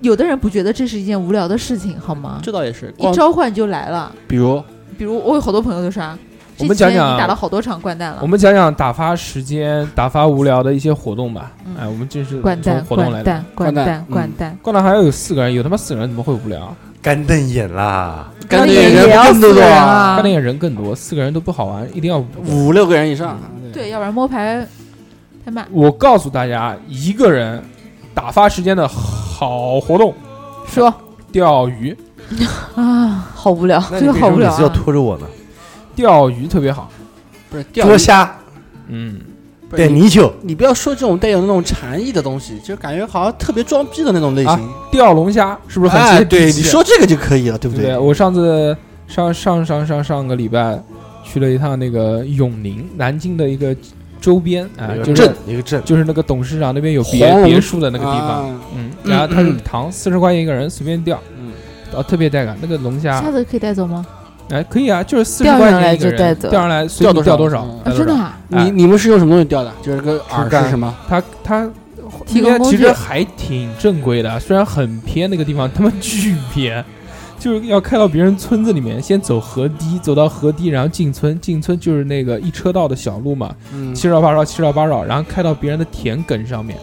Speaker 3: 有的人不觉得这是一件无聊的事情，好吗？
Speaker 4: 这倒哦也是，
Speaker 3: 一
Speaker 4: 光
Speaker 3: 召唤就来了。
Speaker 4: 比如
Speaker 3: 比如我有好多朋友就是啊，
Speaker 2: 我
Speaker 3: 这
Speaker 2: 们
Speaker 3: 几年
Speaker 2: 讲讲
Speaker 3: 你打了好多场掼蛋
Speaker 2: 我
Speaker 3: 了，
Speaker 2: 们讲讲打发时间、打发无聊的一些活动吧。
Speaker 3: 嗯
Speaker 2: 哎，我们这是
Speaker 3: 掼
Speaker 2: 从
Speaker 3: 蛋、
Speaker 2: 活动来的。
Speaker 3: 掼蛋、掼蛋
Speaker 4: 蛋、嗯
Speaker 3: 掼蛋，
Speaker 2: 灌篮还要有四个人，有他妈四个人怎么会无
Speaker 3: 啊
Speaker 2: 聊？
Speaker 6: 干瞪眼啦，
Speaker 4: 干
Speaker 3: 那
Speaker 4: 脆
Speaker 3: 也
Speaker 4: 人
Speaker 3: 也要
Speaker 4: 更
Speaker 3: 死
Speaker 4: 多
Speaker 3: 人
Speaker 4: 啊，
Speaker 3: 啊
Speaker 2: 干！练人更多，四个人都不好玩，一定要五个人。
Speaker 4: 五六个人以上。
Speaker 3: 对，要不然摸牌太慢，
Speaker 2: 我告诉大家，一个人打发时间的好活动，
Speaker 3: 说
Speaker 2: 钓鱼，
Speaker 3: 啊，
Speaker 5: 好无聊，
Speaker 6: 那你
Speaker 3: 这个
Speaker 6: 为
Speaker 3: 好
Speaker 6: 什么
Speaker 3: 无
Speaker 6: 每
Speaker 3: 聊
Speaker 6: 次要
Speaker 3: 啊
Speaker 6: 拖着我呢？
Speaker 2: 钓鱼特别好。
Speaker 4: 不是钓
Speaker 6: 捉
Speaker 4: 鱼，
Speaker 6: 虾、
Speaker 2: 嗯，
Speaker 4: 不是
Speaker 6: 逮泥鳅，
Speaker 4: 你不要说这种带有那种禅意的东西，就感觉好像特别装逼的那种类型。
Speaker 2: 钓龙虾是不是很接
Speaker 4: 哎，
Speaker 2: 地
Speaker 4: 啊对，
Speaker 2: 气啊
Speaker 4: 你说这个就可以了，
Speaker 2: 对
Speaker 4: 对不
Speaker 2: 不对？啊我上次上上上上上个礼拜去了一趟那个永宁，南京的一个周边啊，就
Speaker 6: 一个
Speaker 2: 是
Speaker 6: 镇，一个镇，
Speaker 2: 就是那个董事长那边有别
Speaker 4: 黄龙
Speaker 2: 别墅的那个地方。
Speaker 4: 啊
Speaker 2: 嗯，然后它是糖四十块钱一个人，随便钓，
Speaker 4: 嗯，
Speaker 2: 啊，特别带感。那个龙虾
Speaker 3: 下，次可以带走吗？
Speaker 2: 哎，可以啊，就是四十
Speaker 5: 钓
Speaker 2: 块
Speaker 5: 上
Speaker 2: 钱
Speaker 5: 来
Speaker 2: 一个
Speaker 5: 就带
Speaker 2: 人，
Speaker 5: 走
Speaker 2: 钓上来随你
Speaker 4: 钓
Speaker 2: 钓
Speaker 4: 多
Speaker 2: 少
Speaker 4: 少，
Speaker 2: 带
Speaker 3: 啊，
Speaker 2: 多
Speaker 3: 真的
Speaker 2: 少。
Speaker 3: 啊？
Speaker 2: 哎
Speaker 4: 你你们是用什么东西钓的？就是个饵
Speaker 2: 干
Speaker 4: 是什么？
Speaker 2: 它它
Speaker 3: 提
Speaker 2: 应
Speaker 3: 供
Speaker 2: 该
Speaker 3: 工
Speaker 2: 其
Speaker 3: 具
Speaker 2: 实。还挺正规的，啊虽然很偏那个地方，他妈巨偏，就是要开到别人村子里面，先走河堤，走到河堤，然后进村，进村就是那个一车道的小路嘛，
Speaker 4: 嗯
Speaker 2: 七绕八绕，七绕八绕，然后开到别人的田埂上面，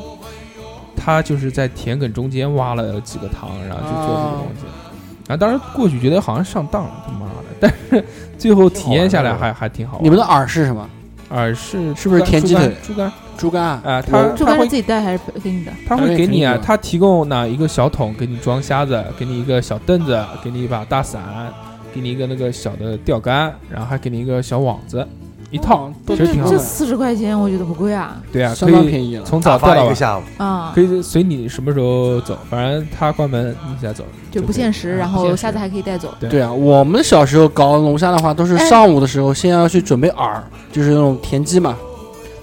Speaker 2: 他就是在田埂中间挖了几个塘，然后就做这个东西。
Speaker 4: 哦
Speaker 2: 啊，当时过去觉得好像上当了，他妈的！但是最后体验下来还还挺好玩。
Speaker 4: 你们的饵是什么？
Speaker 2: 耳是
Speaker 4: 是不是
Speaker 2: 猪肝
Speaker 4: 田鸡腿
Speaker 2: 猪肝？
Speaker 4: 猪肝啊？
Speaker 2: 啊，他
Speaker 3: 猪
Speaker 2: 他
Speaker 3: 肝是
Speaker 2: 会
Speaker 3: 自己带还是给你的？
Speaker 2: 他会给你
Speaker 4: 反正也
Speaker 2: 啊
Speaker 4: 可以，
Speaker 2: 他提供哪一个小桶给你装虾子，给你一个小凳子，给你一把大伞，给你一个那个小的钓竿，然后还给你一个小网子，一套
Speaker 4: 哦
Speaker 2: 其
Speaker 4: 对
Speaker 2: 实
Speaker 3: 这
Speaker 2: 挺好
Speaker 3: 这
Speaker 2: 的。
Speaker 3: 四十块钱我觉得不贵啊。
Speaker 2: 对啊，可
Speaker 4: 相当
Speaker 2: 以
Speaker 4: 便宜了。
Speaker 2: 从早
Speaker 6: 打
Speaker 2: 钓
Speaker 6: 发
Speaker 2: 到
Speaker 6: 一个
Speaker 2: 晚，
Speaker 6: 下午，
Speaker 3: 啊
Speaker 2: 可，以随你什么时候走，反正他关门你再走，
Speaker 3: 就不限时，然后虾子还可以带走。
Speaker 2: 对
Speaker 4: 对啊，我们小时候搞龙虾的话，都是
Speaker 3: 哎
Speaker 4: 上午的时候先要去准备饵，就是那种田鸡嘛，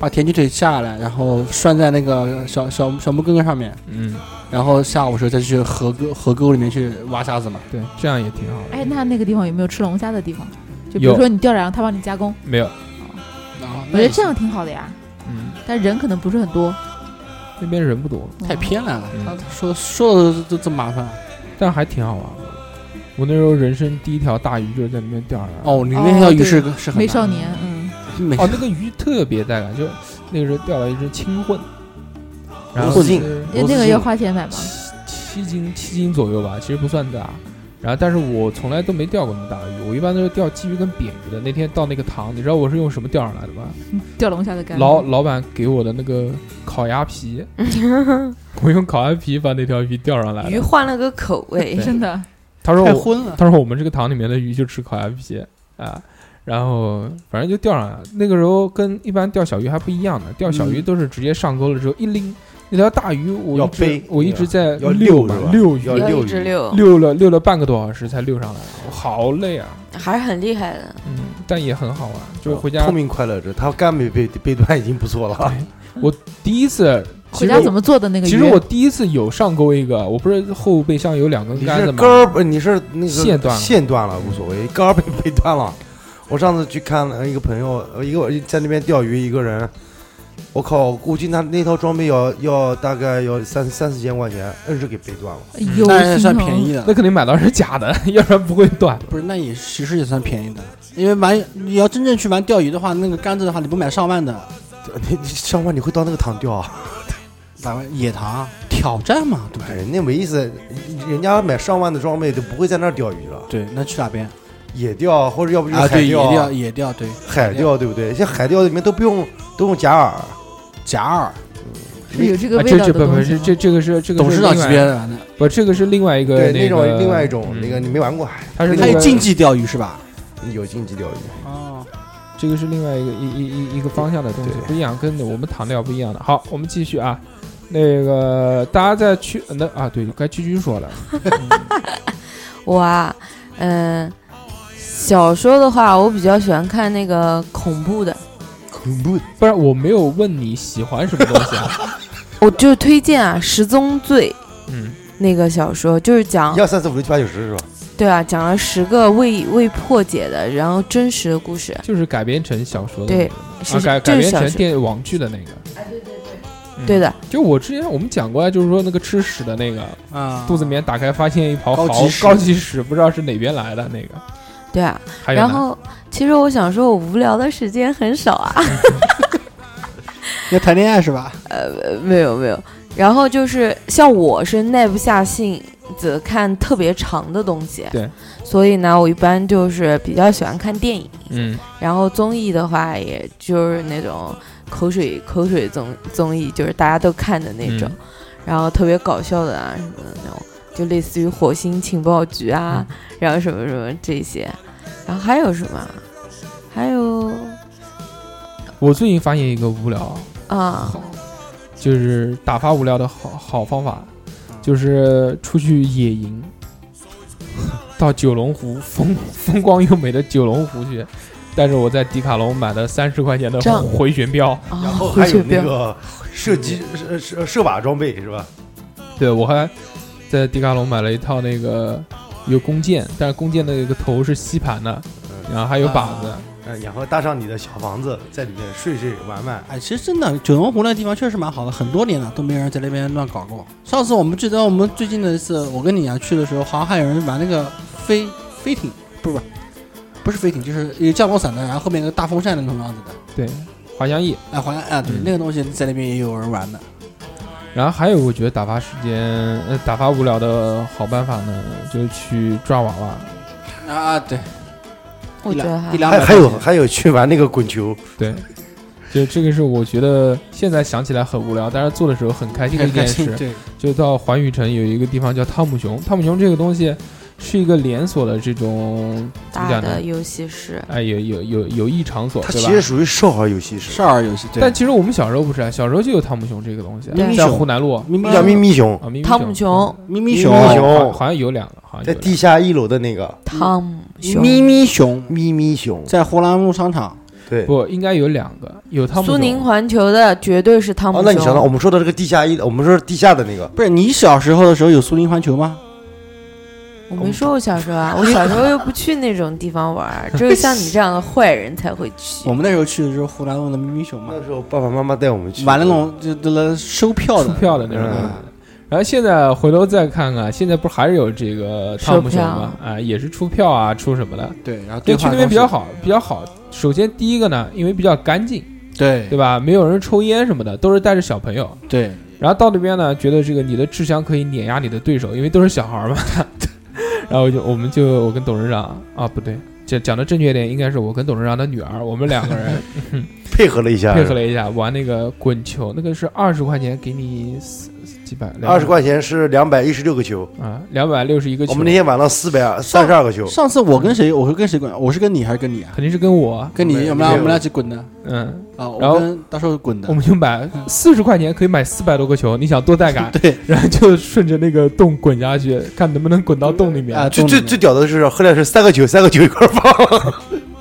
Speaker 4: 把田鸡腿下来，然后拴在那个小小小木棍棍上面，
Speaker 2: 嗯，
Speaker 4: 然后下午的时候再去河沟河沟里面去挖虾子嘛。
Speaker 2: 对，这样也挺好的。
Speaker 3: 哎，那那个地方有没有吃龙虾的地方？就比如
Speaker 2: 有
Speaker 3: 说你钓上，他帮你加工，
Speaker 2: 没有，
Speaker 4: 啊，
Speaker 3: 我觉得这样挺好的呀。
Speaker 2: 嗯，
Speaker 3: 但人可能不是很多，
Speaker 2: 那边人不多，
Speaker 4: 太偏了，
Speaker 2: 嗯
Speaker 4: 他说说的都这么麻烦。
Speaker 2: 但还挺好玩的。我那时候人生第一条大鱼就是在那边钓上来的。
Speaker 4: 哦，你那条鱼是个是很
Speaker 3: 美
Speaker 4: 大
Speaker 3: 少年，嗯，
Speaker 4: 美
Speaker 2: 哦，那个鱼特别带感，就那个时候钓了一只青混，然后
Speaker 6: 附
Speaker 2: 是
Speaker 6: 近
Speaker 3: 那
Speaker 6: 螺丝
Speaker 3: 那个
Speaker 6: 钉
Speaker 3: 要花钱买吗？
Speaker 2: 七七斤七斤左右吧，其实不算大。然后，但是我从来都没钓过那么大鱼，我一般都是钓鲫鱼跟扁鱼的。那天到那个塘，你知道我是用什么钓上来的吗？
Speaker 3: 钓龙虾的干。
Speaker 2: 老老板给我的那个烤鸭皮，我用烤鸭皮把那条鱼钓上来
Speaker 5: 鱼
Speaker 2: 的。
Speaker 5: 换了个口味，
Speaker 3: 哎真的，
Speaker 2: 他说
Speaker 4: 太
Speaker 2: 我，
Speaker 4: 昏了。
Speaker 2: 他说我们这个塘里面的鱼就吃烤鸭皮啊，然后反正就钓上来了。那个时候跟一般钓小鱼还不一样呢，钓小鱼
Speaker 4: 嗯
Speaker 2: 都是直接上钩了之后一拎，那条大鱼我
Speaker 6: 要
Speaker 2: 一直
Speaker 6: 背
Speaker 2: 我一直在
Speaker 6: 要
Speaker 2: 遛
Speaker 6: 遛
Speaker 2: 嘛
Speaker 6: 是吧
Speaker 2: 遛鱼
Speaker 6: 要
Speaker 5: 要
Speaker 6: 遛
Speaker 5: 一直
Speaker 6: 鱼
Speaker 3: 嗯
Speaker 5: 遛，
Speaker 2: 溜了溜了半个多小时才溜上来了，我好累啊，
Speaker 5: 还是很厉害的。
Speaker 2: 嗯，但也很好玩，就是回家
Speaker 6: 痛并啊快乐着。他干没被被断已经不错了。
Speaker 2: 第一次，
Speaker 3: 回
Speaker 2: 其实
Speaker 3: 家
Speaker 2: 我
Speaker 3: 怎么做的那个鱼？
Speaker 2: 其实我第一次有上钩一个，我不是后备箱有两根
Speaker 6: 你
Speaker 2: 杆
Speaker 6: 是
Speaker 2: 子
Speaker 6: 杆
Speaker 2: 吗？
Speaker 6: 儿不？你是那个
Speaker 2: 线断了
Speaker 6: 线断了无所谓， 杆儿被被断了。我上次去看了一个朋友，呃一个在那边钓鱼一个人，我靠，我估计他那套装备要要大概要三三四千块钱，硬是给被断了。
Speaker 3: 啊有
Speaker 4: 那也算
Speaker 3: 心疼哦
Speaker 4: 便宜的
Speaker 2: 那，肯定买到是假的， 要不然不会断。
Speaker 4: 不是，那也其实也算便宜的，因为玩你要真正去玩钓鱼的话，那个杆子的话，你不买上万的，
Speaker 6: 你你上班你会到那个塘钓啊？
Speaker 4: 咱们野塘挑战嘛，对不
Speaker 6: 哎
Speaker 4: 对？
Speaker 6: 人家没意思，人家买上万的装备都不会在那儿钓鱼了，
Speaker 4: 对，那去哪边
Speaker 6: 野钓或者要不就是
Speaker 4: 啊？
Speaker 6: 海
Speaker 4: 对，野
Speaker 6: 钓，
Speaker 4: 钓，野钓，对，
Speaker 6: 海钓对不对？像海钓里面都不用都用假饵，
Speaker 4: 假
Speaker 3: 是哎有这个
Speaker 2: 啊、
Speaker 3: 味
Speaker 2: 这
Speaker 3: 道
Speaker 2: 这
Speaker 3: 的
Speaker 2: 不不
Speaker 3: 东西
Speaker 2: 是
Speaker 3: 吗。
Speaker 2: 这这个是这
Speaker 4: 饵，
Speaker 2: 个
Speaker 4: 董
Speaker 2: 是
Speaker 4: 事长级
Speaker 2: 另外
Speaker 4: 别的，那
Speaker 2: 不，这个是另外一个
Speaker 6: 对，
Speaker 2: 那
Speaker 6: 种
Speaker 2: 个
Speaker 6: 另外一种
Speaker 2: 嗯
Speaker 6: 那个你没玩过，
Speaker 2: 它是
Speaker 6: 那
Speaker 4: 它
Speaker 2: 那
Speaker 4: 有
Speaker 2: 个
Speaker 4: 竞技钓鱼是吧？
Speaker 6: 有竞技钓鱼，
Speaker 4: 哦，
Speaker 2: 这个是另外一个一一一一个方向的东西
Speaker 6: 对，
Speaker 2: 不一样，跟我们糖料不一样的。好，我们继续啊，那个大家在去那啊，对，该居居 说了，
Speaker 5: 我啊，嗯、小说的话，我比较喜欢看那个恐怖的，
Speaker 6: 恐怖
Speaker 2: 不然我没有问你喜欢什么东西啊。
Speaker 5: 我就推荐啊《十宗罪
Speaker 2: 嗯，》
Speaker 5: 那个小说，就是讲
Speaker 6: 一二三四五六七八九十是吧？
Speaker 5: 对啊，讲了十个未未破解的，然后真实的故事，
Speaker 2: 就是改编成小说的那
Speaker 5: 对
Speaker 2: 个，
Speaker 5: 是、
Speaker 2: 啊改
Speaker 5: 这
Speaker 2: 改编
Speaker 5: 是小
Speaker 2: 成
Speaker 5: 说，啊
Speaker 2: 电网剧的那个。嗯
Speaker 5: 对的，
Speaker 2: 就我之前我们讲过啊，就是说那个吃屎的那个，
Speaker 4: 啊，
Speaker 2: 肚子里面打开发现一泡
Speaker 4: 高
Speaker 2: 好
Speaker 4: 级屎
Speaker 2: 高级屎，不知道是哪边来的那个。
Speaker 5: 对啊。
Speaker 2: 还有
Speaker 5: 然
Speaker 2: 呢
Speaker 5: 后其实我想说，我无聊的时间很少啊，
Speaker 4: 要谈恋爱是吧？
Speaker 5: 呃，没有没有。然后就是像我是耐不下性子看特别长的东西，
Speaker 2: 对，
Speaker 5: 所以呢，我一般就是比较喜欢看电影，
Speaker 2: 嗯，
Speaker 5: 然后综艺的话，也就是那种口水口水综综艺，就是大家都看的那
Speaker 2: 嗯
Speaker 5: 种，然后特别搞笑的啊什么的那种，就类似于火星情报局啊，
Speaker 2: 嗯
Speaker 5: 然后什么什么这些，然后还有什么啊，还有
Speaker 2: 我最近发现一个无聊，
Speaker 5: 啊，
Speaker 2: 就是打发无聊的好好方法，就是出去野营，到九龙湖风 风光优美的九龙湖去。但是我在迪卡侬买了三十块钱的
Speaker 5: 这样
Speaker 2: 回旋镖，
Speaker 5: 啊
Speaker 6: 然后
Speaker 5: 回
Speaker 6: 还
Speaker 5: 去
Speaker 6: 有
Speaker 5: 不要
Speaker 6: 那个射击呃射射射靶装备是吧？
Speaker 2: 对我还在迪卡侬买了一套
Speaker 5: 啊
Speaker 2: 那个有弓箭，但是弓箭的一个头是吸盘的，然后还有靶子，
Speaker 6: 嗯，然后搭上你的小房子，在里面睡睡玩玩。
Speaker 4: 哎，其实真的，九龙湖那地方确实蛮好的，很多年了都没人在那边乱搞过。上次我们记得我们最近的一次，我跟你啊去的时候，好像还有人玩那个飞飞艇，不是不是，不是飞艇，就是有降落伞的，然后后面有个大风扇的那种样子的。
Speaker 2: 对，滑翔翼。
Speaker 4: 哎，好像哎，
Speaker 2: 嗯
Speaker 4: 对，那个东西在那边也有人玩的。
Speaker 2: 然后还有我觉得打发时间，呃，打发无聊的好办法呢，就是去抓娃娃。
Speaker 4: 啊，对，
Speaker 5: 我
Speaker 4: 一
Speaker 5: 觉
Speaker 4: 两
Speaker 5: 得
Speaker 4: 一
Speaker 5: 还
Speaker 4: 两
Speaker 6: 还
Speaker 4: 百
Speaker 6: 还有
Speaker 4: 块钱
Speaker 6: 还有去玩那个滚球，
Speaker 2: 对，就这个是我觉得现在想起来很无聊，但是做的时候很开 心的一件事。
Speaker 4: 对，
Speaker 2: 就到环宇城有一个地方叫汤姆熊，汤姆熊这个东西是一个连锁的这种怎么
Speaker 5: 大
Speaker 2: 讲呢
Speaker 5: 的？游戏室，
Speaker 2: 哎，有有有有益场所，
Speaker 6: 它
Speaker 2: 对
Speaker 6: 其
Speaker 2: 吧？
Speaker 6: 实属于哦少儿游戏室，
Speaker 4: 少儿游戏，对
Speaker 2: 但其实我们小时候不是，啊，小时候就有汤姆熊这个东西啊，
Speaker 4: 咪咪
Speaker 2: 在
Speaker 4: 熊
Speaker 2: 湖南路啊，
Speaker 4: 咪咪
Speaker 6: 叫咪咪熊，
Speaker 2: 咪咪
Speaker 5: 汤姆熊、
Speaker 4: 咪咪
Speaker 6: 熊
Speaker 4: 熊，
Speaker 6: 咪
Speaker 2: 嗯
Speaker 6: 咪熊
Speaker 2: 好好像有两个，好像
Speaker 6: 在
Speaker 2: 有两
Speaker 6: 地下一楼的那个
Speaker 5: 汤姆熊、
Speaker 4: 咪咪熊
Speaker 6: 咪咪熊，
Speaker 4: 在湖南路商场，
Speaker 6: 对
Speaker 2: 个，。不应该有两个，有汤姆
Speaker 5: 苏宁
Speaker 2: 熊，
Speaker 5: 环球的绝对是汤姆
Speaker 6: 哦，
Speaker 5: 熊。
Speaker 6: 那你想到我们说的这个地下一，我们说地下的那个，
Speaker 4: 不是你小时候的时候有苏宁环球吗？
Speaker 5: 我没说我小时候啊，我小时候又不去那种地方玩儿，只有像你这样的坏人才会去
Speaker 4: 我。们那时候去的时候，湖南路的咪咪熊嘛，
Speaker 6: 那时候爸爸妈妈带我们去
Speaker 4: 玩那种就得了收票
Speaker 2: 出
Speaker 4: 的，
Speaker 2: 票的那
Speaker 6: 嗯
Speaker 2: 种东西。然后现在回头再看看，现在不是还是有这个汤姆熊吗？啊，也是出票啊，出什么的。
Speaker 4: 对，然后
Speaker 2: 对，
Speaker 4: 兑
Speaker 2: 去
Speaker 4: 换
Speaker 2: 那边比较
Speaker 4: 方
Speaker 2: 好，
Speaker 4: 式，
Speaker 2: 比较好。首先第一个呢，因为比较干净，
Speaker 4: 对
Speaker 2: 对吧？没有人抽烟什么的，都是带着小朋友。
Speaker 4: 对，
Speaker 2: 然后到那边呢，觉得这个你的智商可以碾压你的对手，因为都是小孩儿嘛。 然后我就我们就我跟董事长啊，不对，这讲的正确一点，应该是我跟董事长的女儿，我们两 个人
Speaker 6: 配合了一下，
Speaker 2: 配合了一下玩那个滚球，那个是二十块钱给你四几百，
Speaker 6: 二十块钱是两百一十六个球，
Speaker 2: 啊，两百六十一个球。
Speaker 6: 我们那天玩了四百三十二个球，
Speaker 4: 上次我跟谁，我是跟谁滚，我是跟你还是跟你啊？
Speaker 2: 肯定是跟我，
Speaker 4: 跟你，
Speaker 6: 没有
Speaker 4: 我们俩
Speaker 6: 没
Speaker 4: 我
Speaker 6: 有
Speaker 4: 们俩一起滚的
Speaker 2: 嗯，
Speaker 4: 啊，我
Speaker 2: 然后
Speaker 4: 跟大寿滚的？
Speaker 2: 我，们就买四十块钱可以买四百多个球，你想多带感
Speaker 4: 对
Speaker 2: 然后就顺着那个洞滚下去，看能不能滚到洞里 面。
Speaker 4: 啊，
Speaker 6: 最
Speaker 4: 动
Speaker 6: 最
Speaker 4: 力
Speaker 6: 最屌的是后来是三个球，三个球一块儿 放，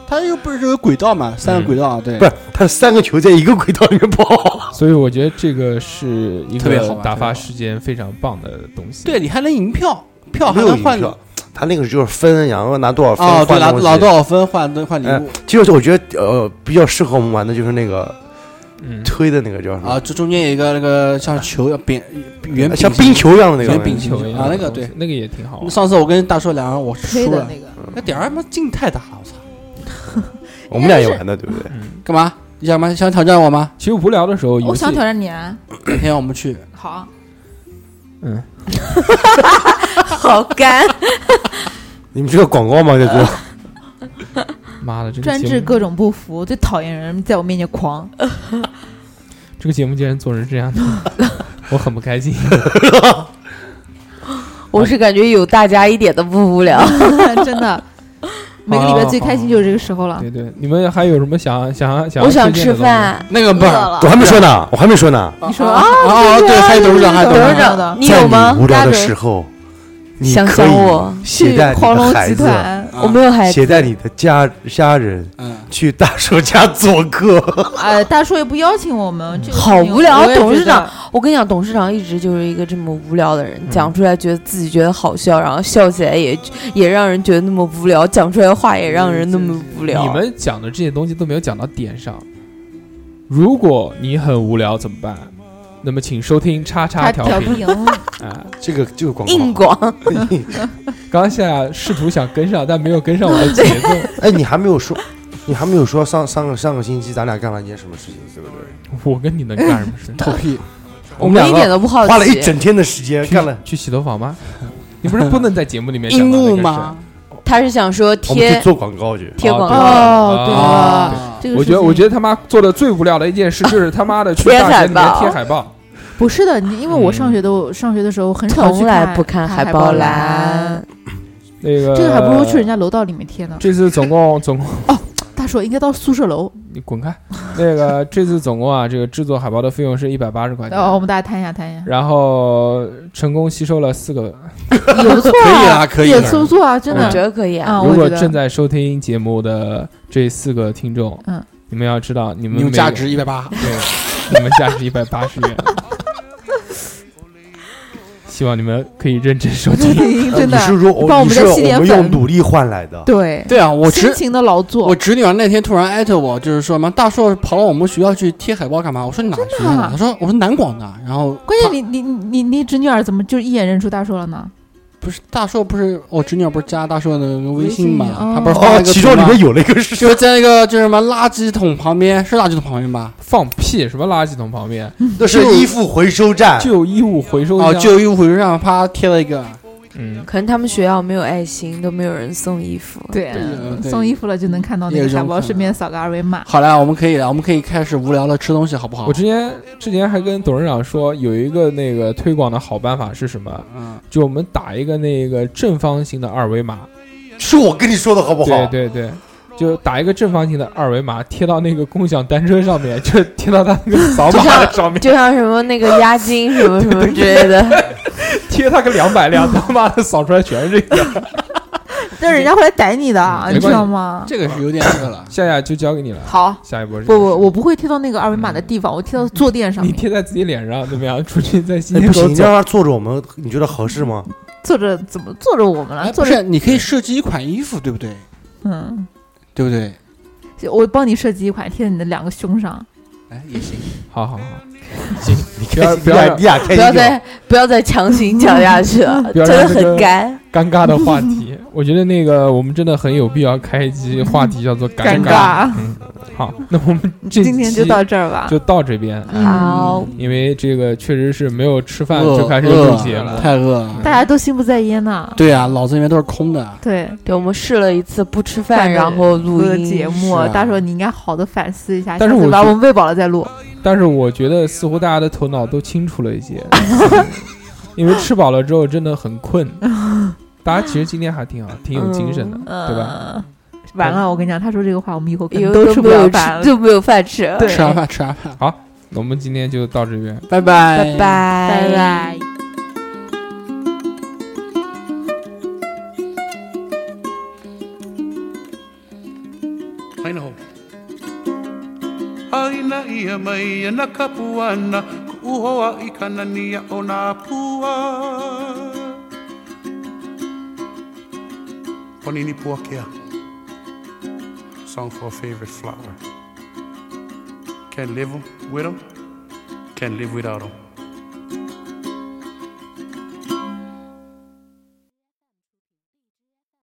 Speaker 4: 它又不是有轨道嘛，三
Speaker 2: 嗯
Speaker 4: 个轨道，啊对
Speaker 6: 不，是，它是三个球在一个轨道里面跑。
Speaker 2: 所以我觉得这个是一
Speaker 4: 特别好
Speaker 2: 个打
Speaker 4: 玩特别好
Speaker 2: 发
Speaker 4: 玩
Speaker 2: 时间非常棒的东西。
Speaker 4: 对你还能赢票，票还
Speaker 6: 没有
Speaker 4: 能
Speaker 6: 一
Speaker 4: 换
Speaker 6: 票，他那个就是分，然哦后拿多少分
Speaker 4: 啊，对，
Speaker 6: 换
Speaker 4: 拿
Speaker 6: 东西
Speaker 4: 拿多少分换东换礼
Speaker 6: 哎
Speaker 4: 物
Speaker 6: 就是我觉得呃比较适合我们玩的就是那个
Speaker 2: 嗯，
Speaker 6: 推的那个叫什么呃
Speaker 4: 啊，，这中间有一个那个像球要扁圆饼
Speaker 6: 哎像冰。球一样的那个东
Speaker 4: 圆
Speaker 6: 西
Speaker 4: 饼球
Speaker 2: 一样
Speaker 4: 啊
Speaker 2: 的
Speaker 4: 那个
Speaker 2: 东西
Speaker 4: 对
Speaker 2: 嗯那个也挺好玩。
Speaker 4: 上次我跟大寿两个人我
Speaker 3: 推
Speaker 4: 输
Speaker 3: 的
Speaker 2: 啊
Speaker 4: 了，
Speaker 3: 那个，
Speaker 4: 那点儿他妈劲太大了，我操！
Speaker 6: 我们俩也玩的，对不 对？
Speaker 2: 嗯，
Speaker 4: 干嘛？你想吗？想挑战我吗？
Speaker 2: 其实无聊的时候，游
Speaker 3: 我
Speaker 2: 戏
Speaker 3: 想挑战你啊！
Speaker 4: 哪天我们去？
Speaker 3: 好啊，
Speaker 2: 嗯，
Speaker 5: 好干，
Speaker 6: 你们这个广告吗？这个
Speaker 2: 妈的，这个
Speaker 3: 专
Speaker 2: 节
Speaker 3: 治
Speaker 2: 目，
Speaker 3: 各种不服，最讨厌人在我面前狂。
Speaker 2: 这个节目竟然做成这 样的，我很不开 心。
Speaker 5: 我是感觉有大家一点都不无聊。
Speaker 3: 真的，每个礼拜最开心就是这个时候了。
Speaker 2: 对对，你们还有什么想想想？
Speaker 5: 我想吃。饭，
Speaker 4: 那个
Speaker 3: 饿
Speaker 4: 不是
Speaker 6: 我
Speaker 3: 了，
Speaker 6: 还没说呢，我还没说呢。
Speaker 3: 你说
Speaker 5: 啊
Speaker 4: 哦，对，还有董事长，还有
Speaker 3: 对
Speaker 4: 董
Speaker 3: 对
Speaker 4: 事
Speaker 3: 对
Speaker 5: 董
Speaker 4: 长
Speaker 5: 事。
Speaker 3: 的
Speaker 5: 长，你有吗？
Speaker 6: 在呃你无聊
Speaker 5: 大
Speaker 6: 的
Speaker 5: 嘴
Speaker 6: 时候，你
Speaker 5: 想
Speaker 6: 可
Speaker 5: 想我
Speaker 6: 以携
Speaker 3: 去
Speaker 6: 带你
Speaker 3: 狂
Speaker 6: 的
Speaker 3: 龙
Speaker 6: 孩
Speaker 3: 集
Speaker 6: 子，
Speaker 3: 团，
Speaker 5: 我没有孩子，
Speaker 6: 携带你的家家人
Speaker 4: 嗯，
Speaker 6: 去大叔家做 客。
Speaker 3: 哎，大叔也不邀请我们，这个
Speaker 5: 好
Speaker 3: 事情
Speaker 5: 无聊
Speaker 3: 我也
Speaker 5: 董
Speaker 3: 觉
Speaker 5: 事
Speaker 3: 得
Speaker 5: 长我跟你讲，董事长一直就是一个这么无聊的人，
Speaker 2: 嗯
Speaker 5: 讲出来觉得自己觉得好笑，然后笑起来也也让人觉得那么无聊，讲出来的话也让人那么无聊。
Speaker 2: 你们讲的这些东西都没有讲到点上。如果你很无聊怎么办？那么请收听叉叉
Speaker 3: 他
Speaker 2: 调
Speaker 3: 调不
Speaker 2: 频
Speaker 3: 赢，
Speaker 2: 啊！
Speaker 6: 这个这个广告
Speaker 5: 硬
Speaker 6: 好，
Speaker 5: 广，
Speaker 2: 刚刚现在试图想跟上，但没有跟上我的节 奏。
Speaker 6: 哎，你还没有说，你还没有说上上个上个星期咱俩干了一件什么事情，对不对？
Speaker 2: 我跟你能干什么 事？
Speaker 4: 臭屁，
Speaker 5: 我们一
Speaker 6: 两
Speaker 5: 点
Speaker 6: 个
Speaker 5: 都不好奇。
Speaker 6: 花了一整天的时间
Speaker 2: 去
Speaker 6: 干了，
Speaker 2: 去洗头房吗？你不是不能在节目里面讲
Speaker 4: 樱
Speaker 2: 到那
Speaker 4: 木
Speaker 2: 个事
Speaker 4: 吗？
Speaker 5: 他是想说
Speaker 6: 我们去
Speaker 5: 贴
Speaker 6: 做广告去。
Speaker 5: 贴广告，
Speaker 3: 哦，对
Speaker 2: 啊
Speaker 3: 了，
Speaker 4: 啊，
Speaker 3: 这个
Speaker 2: 我觉得，
Speaker 3: 事情
Speaker 2: 我觉得他妈做的最无聊的一件事就是他妈的去
Speaker 5: 贴
Speaker 2: 大学
Speaker 5: 海
Speaker 2: 里面
Speaker 5: 报
Speaker 2: 贴海报，
Speaker 3: 不是的，你因为我
Speaker 2: 嗯
Speaker 3: 上学都上学的时候很少去
Speaker 5: 从来不
Speaker 3: 看
Speaker 5: 看
Speaker 3: 海
Speaker 5: 报
Speaker 3: 栏
Speaker 5: 栏，，
Speaker 2: 那个
Speaker 3: 这个还不如去人。家楼道里面贴呢。
Speaker 2: 这次总共总 共，
Speaker 3: 大叔应该到宿舍楼，
Speaker 2: 你滚开！那个这次总共啊，这个制作海报的费用是一百八十块钱，
Speaker 3: 哦，我们大家谈一下 谈一下，
Speaker 2: 然后成功吸收了四个。
Speaker 3: 也不错
Speaker 4: 可以
Speaker 3: 啊，
Speaker 4: 啊，可以
Speaker 3: 也
Speaker 4: 啊，
Speaker 3: 不错啊，真
Speaker 5: 我觉
Speaker 3: 的
Speaker 5: 得可以啊。
Speaker 3: 啊，
Speaker 2: 如
Speaker 3: 我
Speaker 2: 果
Speaker 3: 觉
Speaker 2: 正
Speaker 3: 得
Speaker 2: 在收听节目的这四个听众，
Speaker 3: 嗯，
Speaker 2: 你们要知道，你们
Speaker 4: 有
Speaker 2: 每
Speaker 4: 价
Speaker 2: 个
Speaker 4: 值一百八，
Speaker 2: 对，你们价值一百八十元。 希望你们可以认真收听。
Speaker 3: 真的
Speaker 6: 嗯呃你是说哦
Speaker 3: 帮我
Speaker 6: 你
Speaker 3: 们
Speaker 6: 是
Speaker 3: 再吸
Speaker 6: 我
Speaker 3: 点
Speaker 6: 们
Speaker 3: 粉
Speaker 6: 用努力换来的？
Speaker 3: 对，
Speaker 4: 对啊，我
Speaker 3: 辛
Speaker 4: 侄
Speaker 3: 勤的劳
Speaker 4: 我
Speaker 3: 作，
Speaker 4: 侄女儿那天突然艾特我，就是说嘛，大硕跑到我们学校去贴海报干嘛？我说你哪个学校
Speaker 3: 真的
Speaker 4: 的
Speaker 3: 啊？
Speaker 4: 她说我说南广的。然后
Speaker 3: 关
Speaker 4: 她
Speaker 3: 键你你你你你侄女儿怎么就一眼认出大叔了呢？
Speaker 4: 不是大硕，不是我侄女儿不是加大硕的微信嘛
Speaker 3: 微信？哦
Speaker 4: 她不是发了
Speaker 6: 哦，
Speaker 4: 一个
Speaker 6: 其
Speaker 4: 图
Speaker 6: 中里
Speaker 4: 吗
Speaker 6: 面有了一个是
Speaker 4: 就是在那个就是什么垃圾桶旁边，是垃圾桶旁边吧？
Speaker 2: 放屁！什么垃圾桶旁边？
Speaker 6: 那是衣服回收站，
Speaker 2: 旧衣物回收箱。
Speaker 4: 哦，就衣服回上啪贴了一个，
Speaker 2: 嗯，
Speaker 5: 可能他们学校没有爱心，都没有人送衣服。
Speaker 3: 对
Speaker 4: 对对
Speaker 3: 送衣服了就能看到那
Speaker 4: 也有
Speaker 3: 个
Speaker 4: 这
Speaker 3: 海
Speaker 4: 种
Speaker 3: 报，
Speaker 4: 可能
Speaker 3: 顺便扫个二维码。
Speaker 4: 好了，我们可以了，我们可以开始无聊的吃东西，好不好？
Speaker 2: 我之前之前还跟董事长说，有一个那个推广的好办法是什么？
Speaker 4: 嗯，
Speaker 2: 就我们打一个那个正方形的二维码，
Speaker 6: 是我跟你说的好不好？
Speaker 2: 对对对，就打一个正方形的二维码贴到那个共享单车上面，就贴到他那个扫码的上面，
Speaker 5: 就像什么那个押金什么什么之类的，
Speaker 2: 贴他个两百辆，他妈的扫出来全是这个。
Speaker 3: 但人家会来逮你的，
Speaker 2: 没
Speaker 3: 你知
Speaker 2: 关
Speaker 3: 道
Speaker 2: 系。
Speaker 3: 吗？
Speaker 4: 这个是有点饿了
Speaker 2: 夏夏就交给你了，
Speaker 3: 好，
Speaker 2: 下一波是
Speaker 3: 不不，我不会贴到那个二维码的地方，我贴到坐垫上
Speaker 2: 你
Speaker 3: 面，
Speaker 2: 贴在自己脸上怎么样？出去在新
Speaker 6: 哎，
Speaker 2: 街
Speaker 6: 不
Speaker 2: 口
Speaker 6: 行，
Speaker 2: 走
Speaker 6: 让，他坐着我们，你觉得合适吗？
Speaker 3: 坐着怎么坐着我们了？
Speaker 4: 哎，
Speaker 3: 坐
Speaker 4: 不
Speaker 3: 着
Speaker 4: 是，你可以设计一款衣服，对不对？
Speaker 3: 嗯，
Speaker 4: 对不对？
Speaker 3: 我帮你设计一款贴在你的两个胸上，
Speaker 4: 哎，也行。
Speaker 2: 好好 好，
Speaker 6: 你
Speaker 2: 不要
Speaker 6: 看，你俩
Speaker 2: 不要
Speaker 6: 你俩开
Speaker 5: 不
Speaker 6: 心
Speaker 5: 要
Speaker 3: 哎
Speaker 6: 点
Speaker 5: 再不要再强行讲下去了，
Speaker 2: 不要
Speaker 5: 真
Speaker 2: 让
Speaker 5: 的
Speaker 2: 这个
Speaker 5: 很干。
Speaker 2: 尴尬的话题，我觉得那个我们真的很有必要开一期话题叫做尴
Speaker 3: 尴尬
Speaker 2: 嗯，好，那我们这
Speaker 3: 今天就
Speaker 2: 期
Speaker 3: 到这儿吧。
Speaker 2: 就到这边，啊
Speaker 3: 嗯
Speaker 5: 好，
Speaker 2: 因为这个确实是没有吃饭
Speaker 4: 饿
Speaker 2: 就开始
Speaker 4: 饿
Speaker 2: 录节目。
Speaker 4: 太饿了。
Speaker 3: 大家都心不在焉呐。
Speaker 4: 对啊，脑子里面都是空的。
Speaker 3: 对，
Speaker 5: 对，我们试了一次不吃
Speaker 3: 饭
Speaker 5: 饭，
Speaker 3: 的
Speaker 5: 然后录
Speaker 3: 录个
Speaker 5: 音
Speaker 3: 节目，大硕你应该好的反思一下，
Speaker 2: 但是
Speaker 3: 下次
Speaker 2: 我
Speaker 3: 把
Speaker 2: 觉
Speaker 3: 我们喂饱了再录。
Speaker 2: 但是我觉得似乎大家的头脑都清楚了一些，因为吃饱了之后真的很困。大家其实今天还挺好，挺有精神的，对吧？
Speaker 3: 嗯，完了，我跟你讲，他说这个话，我们以后可
Speaker 5: 以后
Speaker 3: 能都
Speaker 5: 都
Speaker 3: 吃不
Speaker 5: 没
Speaker 3: 了
Speaker 5: 有
Speaker 3: 饭了。
Speaker 5: 就没有饭吃。
Speaker 3: 对
Speaker 4: 吃完饭，吃完饭，
Speaker 2: 那我们今天就到这边。
Speaker 4: 拜拜，
Speaker 5: 拜拜。拜
Speaker 3: 拜拜。
Speaker 7: Aina ho. Aina ia mai ana kapuana, ku uhoa i kanania o nā pua. Ponini pua kea. Song for a favorite flower. Can't live with 'em, can't live without 'em.